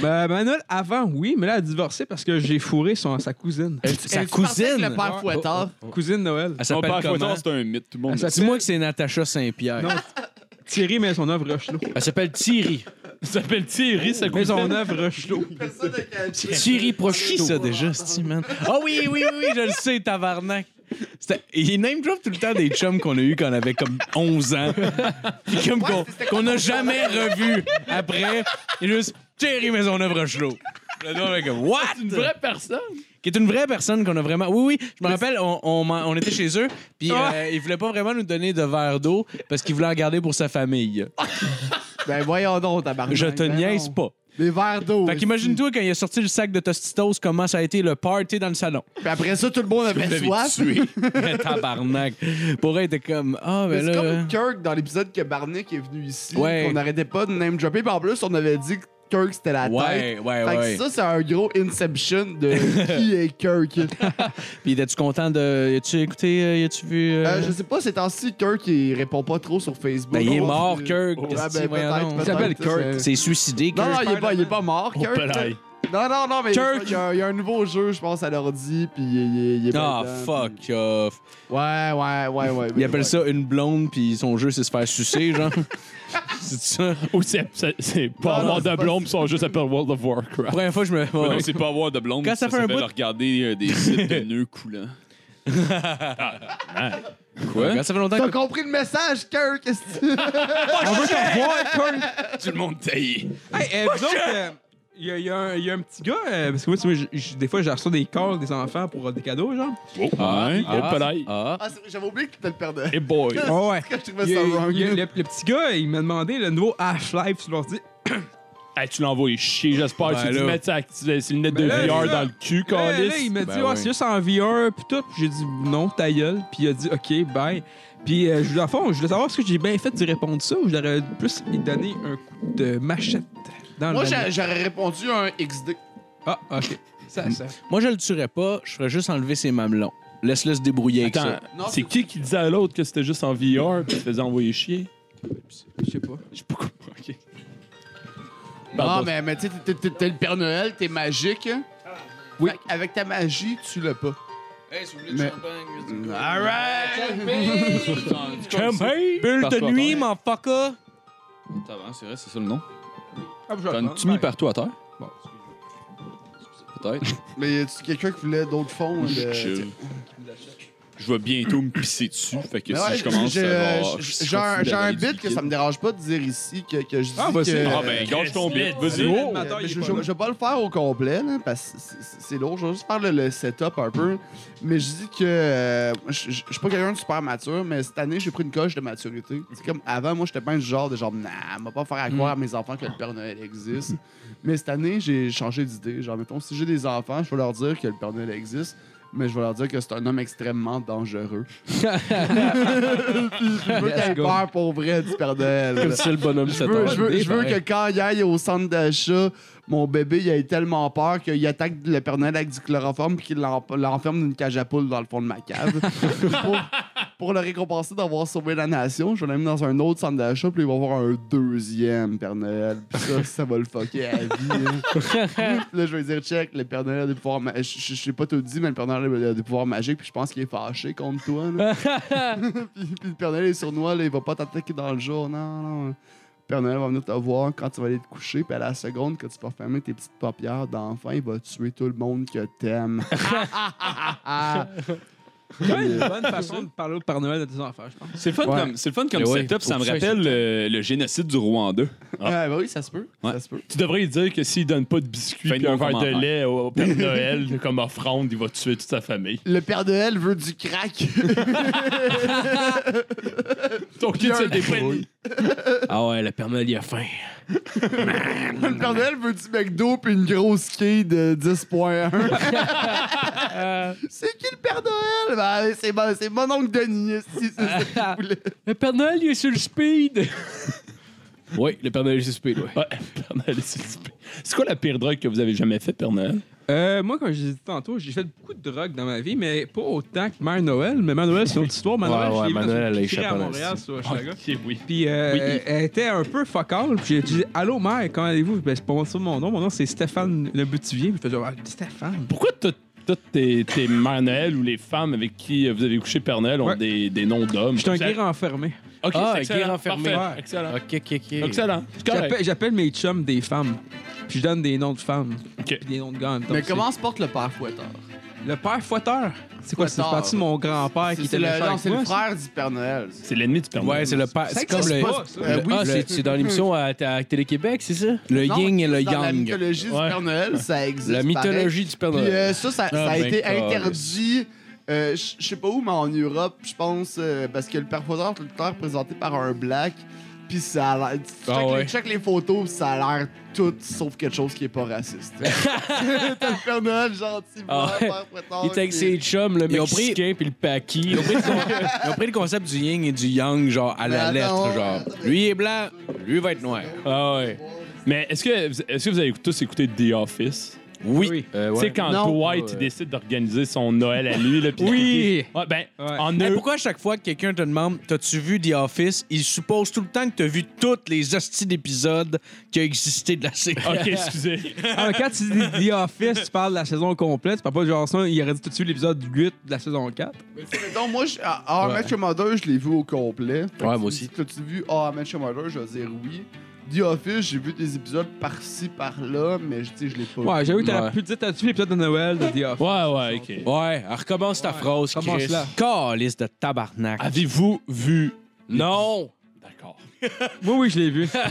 [SPEAKER 1] Ben, Père Noël, avant, oui, mais là, elle a divorcé parce que j'ai fourré son, sa cousine.
[SPEAKER 4] Sa
[SPEAKER 5] Est-ce que tu pensais que
[SPEAKER 4] cousine.
[SPEAKER 5] Le père Fouettard.
[SPEAKER 2] Euh,
[SPEAKER 1] Cousine Noël.
[SPEAKER 4] Elle
[SPEAKER 2] Mon
[SPEAKER 4] s'appelle
[SPEAKER 2] père
[SPEAKER 4] comment?
[SPEAKER 2] Fouettard, c'est un mythe, tout le monde.
[SPEAKER 1] Elle
[SPEAKER 2] le sait.
[SPEAKER 1] s'appelle
[SPEAKER 4] Dis-moi que c'est Natacha
[SPEAKER 1] Non.
[SPEAKER 4] Saint-Pierre.
[SPEAKER 1] Thierry Maisonneuve Rochelot.
[SPEAKER 4] Elle s'appelle Thierry.
[SPEAKER 6] Ça s'appelle Thierry, sa cousine.
[SPEAKER 1] Maisonneuve Rochelot.
[SPEAKER 4] Thierry Prosciutto. ça déjà, c'est man. Ah oui, oui, oui, oui, je le sais, tabarnak. C'était- Il name drop tout le temps des chums qu'on a eu quand on avait comme 11 ans. Puis comme qu'on- qu'on n'a jamais revu après. Et juste Thierry Maisonneuve Rochelot. Le gars avait comme What?
[SPEAKER 6] Une vraie personne?
[SPEAKER 4] Qui est une vraie personne qu'on a vraiment. Oui, oui, je me rappelle, on, on m'en- on était chez eux, puis euh, ils voulaient pas vraiment nous donner de verre d'eau parce qu'ils voulaient en garder pour sa famille.
[SPEAKER 5] Ben voyons donc, tabarnak.
[SPEAKER 4] Je te
[SPEAKER 5] Ben
[SPEAKER 4] niaise
[SPEAKER 5] non.
[SPEAKER 4] pas.
[SPEAKER 5] Des verres d'eau.
[SPEAKER 4] Fait
[SPEAKER 5] aussi.
[SPEAKER 4] qu'imagine-toi quand il a sorti le sac de Tostitos, comment ça a été le party dans le salon.
[SPEAKER 5] Puis après ça, tout le monde avait soif.
[SPEAKER 4] <laughs> Tabarnak. Pour elle, était comme Ah,
[SPEAKER 5] Mais
[SPEAKER 4] ben
[SPEAKER 5] C'est
[SPEAKER 4] là. euh,
[SPEAKER 5] comme Kirk dans l'épisode que Barnick est venu ici.
[SPEAKER 4] Ouais.
[SPEAKER 5] On n'arrêtait pas de name dropper. Puis en plus, on avait dit que Kirk c'était la tête.
[SPEAKER 4] Ouais, ouais,
[SPEAKER 5] Fait que
[SPEAKER 4] ouais.
[SPEAKER 5] ça, c'est un gros inception
[SPEAKER 4] <laughs>
[SPEAKER 5] de qui est Kirk.
[SPEAKER 4] Puis étais-tu content de. As-tu écouté, euh, as-tu vu. euh,
[SPEAKER 5] Euh, je sais pas, ces temps-ci, Kirk, il répond pas trop sur Facebook.
[SPEAKER 4] Ben, il est
[SPEAKER 5] On va-
[SPEAKER 4] mort, Kirk.
[SPEAKER 5] Ouais, ben,
[SPEAKER 4] Qu'est-ce que tu-
[SPEAKER 5] peut-être,
[SPEAKER 4] voyons donc.
[SPEAKER 5] peut-être,
[SPEAKER 1] Il s'appelle Kirk.
[SPEAKER 5] euh,
[SPEAKER 4] C'est suicidé,
[SPEAKER 5] Non,
[SPEAKER 4] Kirk.
[SPEAKER 5] non, il est pas, il est pas mort, Kirk.
[SPEAKER 6] Pelaye.
[SPEAKER 5] Non, non, non, mais
[SPEAKER 4] Kirk.
[SPEAKER 5] il y, a, un- il y a un nouveau jeu, je pense, à l'ordi, puis il, est- il est- il est
[SPEAKER 4] Ah,
[SPEAKER 5] pas dedans,
[SPEAKER 4] fuck off.
[SPEAKER 5] puis- Ouais, ouais, ouais, ouais.
[SPEAKER 4] Il appelle ça une blonde, puis son jeu, c'est se faire sucer, <laughs> genre. c'est ça.
[SPEAKER 6] <laughs> Ou c'est- c'est c'est
[SPEAKER 5] Non,
[SPEAKER 6] pas avoir
[SPEAKER 5] non, c'est
[SPEAKER 6] de
[SPEAKER 5] pas-
[SPEAKER 6] blonde, puis son jeu s'appelle World of Warcraft.
[SPEAKER 4] Première fois, je me.
[SPEAKER 2] Mais Non, c'est pas avoir de blonde.
[SPEAKER 4] Quand ça fait un bout-
[SPEAKER 2] s'appelle regarder euh, des sites de nœuds coulants.
[SPEAKER 4] Quoi? ça fait longtemps
[SPEAKER 5] T'as
[SPEAKER 4] que.
[SPEAKER 5] compris le message, Kirk? est-ce que-
[SPEAKER 1] On veut te revoir, Kirk.
[SPEAKER 2] <laughs> Tout le monde taillé.
[SPEAKER 1] Hey, euh, vous autres, euh, il y, a- il y a un- il y a un petit gars, euh, parce que moi, tu vois, j- j- des fois, je reçois des calls des enfants pour euh, des cadeaux, genre.
[SPEAKER 2] Oh, hein?
[SPEAKER 6] Ah, Pelaye.
[SPEAKER 4] Ah.
[SPEAKER 5] Ah, c'est vrai, j'avais oublié que t'étais le père de.
[SPEAKER 6] <laughs> Hey boy.
[SPEAKER 1] Oh, ouais.
[SPEAKER 5] Quand je trouvais
[SPEAKER 1] Il y a-
[SPEAKER 5] ça wrong.
[SPEAKER 1] il y a- le, le petit gars, il m'a demandé le nouveau Half-Life sur l'ordi.
[SPEAKER 6] Hey, tu l'envoies chier, j'espère.
[SPEAKER 4] Ben
[SPEAKER 6] tu
[SPEAKER 4] là.
[SPEAKER 6] lui mets sa- ses lunettes
[SPEAKER 1] Ben
[SPEAKER 6] de
[SPEAKER 1] là,
[SPEAKER 6] VR
[SPEAKER 1] c'est ça.
[SPEAKER 6] dans le cul,
[SPEAKER 1] Là, là,
[SPEAKER 6] câlisse.
[SPEAKER 1] il m'a dit,
[SPEAKER 4] Ben
[SPEAKER 1] Ah,
[SPEAKER 4] oui.
[SPEAKER 1] c'est juste en VR, puis tout. Puis J'ai dit, non, ta gueule. Puis il a dit, OK, bye. Puis, euh, je voulais, en fond, je voulais savoir est-ce que j'ai bien fait d'y répondre ça ou j'aurais plus lui donné un coup de machette dans
[SPEAKER 5] Moi,
[SPEAKER 1] le
[SPEAKER 5] j'a-
[SPEAKER 1] mamelon.
[SPEAKER 5] j'aurais répondu un XD.
[SPEAKER 1] Ah, OK. Ça, ça.
[SPEAKER 4] Moi, je le tuerais pas, je ferais juste enlever ses mamelons. Laisse-le se débrouiller
[SPEAKER 6] Attends,
[SPEAKER 4] avec
[SPEAKER 5] Non,
[SPEAKER 6] c'est qui qui disait à l'autre que c'était juste en VR puis se faisait envoyer chier?
[SPEAKER 1] Je sais pas.
[SPEAKER 6] Je sais pas comment. ok.
[SPEAKER 5] Non,
[SPEAKER 6] Pardon.
[SPEAKER 5] mais, mais tu sais, t'es- t'es- t'es le Père Noël, t'es magique. Oui. avec ta magie, tu l'as pas.
[SPEAKER 4] ça. Hey, si vous voulez
[SPEAKER 5] du Mais- All right!
[SPEAKER 6] Campagne!
[SPEAKER 4] Bulle
[SPEAKER 2] Parce
[SPEAKER 4] de
[SPEAKER 2] que-
[SPEAKER 4] nuit, mon fucker.
[SPEAKER 2] C'est vrai, c'est ça le nom.
[SPEAKER 1] Ah, je vais
[SPEAKER 2] T'as une
[SPEAKER 1] reprendre.
[SPEAKER 2] tumie partout à terre?
[SPEAKER 1] Bon.
[SPEAKER 2] Peut-être.
[SPEAKER 5] Mais y a-tu quelqu'un qui voulait d'autres fonds? euh,
[SPEAKER 2] Je
[SPEAKER 5] de-
[SPEAKER 2] chill. Je vais bientôt me pisser dessus. Fait que
[SPEAKER 5] Mais
[SPEAKER 2] si
[SPEAKER 5] ouais,
[SPEAKER 2] Ben je commence
[SPEAKER 5] j'ai-
[SPEAKER 2] à.
[SPEAKER 5] j'ai- J'ai un, j'ai un bit que ça me dérange pas de dire ici que, que je dis
[SPEAKER 1] Ah, bah,
[SPEAKER 5] que...
[SPEAKER 1] c'est-
[SPEAKER 2] Ah, ben, gâche ton bit. Vas-y.
[SPEAKER 1] Oh,
[SPEAKER 5] Euh,
[SPEAKER 1] Attends,
[SPEAKER 5] mais
[SPEAKER 1] il est
[SPEAKER 5] je,
[SPEAKER 1] pas
[SPEAKER 5] je-
[SPEAKER 1] là.
[SPEAKER 5] je vais pas le faire au complet, là, parce que c'est- c'est- c'est lourd. Je vais juste faire le, le setup un peu. Mais je dis que euh, je je- je suis pas quelqu'un de super mature, mais cette année, j'ai pris une coche de maturité. C'est comme avant, moi, j'étais pas un genre de genre, nah, on va pas faire à
[SPEAKER 1] Mm.
[SPEAKER 5] croire à mes enfants que le Père Noël existe. mais cette année, j'ai changé d'idée. Genre, mettons, si j'ai des enfants, je vais leur dire que le Père Noël existe. Mais je vais leur dire que c'est un homme extrêmement
[SPEAKER 1] <laughs>
[SPEAKER 5] dangereux. <laughs> Puis je veux qu'ils aient
[SPEAKER 1] go.
[SPEAKER 5] peur pour vrai du Père Noël. là.
[SPEAKER 3] C'est le bonhomme,
[SPEAKER 5] Je
[SPEAKER 3] ça
[SPEAKER 5] veux,
[SPEAKER 3] tombe.
[SPEAKER 5] je veux- je veux que
[SPEAKER 1] pareil.
[SPEAKER 5] quand il aille au centre d'achat, mon bébé, il a eu tellement peur qu'il attaque le Père Noël avec du chloroforme puis qu'il l'en- l'enferme dans une cage à poules dans le fond de ma cave. <laughs> pour, pour le récompenser d'avoir sauvé la nation, je vais l'amener dans un autre centre d'achat, puis il va avoir un deuxième Père Noël. Puis ça, ça va le fucker à vie. hein. Puis là, je vais dire, check, le Père Noël a des pouvoirs magiques. Je je- je l'ai pas tout dit, mais le Père Noël a des pouvoirs magiques, puis je pense qu'il est fâché contre toi. là. <laughs> puis, puis le Père Noël est sournois, là, il va pas t'attaquer dans le jour. Non, non. Le Père Noël va venir te voir quand tu vas aller te coucher, puis à la seconde que tu vas fermer tes petites paupières d'enfant, il va tuer tout le monde que
[SPEAKER 3] <laughs>
[SPEAKER 5] t'aimes.
[SPEAKER 3] Ah.
[SPEAKER 1] C'est une bonne <laughs> façon de parler au Père Noël de tes enfants, je pense.
[SPEAKER 9] C'est le fun
[SPEAKER 5] Ouais.
[SPEAKER 9] comme, c'est le fun comme
[SPEAKER 3] Mais ouais,
[SPEAKER 9] setup.
[SPEAKER 3] faut
[SPEAKER 9] Ça me
[SPEAKER 3] que tu
[SPEAKER 9] rappelle euh, le génocide du Rwanda.
[SPEAKER 5] Ah, bah oui, ça se peut. Ça se peut.
[SPEAKER 2] Tu devrais lui dire que s'il donne pas de biscuits
[SPEAKER 9] Fin
[SPEAKER 2] et
[SPEAKER 9] de
[SPEAKER 2] un
[SPEAKER 9] mon
[SPEAKER 2] verre de
[SPEAKER 9] commentaire.
[SPEAKER 2] lait
[SPEAKER 9] <laughs>
[SPEAKER 2] au Père Noël comme offrande, il va tuer toute sa famille.
[SPEAKER 5] Le Père Noël veut
[SPEAKER 3] <laughs>
[SPEAKER 5] du crack.
[SPEAKER 2] Ton kid se débrouille.
[SPEAKER 3] Ah ouais, le Père Noël, il a faim.
[SPEAKER 5] <laughs> le Père Noël veut du McDo puis une grosse quille de 10.1.
[SPEAKER 3] <laughs>
[SPEAKER 5] c'est qui le Père Noël? Ben, c'est mon, c'est mon oncle Denis. Si, c'est ça
[SPEAKER 3] <laughs>
[SPEAKER 5] qu'il voulait.
[SPEAKER 3] Le Père Noël, il est sur le speed. oui, le Père Noël, il est sur le speed, ouais.
[SPEAKER 2] Ouais, Père Noël, c'est super. C'est quoi la pire drogue que vous avez jamais faite, Père Noël?
[SPEAKER 1] Euh, moi, comme je l'ai dit tantôt, j'ai fait beaucoup de drogue dans ma vie, mais pas autant que Mère Noël. Mais Mère Noël, c'est une autre histoire. Mère
[SPEAKER 3] Ouais,
[SPEAKER 1] Noël, je
[SPEAKER 3] ouais,
[SPEAKER 1] l'ai vue
[SPEAKER 3] Mère
[SPEAKER 1] dans
[SPEAKER 3] Noël,
[SPEAKER 1] une
[SPEAKER 3] elle
[SPEAKER 1] piquerie à
[SPEAKER 3] a échappé en
[SPEAKER 1] Montréal, sur Hochelaga.
[SPEAKER 2] Ok, oui.
[SPEAKER 1] Puis euh,
[SPEAKER 2] Oui.
[SPEAKER 1] elle était un peu focale. Puis j'ai dit Allô, mère, comment allez-vous? Ben, c'est pas ça mon nom. Mon nom, c'est Stéphane Lebutivier. Puis je genre, Ah, Stéphane.
[SPEAKER 2] Pourquoi toutes toutes tes, tes mères Noël ou les femmes avec qui euh, vous avez couché Père Noël ont
[SPEAKER 1] Ouais.
[SPEAKER 2] des, des noms d'hommes?
[SPEAKER 1] J'étais un
[SPEAKER 2] Ça-
[SPEAKER 1] guerre enfermé.
[SPEAKER 2] Ok,
[SPEAKER 3] Ah,
[SPEAKER 2] c'est excellent.
[SPEAKER 3] guerre enfermée.
[SPEAKER 2] Parfait.
[SPEAKER 1] Ouais.
[SPEAKER 2] Excellent.
[SPEAKER 3] Ok, ok, ok.
[SPEAKER 2] Excellent. C'est correct.
[SPEAKER 1] J'appelle j'appelle mes chums des femmes. Puis je donne des noms de femmes.
[SPEAKER 2] Ok.
[SPEAKER 1] Puis des noms de gars en même temps.
[SPEAKER 5] Mais comment se porte le Père Fouettard?
[SPEAKER 1] Le père fouetteur. C'est quoi? C'est
[SPEAKER 5] Fouettard.
[SPEAKER 1] parti de mon grand-père qui était
[SPEAKER 5] C'est le,
[SPEAKER 1] méchant
[SPEAKER 5] non,
[SPEAKER 1] avec
[SPEAKER 5] c'est
[SPEAKER 1] moi,
[SPEAKER 5] le
[SPEAKER 1] ça.
[SPEAKER 5] frère du Père Noël.
[SPEAKER 2] C'est l'ennemi du Père Noël.
[SPEAKER 4] Ouais, c'est le pa-
[SPEAKER 1] Ça
[SPEAKER 4] C'est comme
[SPEAKER 1] existe
[SPEAKER 4] le,
[SPEAKER 1] pas, ça.
[SPEAKER 4] le-
[SPEAKER 5] Euh, oui,
[SPEAKER 3] ah,
[SPEAKER 5] le-
[SPEAKER 3] c'est c'est dans l'émission à, à Télé-Québec, c'est ça?
[SPEAKER 4] le
[SPEAKER 5] Non,
[SPEAKER 4] yin et le
[SPEAKER 5] Dans la
[SPEAKER 4] yang.
[SPEAKER 5] mythologie
[SPEAKER 2] Ouais.
[SPEAKER 5] du Père Noël, ça existe.
[SPEAKER 3] La
[SPEAKER 5] pareil.
[SPEAKER 3] mythologie du Père
[SPEAKER 5] Puis
[SPEAKER 3] Noël.
[SPEAKER 5] euh, ça, ça, ça
[SPEAKER 2] Ah,
[SPEAKER 5] a
[SPEAKER 2] ben,
[SPEAKER 5] été
[SPEAKER 2] calme.
[SPEAKER 5] interdit. euh, je je sais pas où, mais en Europe, je pense, euh, parce que le Père Fouettard, tout le temps représenté par un black, puis ça a l'air. tu
[SPEAKER 3] Ah
[SPEAKER 5] check,
[SPEAKER 3] ouais.
[SPEAKER 5] les, check les photos, pis ça a l'air tout sauf quelque chose qui est pas raciste. T'as le Père Noël gentil,
[SPEAKER 3] Ah ouais.
[SPEAKER 5] Père Fouettard.
[SPEAKER 3] Il était avec
[SPEAKER 5] qui-
[SPEAKER 3] ses chums, le
[SPEAKER 4] euh, Ils ont pris-
[SPEAKER 3] Mexicain puis le Paki.
[SPEAKER 4] Ils ont, pris le con- ils ont pris le concept du yin et du yang, genre,
[SPEAKER 3] Ben,
[SPEAKER 4] à la
[SPEAKER 5] Mais attends,
[SPEAKER 4] lettre, genre.
[SPEAKER 5] attends.
[SPEAKER 4] Lui est blanc, lui va être noir.
[SPEAKER 2] Ah ouais. Mais est-ce que, est que vous avez tous écouté The Office?
[SPEAKER 4] Oui.
[SPEAKER 1] Oui.
[SPEAKER 4] Euh,
[SPEAKER 2] Tu sais,
[SPEAKER 4] ouais.
[SPEAKER 2] quand
[SPEAKER 5] Non.
[SPEAKER 2] Dwight il décide d'organiser son Noël à lui, là, pis
[SPEAKER 1] Oui.
[SPEAKER 2] Ouais, ben,
[SPEAKER 1] Ouais.
[SPEAKER 2] en
[SPEAKER 4] Hey,
[SPEAKER 2] eux-
[SPEAKER 4] pourquoi à chaque fois que quelqu'un te demande T'as-tu vu The Office Il suppose tout le temps que t'as vu toutes les hosties d'épisodes qui ont existé de la série.
[SPEAKER 2] Ok, excusez.
[SPEAKER 1] Ah, mais quand tu dis The Office, tu parles de la saison complète. Tu parles pas de genre ça, il aurait dit tout de suite l'épisode 8 de la saison 4.
[SPEAKER 5] Mais tu sais, mettons, moi, je- ah, Ah, Match Mother, je l'ai vu au complet. Fait que
[SPEAKER 3] Ouais,
[SPEAKER 5] tu
[SPEAKER 3] moi
[SPEAKER 5] me
[SPEAKER 3] aussi.
[SPEAKER 5] dis, T'as-tu vu Ah, Match Mother Je vais dire oui. The Office, j'ai vu des épisodes par-ci, par-là, mais je tu sais, je l'ai pas vu.
[SPEAKER 1] Ouais, j'avoue que t'aurais
[SPEAKER 3] Ouais.
[SPEAKER 1] pu dire, t'as-tu vu l'épisode de Noël de The Office?
[SPEAKER 2] Ouais, ouais, ok.
[SPEAKER 3] Ouais, alors recommence ta phrase,
[SPEAKER 1] recommence
[SPEAKER 3] Chris.
[SPEAKER 1] là.
[SPEAKER 4] Calice de tabarnak.
[SPEAKER 2] Avez-vous vu.
[SPEAKER 3] Non!
[SPEAKER 2] D'accord.
[SPEAKER 1] Moi, oui, je l'ai
[SPEAKER 5] <laughs>
[SPEAKER 1] vu.
[SPEAKER 3] Non!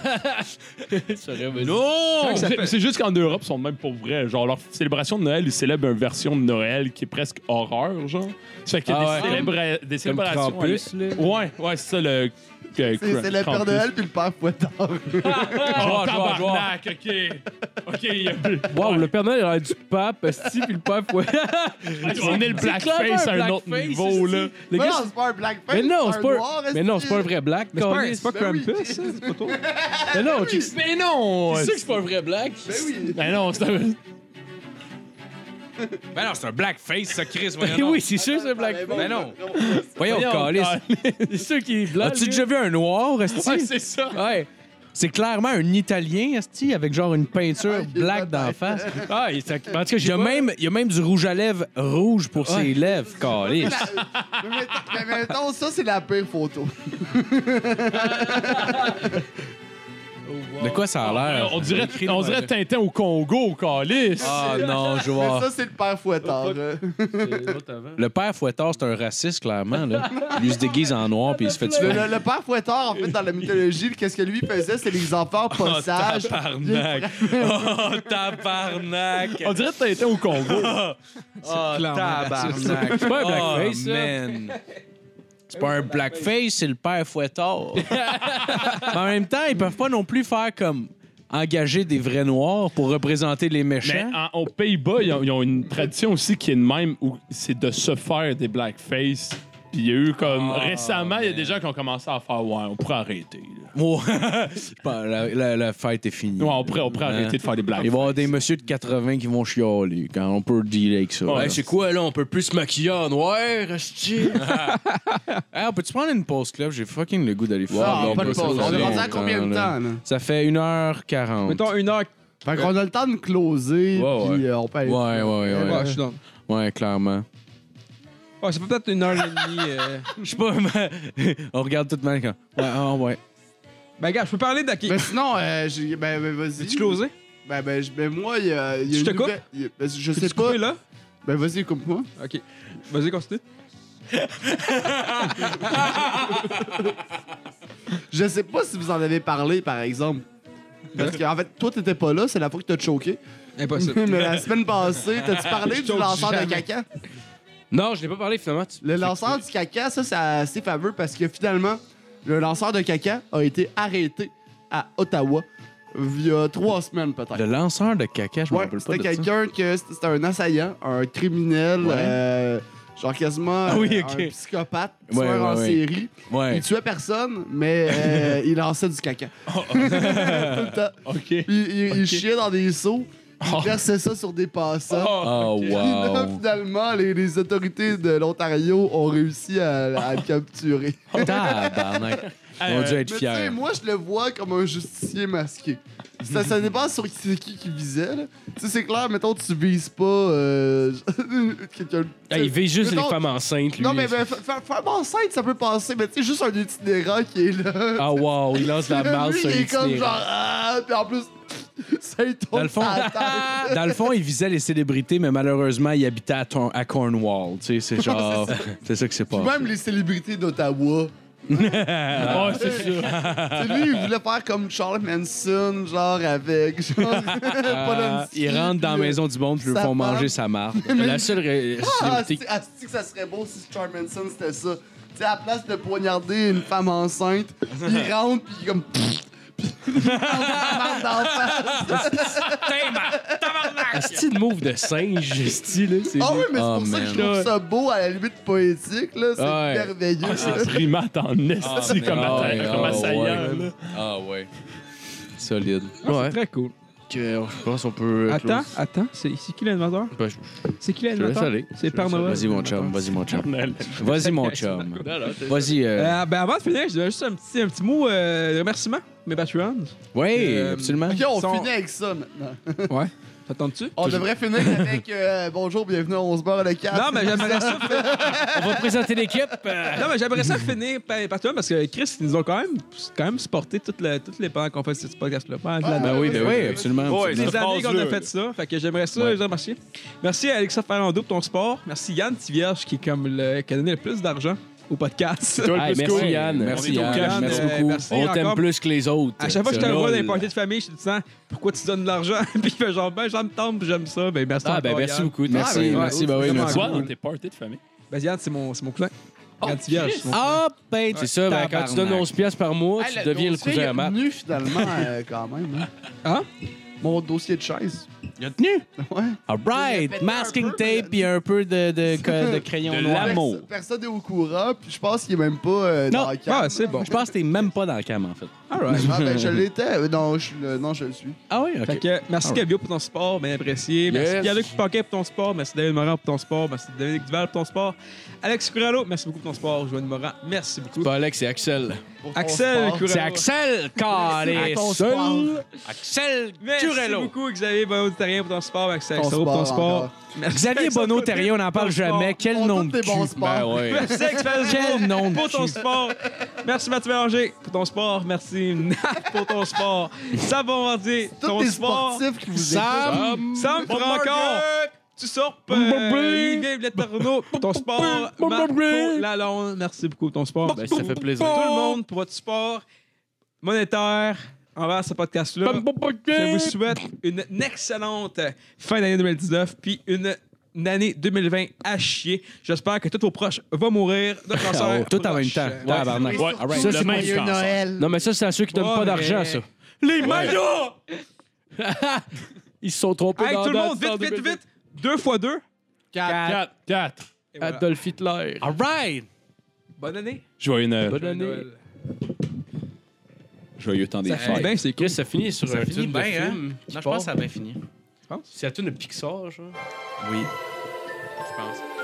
[SPEAKER 1] que ça
[SPEAKER 2] C'est
[SPEAKER 1] fait-
[SPEAKER 2] c'est juste qu'en Europe, ils sont de même pour vrai. Genre, leur célébration de Noël, ils célèbrent une version de Noël qui est presque horreur, genre. Ça fait qu'il y a
[SPEAKER 3] Ah
[SPEAKER 2] des,
[SPEAKER 3] ouais,
[SPEAKER 2] célébra- des
[SPEAKER 3] Comme
[SPEAKER 2] célébrations.
[SPEAKER 3] Krampus, là.
[SPEAKER 2] à- Ouais, ouais, c'est ça le. que-
[SPEAKER 5] C'est c'est le Père
[SPEAKER 2] Krampus.
[SPEAKER 5] Noël puis le Père Fouettard.
[SPEAKER 2] Oh,
[SPEAKER 3] <laughs> Joueur, joueur, joueur.
[SPEAKER 2] tabarnak, ok. Ok, il y a plus.
[SPEAKER 3] Wow, le Père Noël, il a l'air du pape, esti, puis le pape, ouais.
[SPEAKER 2] On est le blackface à un autre niveau, là.
[SPEAKER 3] Le
[SPEAKER 5] Mais
[SPEAKER 3] gars,
[SPEAKER 5] non, c'est pas un blackface.
[SPEAKER 3] mais non,
[SPEAKER 5] un
[SPEAKER 3] c'est pas,
[SPEAKER 5] noir,
[SPEAKER 3] mais non,
[SPEAKER 5] est-ce
[SPEAKER 3] c'est pas un vrai black.
[SPEAKER 1] Mais c'est pas-
[SPEAKER 3] calice.
[SPEAKER 1] c'est pas
[SPEAKER 5] Ben oui.
[SPEAKER 1] Krampus, ça, c'est pas toi.
[SPEAKER 3] Mais non, tu sais
[SPEAKER 2] Mais non!
[SPEAKER 3] que c'est pas un vrai black.
[SPEAKER 5] <laughs> Ben oui.
[SPEAKER 2] Ben non, c'est un.
[SPEAKER 4] Ben non, c'est un blackface, ça, Chris.
[SPEAKER 3] Ben oui, c'est sûr, c'est un black.
[SPEAKER 4] Ben non. Voyons,
[SPEAKER 3] Voyons,
[SPEAKER 4] calice. <laughs>
[SPEAKER 3] C'est sûr qu'il est blanc.
[SPEAKER 4] As-tu
[SPEAKER 3] le
[SPEAKER 4] déjà vu un noir, esti?
[SPEAKER 2] Ouais, c'est ça.
[SPEAKER 4] Ouais. C'est clairement un Italien, esti, avec genre une peinture black d'en face.
[SPEAKER 3] gars. Ah, il est sac- En tout cas,
[SPEAKER 4] Il y,
[SPEAKER 3] j'ai
[SPEAKER 4] a
[SPEAKER 3] pas-
[SPEAKER 4] même, il y a même du rouge à lèvres rouge pour ses lèvres, calice.
[SPEAKER 5] Mais mettons, mais mettons, ça, c'est la pire photo.
[SPEAKER 4] De quoi ça a l'air?
[SPEAKER 2] On dirait,
[SPEAKER 4] Écrit
[SPEAKER 2] on
[SPEAKER 4] dans-
[SPEAKER 2] dirait Tintin au Congo, au Calice.
[SPEAKER 4] Ah non, je
[SPEAKER 5] Mais
[SPEAKER 4] vois.
[SPEAKER 5] ça, c'est le Père
[SPEAKER 3] <laughs>
[SPEAKER 5] Fouettard. hein.
[SPEAKER 4] Le père Fouettard, c'est un raciste, clairement. Là. Lui, il se déguise en noir puis il se fait
[SPEAKER 5] Le,
[SPEAKER 4] tuer.
[SPEAKER 5] le- le Père Fouettard, en fait, dans la mythologie, qu'est-ce que lui faisait, c'est les enfants
[SPEAKER 3] Oh,
[SPEAKER 5] pas sages.
[SPEAKER 6] <laughs>
[SPEAKER 4] Tabarnak! Oh, tabarnak!
[SPEAKER 2] On dirait Tintin au Congo.
[SPEAKER 4] Oh,
[SPEAKER 5] Ah,
[SPEAKER 1] tabarnak.
[SPEAKER 5] bah,
[SPEAKER 4] C'est pas un
[SPEAKER 3] Oh,
[SPEAKER 4] blackface, ça. Ah, C'est pas un blackface, c'est le
[SPEAKER 3] <laughs>
[SPEAKER 4] père Fouettard. Mais en même temps, ils peuvent pas non plus faire comme engager des vrais noirs pour représenter les
[SPEAKER 2] Mais
[SPEAKER 4] méchants.
[SPEAKER 2] Ben, en- aux Pays-Bas, ils ont, ils ont une tradition aussi qui est de même où c'est de se faire des blackface
[SPEAKER 6] Puis il y a eu comme. récemment, il y a des gens qui ont commencé à faire Ouais, on pourrait arrêter. là.
[SPEAKER 4] Oh, <laughs> je pense, la, la- la fête est finie.
[SPEAKER 6] Ouais, on pourrait, on pourrait
[SPEAKER 4] Hein?
[SPEAKER 6] arrêter de faire des
[SPEAKER 4] Il
[SPEAKER 6] blagues.
[SPEAKER 4] va y avoir des messieurs de 80 qui vont chialer quand on peut dealer avec ça.
[SPEAKER 6] Ouais,
[SPEAKER 4] Hey, c'est quoi, là? On peut plus se maquiller en noir, <laughs> hostie? Ah, peux-tu prendre une pause club? J'ai fucking le goût d'aller
[SPEAKER 5] Ah,
[SPEAKER 4] voir.
[SPEAKER 5] pas de pause. On est rendu à combien de temps, là?
[SPEAKER 4] Ça fait
[SPEAKER 1] <laughs>
[SPEAKER 4] 1h40.
[SPEAKER 1] Mettons une heure.
[SPEAKER 5] Fait qu'on a le temps de closer,
[SPEAKER 4] Ouais,
[SPEAKER 5] puis euh, on peut aller.
[SPEAKER 4] Ouais, ouais, ouais.
[SPEAKER 1] Ouais,
[SPEAKER 4] Ouais,
[SPEAKER 1] je suis dans.
[SPEAKER 4] clairement.
[SPEAKER 1] Ouais, ça fait peut-être une heure et demie. euh.
[SPEAKER 4] Je sais pas, mais <laughs> on regarde tout de même quand. Ouais, ah, ouais.
[SPEAKER 1] Ben, gars, je peux parler d'Aki.
[SPEAKER 5] Mais sinon, euh, j'ai- ben, ben, vas-y.
[SPEAKER 1] Tu closé?
[SPEAKER 5] Ben, ben, je- ben, moi, il y a, il y a
[SPEAKER 1] Je te
[SPEAKER 5] une
[SPEAKER 1] coupe?
[SPEAKER 5] nouvelle- il y a- ben, je sais
[SPEAKER 1] Tu
[SPEAKER 5] pas.
[SPEAKER 1] coupé là?
[SPEAKER 5] Ben, vas-y, coupe-moi.
[SPEAKER 1] Ok. Vas-y, continue.
[SPEAKER 5] Je sais pas si vous en avez parlé, par exemple. Parce
[SPEAKER 1] Hein?
[SPEAKER 5] qu'en fait, toi, t'étais pas là, c'est la fois que t'as choqué.
[SPEAKER 1] Impossible.
[SPEAKER 5] <laughs> Mais la semaine passée,
[SPEAKER 3] <laughs>
[SPEAKER 5] t'as-tu parlé
[SPEAKER 1] Je
[SPEAKER 5] du
[SPEAKER 1] choque
[SPEAKER 5] lanceur de
[SPEAKER 1] jamais.
[SPEAKER 5] caca?
[SPEAKER 3] Non, je l'ai pas parlé finalement. Tu-
[SPEAKER 5] Le lanceur du caca, ça, c'est assez fameux parce que finalement, le lanceur de caca a été arrêté à Ottawa il y a trois semaines, peut-être.
[SPEAKER 4] Le lanceur de caca, je me
[SPEAKER 5] Ouais,
[SPEAKER 4] rappelle pas.
[SPEAKER 5] c'était
[SPEAKER 4] de ça.
[SPEAKER 5] quelqu'un que c'était c'était un assaillant, un criminel, euh, genre quasiment
[SPEAKER 4] Ah oui,
[SPEAKER 5] euh,
[SPEAKER 4] ok.
[SPEAKER 5] un psychopathe,
[SPEAKER 4] Ouais,
[SPEAKER 5] tueur en
[SPEAKER 4] ouais, ouais.
[SPEAKER 5] série.
[SPEAKER 4] Ouais.
[SPEAKER 5] Il tuait personne, mais euh, il lançait du caca.
[SPEAKER 3] Oh.
[SPEAKER 5] <laughs> Tout le temps.
[SPEAKER 6] OK.
[SPEAKER 5] Il, il- il chiait dans des seaux,
[SPEAKER 3] Oh.
[SPEAKER 5] il versait ça sur des passants.
[SPEAKER 4] Oh,
[SPEAKER 5] Puis là,
[SPEAKER 4] wow.
[SPEAKER 5] finalement, les, les autorités de l'Ontario ont réussi à, à le
[SPEAKER 3] <laughs>
[SPEAKER 5] capturer.
[SPEAKER 4] Tabarnak.
[SPEAKER 6] Hey,
[SPEAKER 4] On a dû
[SPEAKER 6] euh,
[SPEAKER 5] Mais
[SPEAKER 4] être
[SPEAKER 5] tu sais,
[SPEAKER 4] fiers.
[SPEAKER 5] moi, je le vois comme un justicier masqué. Ça, ça dépend sur qui c'est qui qui visait. là. Tu sais, c'est clair, mettons, tu vises pas euh, <laughs> quelqu'un.
[SPEAKER 3] Hey, il vise juste
[SPEAKER 5] mettons-
[SPEAKER 3] les femmes enceintes, lui.
[SPEAKER 5] Non, mais ben, fa- fa- faire enceinte, ça peut passer, mais tu sais, juste un itinérant qui est là.
[SPEAKER 3] Ah, wow, il lance la malle
[SPEAKER 5] Lui,
[SPEAKER 3] sur
[SPEAKER 5] il est
[SPEAKER 3] les
[SPEAKER 5] comme genre. Ah, puis en plus, <laughs> ça il tombe
[SPEAKER 4] Dans le fond-
[SPEAKER 5] à terre.
[SPEAKER 4] <laughs> Dans le fond, il visait les célébrités, mais malheureusement, il habitait à, Tor- à Cornwall. Tu sais, c'est genre. <laughs> c'est ça que c'est
[SPEAKER 5] Puis
[SPEAKER 4] pas.
[SPEAKER 5] même les célébrités d'Ottawa.
[SPEAKER 6] Ouais, c'est ça.
[SPEAKER 5] Tu sais, lui, il voulait faire comme Charles Manson, genre avec. Genre, <laughs> Polanski,
[SPEAKER 4] Ah, il rentre dans la
[SPEAKER 5] puis, euh,
[SPEAKER 4] maison du monde, puis ils lui
[SPEAKER 5] sa
[SPEAKER 4] font manger
[SPEAKER 5] femme.
[SPEAKER 4] sa <laughs> marde.
[SPEAKER 3] La seule
[SPEAKER 4] <laughs>
[SPEAKER 3] ré-
[SPEAKER 5] Ah,
[SPEAKER 3] célébrité-
[SPEAKER 5] asti- asti que ça serait beau si Charles Manson c'était ça. Tu sais, à la place de poignarder une femme enceinte,
[SPEAKER 4] <laughs>
[SPEAKER 5] il rentre pis il est comme. Pfff Puis <laughs> il rentre dans la face.
[SPEAKER 4] Ah,
[SPEAKER 3] Asti de move de singe, style.
[SPEAKER 5] Ah oui, mais c'est pour
[SPEAKER 4] Oh,
[SPEAKER 5] ça que je
[SPEAKER 4] man. Ah
[SPEAKER 5] trouve ça beau à la limite poétique, là. C'est
[SPEAKER 4] Ouais.
[SPEAKER 5] merveilleux. là.
[SPEAKER 6] C'est primate en esti comme,
[SPEAKER 4] Ah,
[SPEAKER 6] atta-
[SPEAKER 4] ouais,
[SPEAKER 6] comme
[SPEAKER 4] ah,
[SPEAKER 6] assaillant.
[SPEAKER 4] ouais.
[SPEAKER 6] là.
[SPEAKER 4] Ah ouais. Solide.
[SPEAKER 3] Ouais.
[SPEAKER 1] Ah, Très cool.
[SPEAKER 3] Je pense qu'on peut.
[SPEAKER 1] Attends, attends. C'est c'est qui l'animateur?
[SPEAKER 3] Ben, je-
[SPEAKER 1] C'est qui
[SPEAKER 3] te laisse
[SPEAKER 1] l'animateur?
[SPEAKER 3] aller.
[SPEAKER 1] C'est Père Noël.
[SPEAKER 4] Vas-y, mon chum. Vas-y, mon chum. Vas-y, mon chum. Vas-y. euh,
[SPEAKER 1] Euh, ben avant de finir, je devais juste un petit, un petit mot euh, de remerciement, mes Patreons.
[SPEAKER 4] Oui,
[SPEAKER 1] euh,
[SPEAKER 4] absolument.
[SPEAKER 5] Ok, on
[SPEAKER 1] Son-
[SPEAKER 5] finit avec ça maintenant.
[SPEAKER 1] Ouais. T'attends-tu?
[SPEAKER 5] On devrait finir avec euh, bonjour, bienvenue à 11 beurre le 4.
[SPEAKER 1] Non, mais j'aimerais ça,
[SPEAKER 3] On va présenter l'équipe. euh,
[SPEAKER 1] non, mais j'aimerais ça finir par, par toi parce que Chris, ils nous ont quand même, quand même supporté toutes les, toutes les pendant qu'on fait ce podcast-là. Pendant de la-
[SPEAKER 4] Ben oui, ben oui,
[SPEAKER 5] Ouais.
[SPEAKER 4] absolument.
[SPEAKER 2] Ouais,
[SPEAKER 1] toutes les
[SPEAKER 2] cette
[SPEAKER 1] années qu'on a
[SPEAKER 2] phrase-là,
[SPEAKER 1] fait ça. Fait que j'aimerais ça vous remercier. Merci à Alexa Ferrando pour ton support. Merci Yann Tivierge qui, est comme le, qui a donné le plus d'argent au podcast.
[SPEAKER 2] Toi, le
[SPEAKER 3] Hey,
[SPEAKER 2] plus
[SPEAKER 3] merci, hein.
[SPEAKER 2] cool.
[SPEAKER 3] Yann.
[SPEAKER 4] Merci,
[SPEAKER 2] On est au
[SPEAKER 4] Yann.
[SPEAKER 2] calme,
[SPEAKER 4] Merci
[SPEAKER 1] euh,
[SPEAKER 4] beaucoup.
[SPEAKER 1] merci
[SPEAKER 3] On t'aime
[SPEAKER 1] encore.
[SPEAKER 3] plus que les autres.
[SPEAKER 1] À chaque fois que je te
[SPEAKER 3] C'est
[SPEAKER 1] vois dans les
[SPEAKER 3] drôle.
[SPEAKER 1] parties de famille, je te dis pourquoi tu donnes de l'argent? <laughs> Puis il fait genre, ben, j'aime tombe, j'aime ça. Ben, merci
[SPEAKER 3] Ah, ben
[SPEAKER 1] encore,
[SPEAKER 3] merci
[SPEAKER 1] Yann.
[SPEAKER 3] beaucoup.
[SPEAKER 4] Merci,
[SPEAKER 1] ouais,
[SPEAKER 4] merci,
[SPEAKER 1] ouais,
[SPEAKER 4] bah oui,
[SPEAKER 1] c'est
[SPEAKER 4] merci.
[SPEAKER 6] Toi,
[SPEAKER 1] cool.
[SPEAKER 6] dans tes parties de famille.
[SPEAKER 1] Ben, Yann, c'est mon, c'est mon cousin.
[SPEAKER 3] Oh,
[SPEAKER 1] Yann Tivierge. c'est mon-
[SPEAKER 3] Ah, ben, c'est ça. Ben, quand tu donnes
[SPEAKER 4] tabarnak.
[SPEAKER 3] 11 piastres par mois,
[SPEAKER 5] Hey,
[SPEAKER 3] tu deviens le cousin à Matt.
[SPEAKER 5] dossier est tenu, finalement euh, quand même. Hein?
[SPEAKER 1] Hein?
[SPEAKER 5] Mon dossier de chaise.
[SPEAKER 4] Il a tenu.
[SPEAKER 5] Ouais.
[SPEAKER 4] All
[SPEAKER 5] Il a pété
[SPEAKER 4] right.
[SPEAKER 5] un
[SPEAKER 4] Masking
[SPEAKER 5] peu,
[SPEAKER 4] tape
[SPEAKER 5] mais-
[SPEAKER 4] puis un peu de, de, de, de crayon
[SPEAKER 2] De
[SPEAKER 4] noir.
[SPEAKER 2] l'amour.
[SPEAKER 5] Personne- Personne n'est au courant, puis je pense qu'il est même pas euh,
[SPEAKER 4] Non,
[SPEAKER 5] dans la cam.
[SPEAKER 1] Ah, c'est bon.
[SPEAKER 4] Je pense que t'es même pas dans le cam, en fait.
[SPEAKER 1] All right.
[SPEAKER 5] Ah, ben, je l'étais. Euh, Non, je, le- non, je le suis.
[SPEAKER 4] Ah oui,
[SPEAKER 1] Fait que, euh, merci Gabio pour ton support, bien apprécié. Merci
[SPEAKER 4] Yes.
[SPEAKER 1] Yannick Paquet pour ton support. Merci David Morin pour ton support. Merci Dominique Duval pour ton support. Alex Curalo, merci beaucoup pour ton support. Joanne Morin, merci beaucoup.
[SPEAKER 3] Pas Alex, c'est Axel.
[SPEAKER 5] Pour ton
[SPEAKER 1] Axel
[SPEAKER 5] sport.
[SPEAKER 1] Curalo.
[SPEAKER 3] C'est Axel, <laughs>
[SPEAKER 5] À
[SPEAKER 3] calé.
[SPEAKER 5] ton sport.
[SPEAKER 3] Seul. Axel
[SPEAKER 1] Merci
[SPEAKER 3] Curello.
[SPEAKER 1] beaucoup Xavier Bonneau Terrien pour ton support. Merci Alex
[SPEAKER 5] Ton
[SPEAKER 1] Sarrault pour ton
[SPEAKER 5] sport
[SPEAKER 1] support.
[SPEAKER 5] encore.
[SPEAKER 1] Merci
[SPEAKER 3] Xavier
[SPEAKER 1] Alexandre
[SPEAKER 3] Bonneau,
[SPEAKER 1] Côté
[SPEAKER 3] Terrien, on n'en
[SPEAKER 1] pour
[SPEAKER 3] parle
[SPEAKER 1] ton support.
[SPEAKER 3] jamais. Quel
[SPEAKER 5] On a
[SPEAKER 3] nom
[SPEAKER 5] tous
[SPEAKER 3] de
[SPEAKER 5] des bons
[SPEAKER 3] cul.
[SPEAKER 5] sports.
[SPEAKER 3] ouais.
[SPEAKER 1] Merci Alex
[SPEAKER 3] Quel
[SPEAKER 1] Pazzo
[SPEAKER 3] nom de
[SPEAKER 1] pour ton
[SPEAKER 3] cul.
[SPEAKER 1] sport. Merci Mathieu Bélanger pour ton sport. Merci Nat pour ton sport. Savon Vendier,
[SPEAKER 5] Tous
[SPEAKER 1] ton
[SPEAKER 5] les
[SPEAKER 1] sport.
[SPEAKER 5] sportifs qui vous écoutent.
[SPEAKER 3] Sam.
[SPEAKER 1] Sam Francor. Tu sors,
[SPEAKER 3] Bombardé.
[SPEAKER 1] euh, Yves Letorneau, pour ton sport,
[SPEAKER 3] Bombardé.
[SPEAKER 1] Marco Lalonde, merci beaucoup pour ton sport.
[SPEAKER 3] Ben, ça fait plaisir.
[SPEAKER 1] Tout le monde pour votre sport monétaire envers ce podcast-là. Je vous souhaite une excellente fin d'année 2019, puis une, une année 2020 à chier. J'espère que tous vos proches vont mourir
[SPEAKER 4] <laughs>
[SPEAKER 1] de
[SPEAKER 3] Oh,
[SPEAKER 1] cancer.
[SPEAKER 4] Oh, Tout en même
[SPEAKER 1] proche.
[SPEAKER 4] temps. Tabarnak.
[SPEAKER 5] Oui, surtout,
[SPEAKER 3] all right.
[SPEAKER 6] Ça,
[SPEAKER 5] le
[SPEAKER 6] c'est
[SPEAKER 5] Joyeux
[SPEAKER 6] conséquence.
[SPEAKER 5] Noël.
[SPEAKER 3] Non, mais ça, c'est à ceux qui donnent
[SPEAKER 1] Ouais,
[SPEAKER 3] pas d'argent,
[SPEAKER 1] mais-
[SPEAKER 3] ça.
[SPEAKER 6] Les maillots!
[SPEAKER 3] Ils se sont trompés
[SPEAKER 1] Hey,
[SPEAKER 3] dans
[SPEAKER 1] tout le monde,
[SPEAKER 3] dans-
[SPEAKER 1] vite, vite, vite. Deux fois deux.
[SPEAKER 6] 4. 4.
[SPEAKER 1] Et voilà.
[SPEAKER 3] Adolf Hitler. All right.
[SPEAKER 1] Bonne année.
[SPEAKER 6] Joyeux euh, Noël.
[SPEAKER 3] Bonne année.
[SPEAKER 2] Joyeux temps des
[SPEAKER 3] Ça-
[SPEAKER 2] fêtes.
[SPEAKER 1] Ben, c'est cool.
[SPEAKER 3] Chris, ça finit sur
[SPEAKER 4] Ça
[SPEAKER 3] un
[SPEAKER 4] finit
[SPEAKER 3] film de
[SPEAKER 4] bien, hein?
[SPEAKER 3] film. qui
[SPEAKER 4] Non,
[SPEAKER 3] part.
[SPEAKER 4] je pense que ça a bien fini.
[SPEAKER 3] C'est la tune de Pixar, genre.
[SPEAKER 4] Oui. Je pense.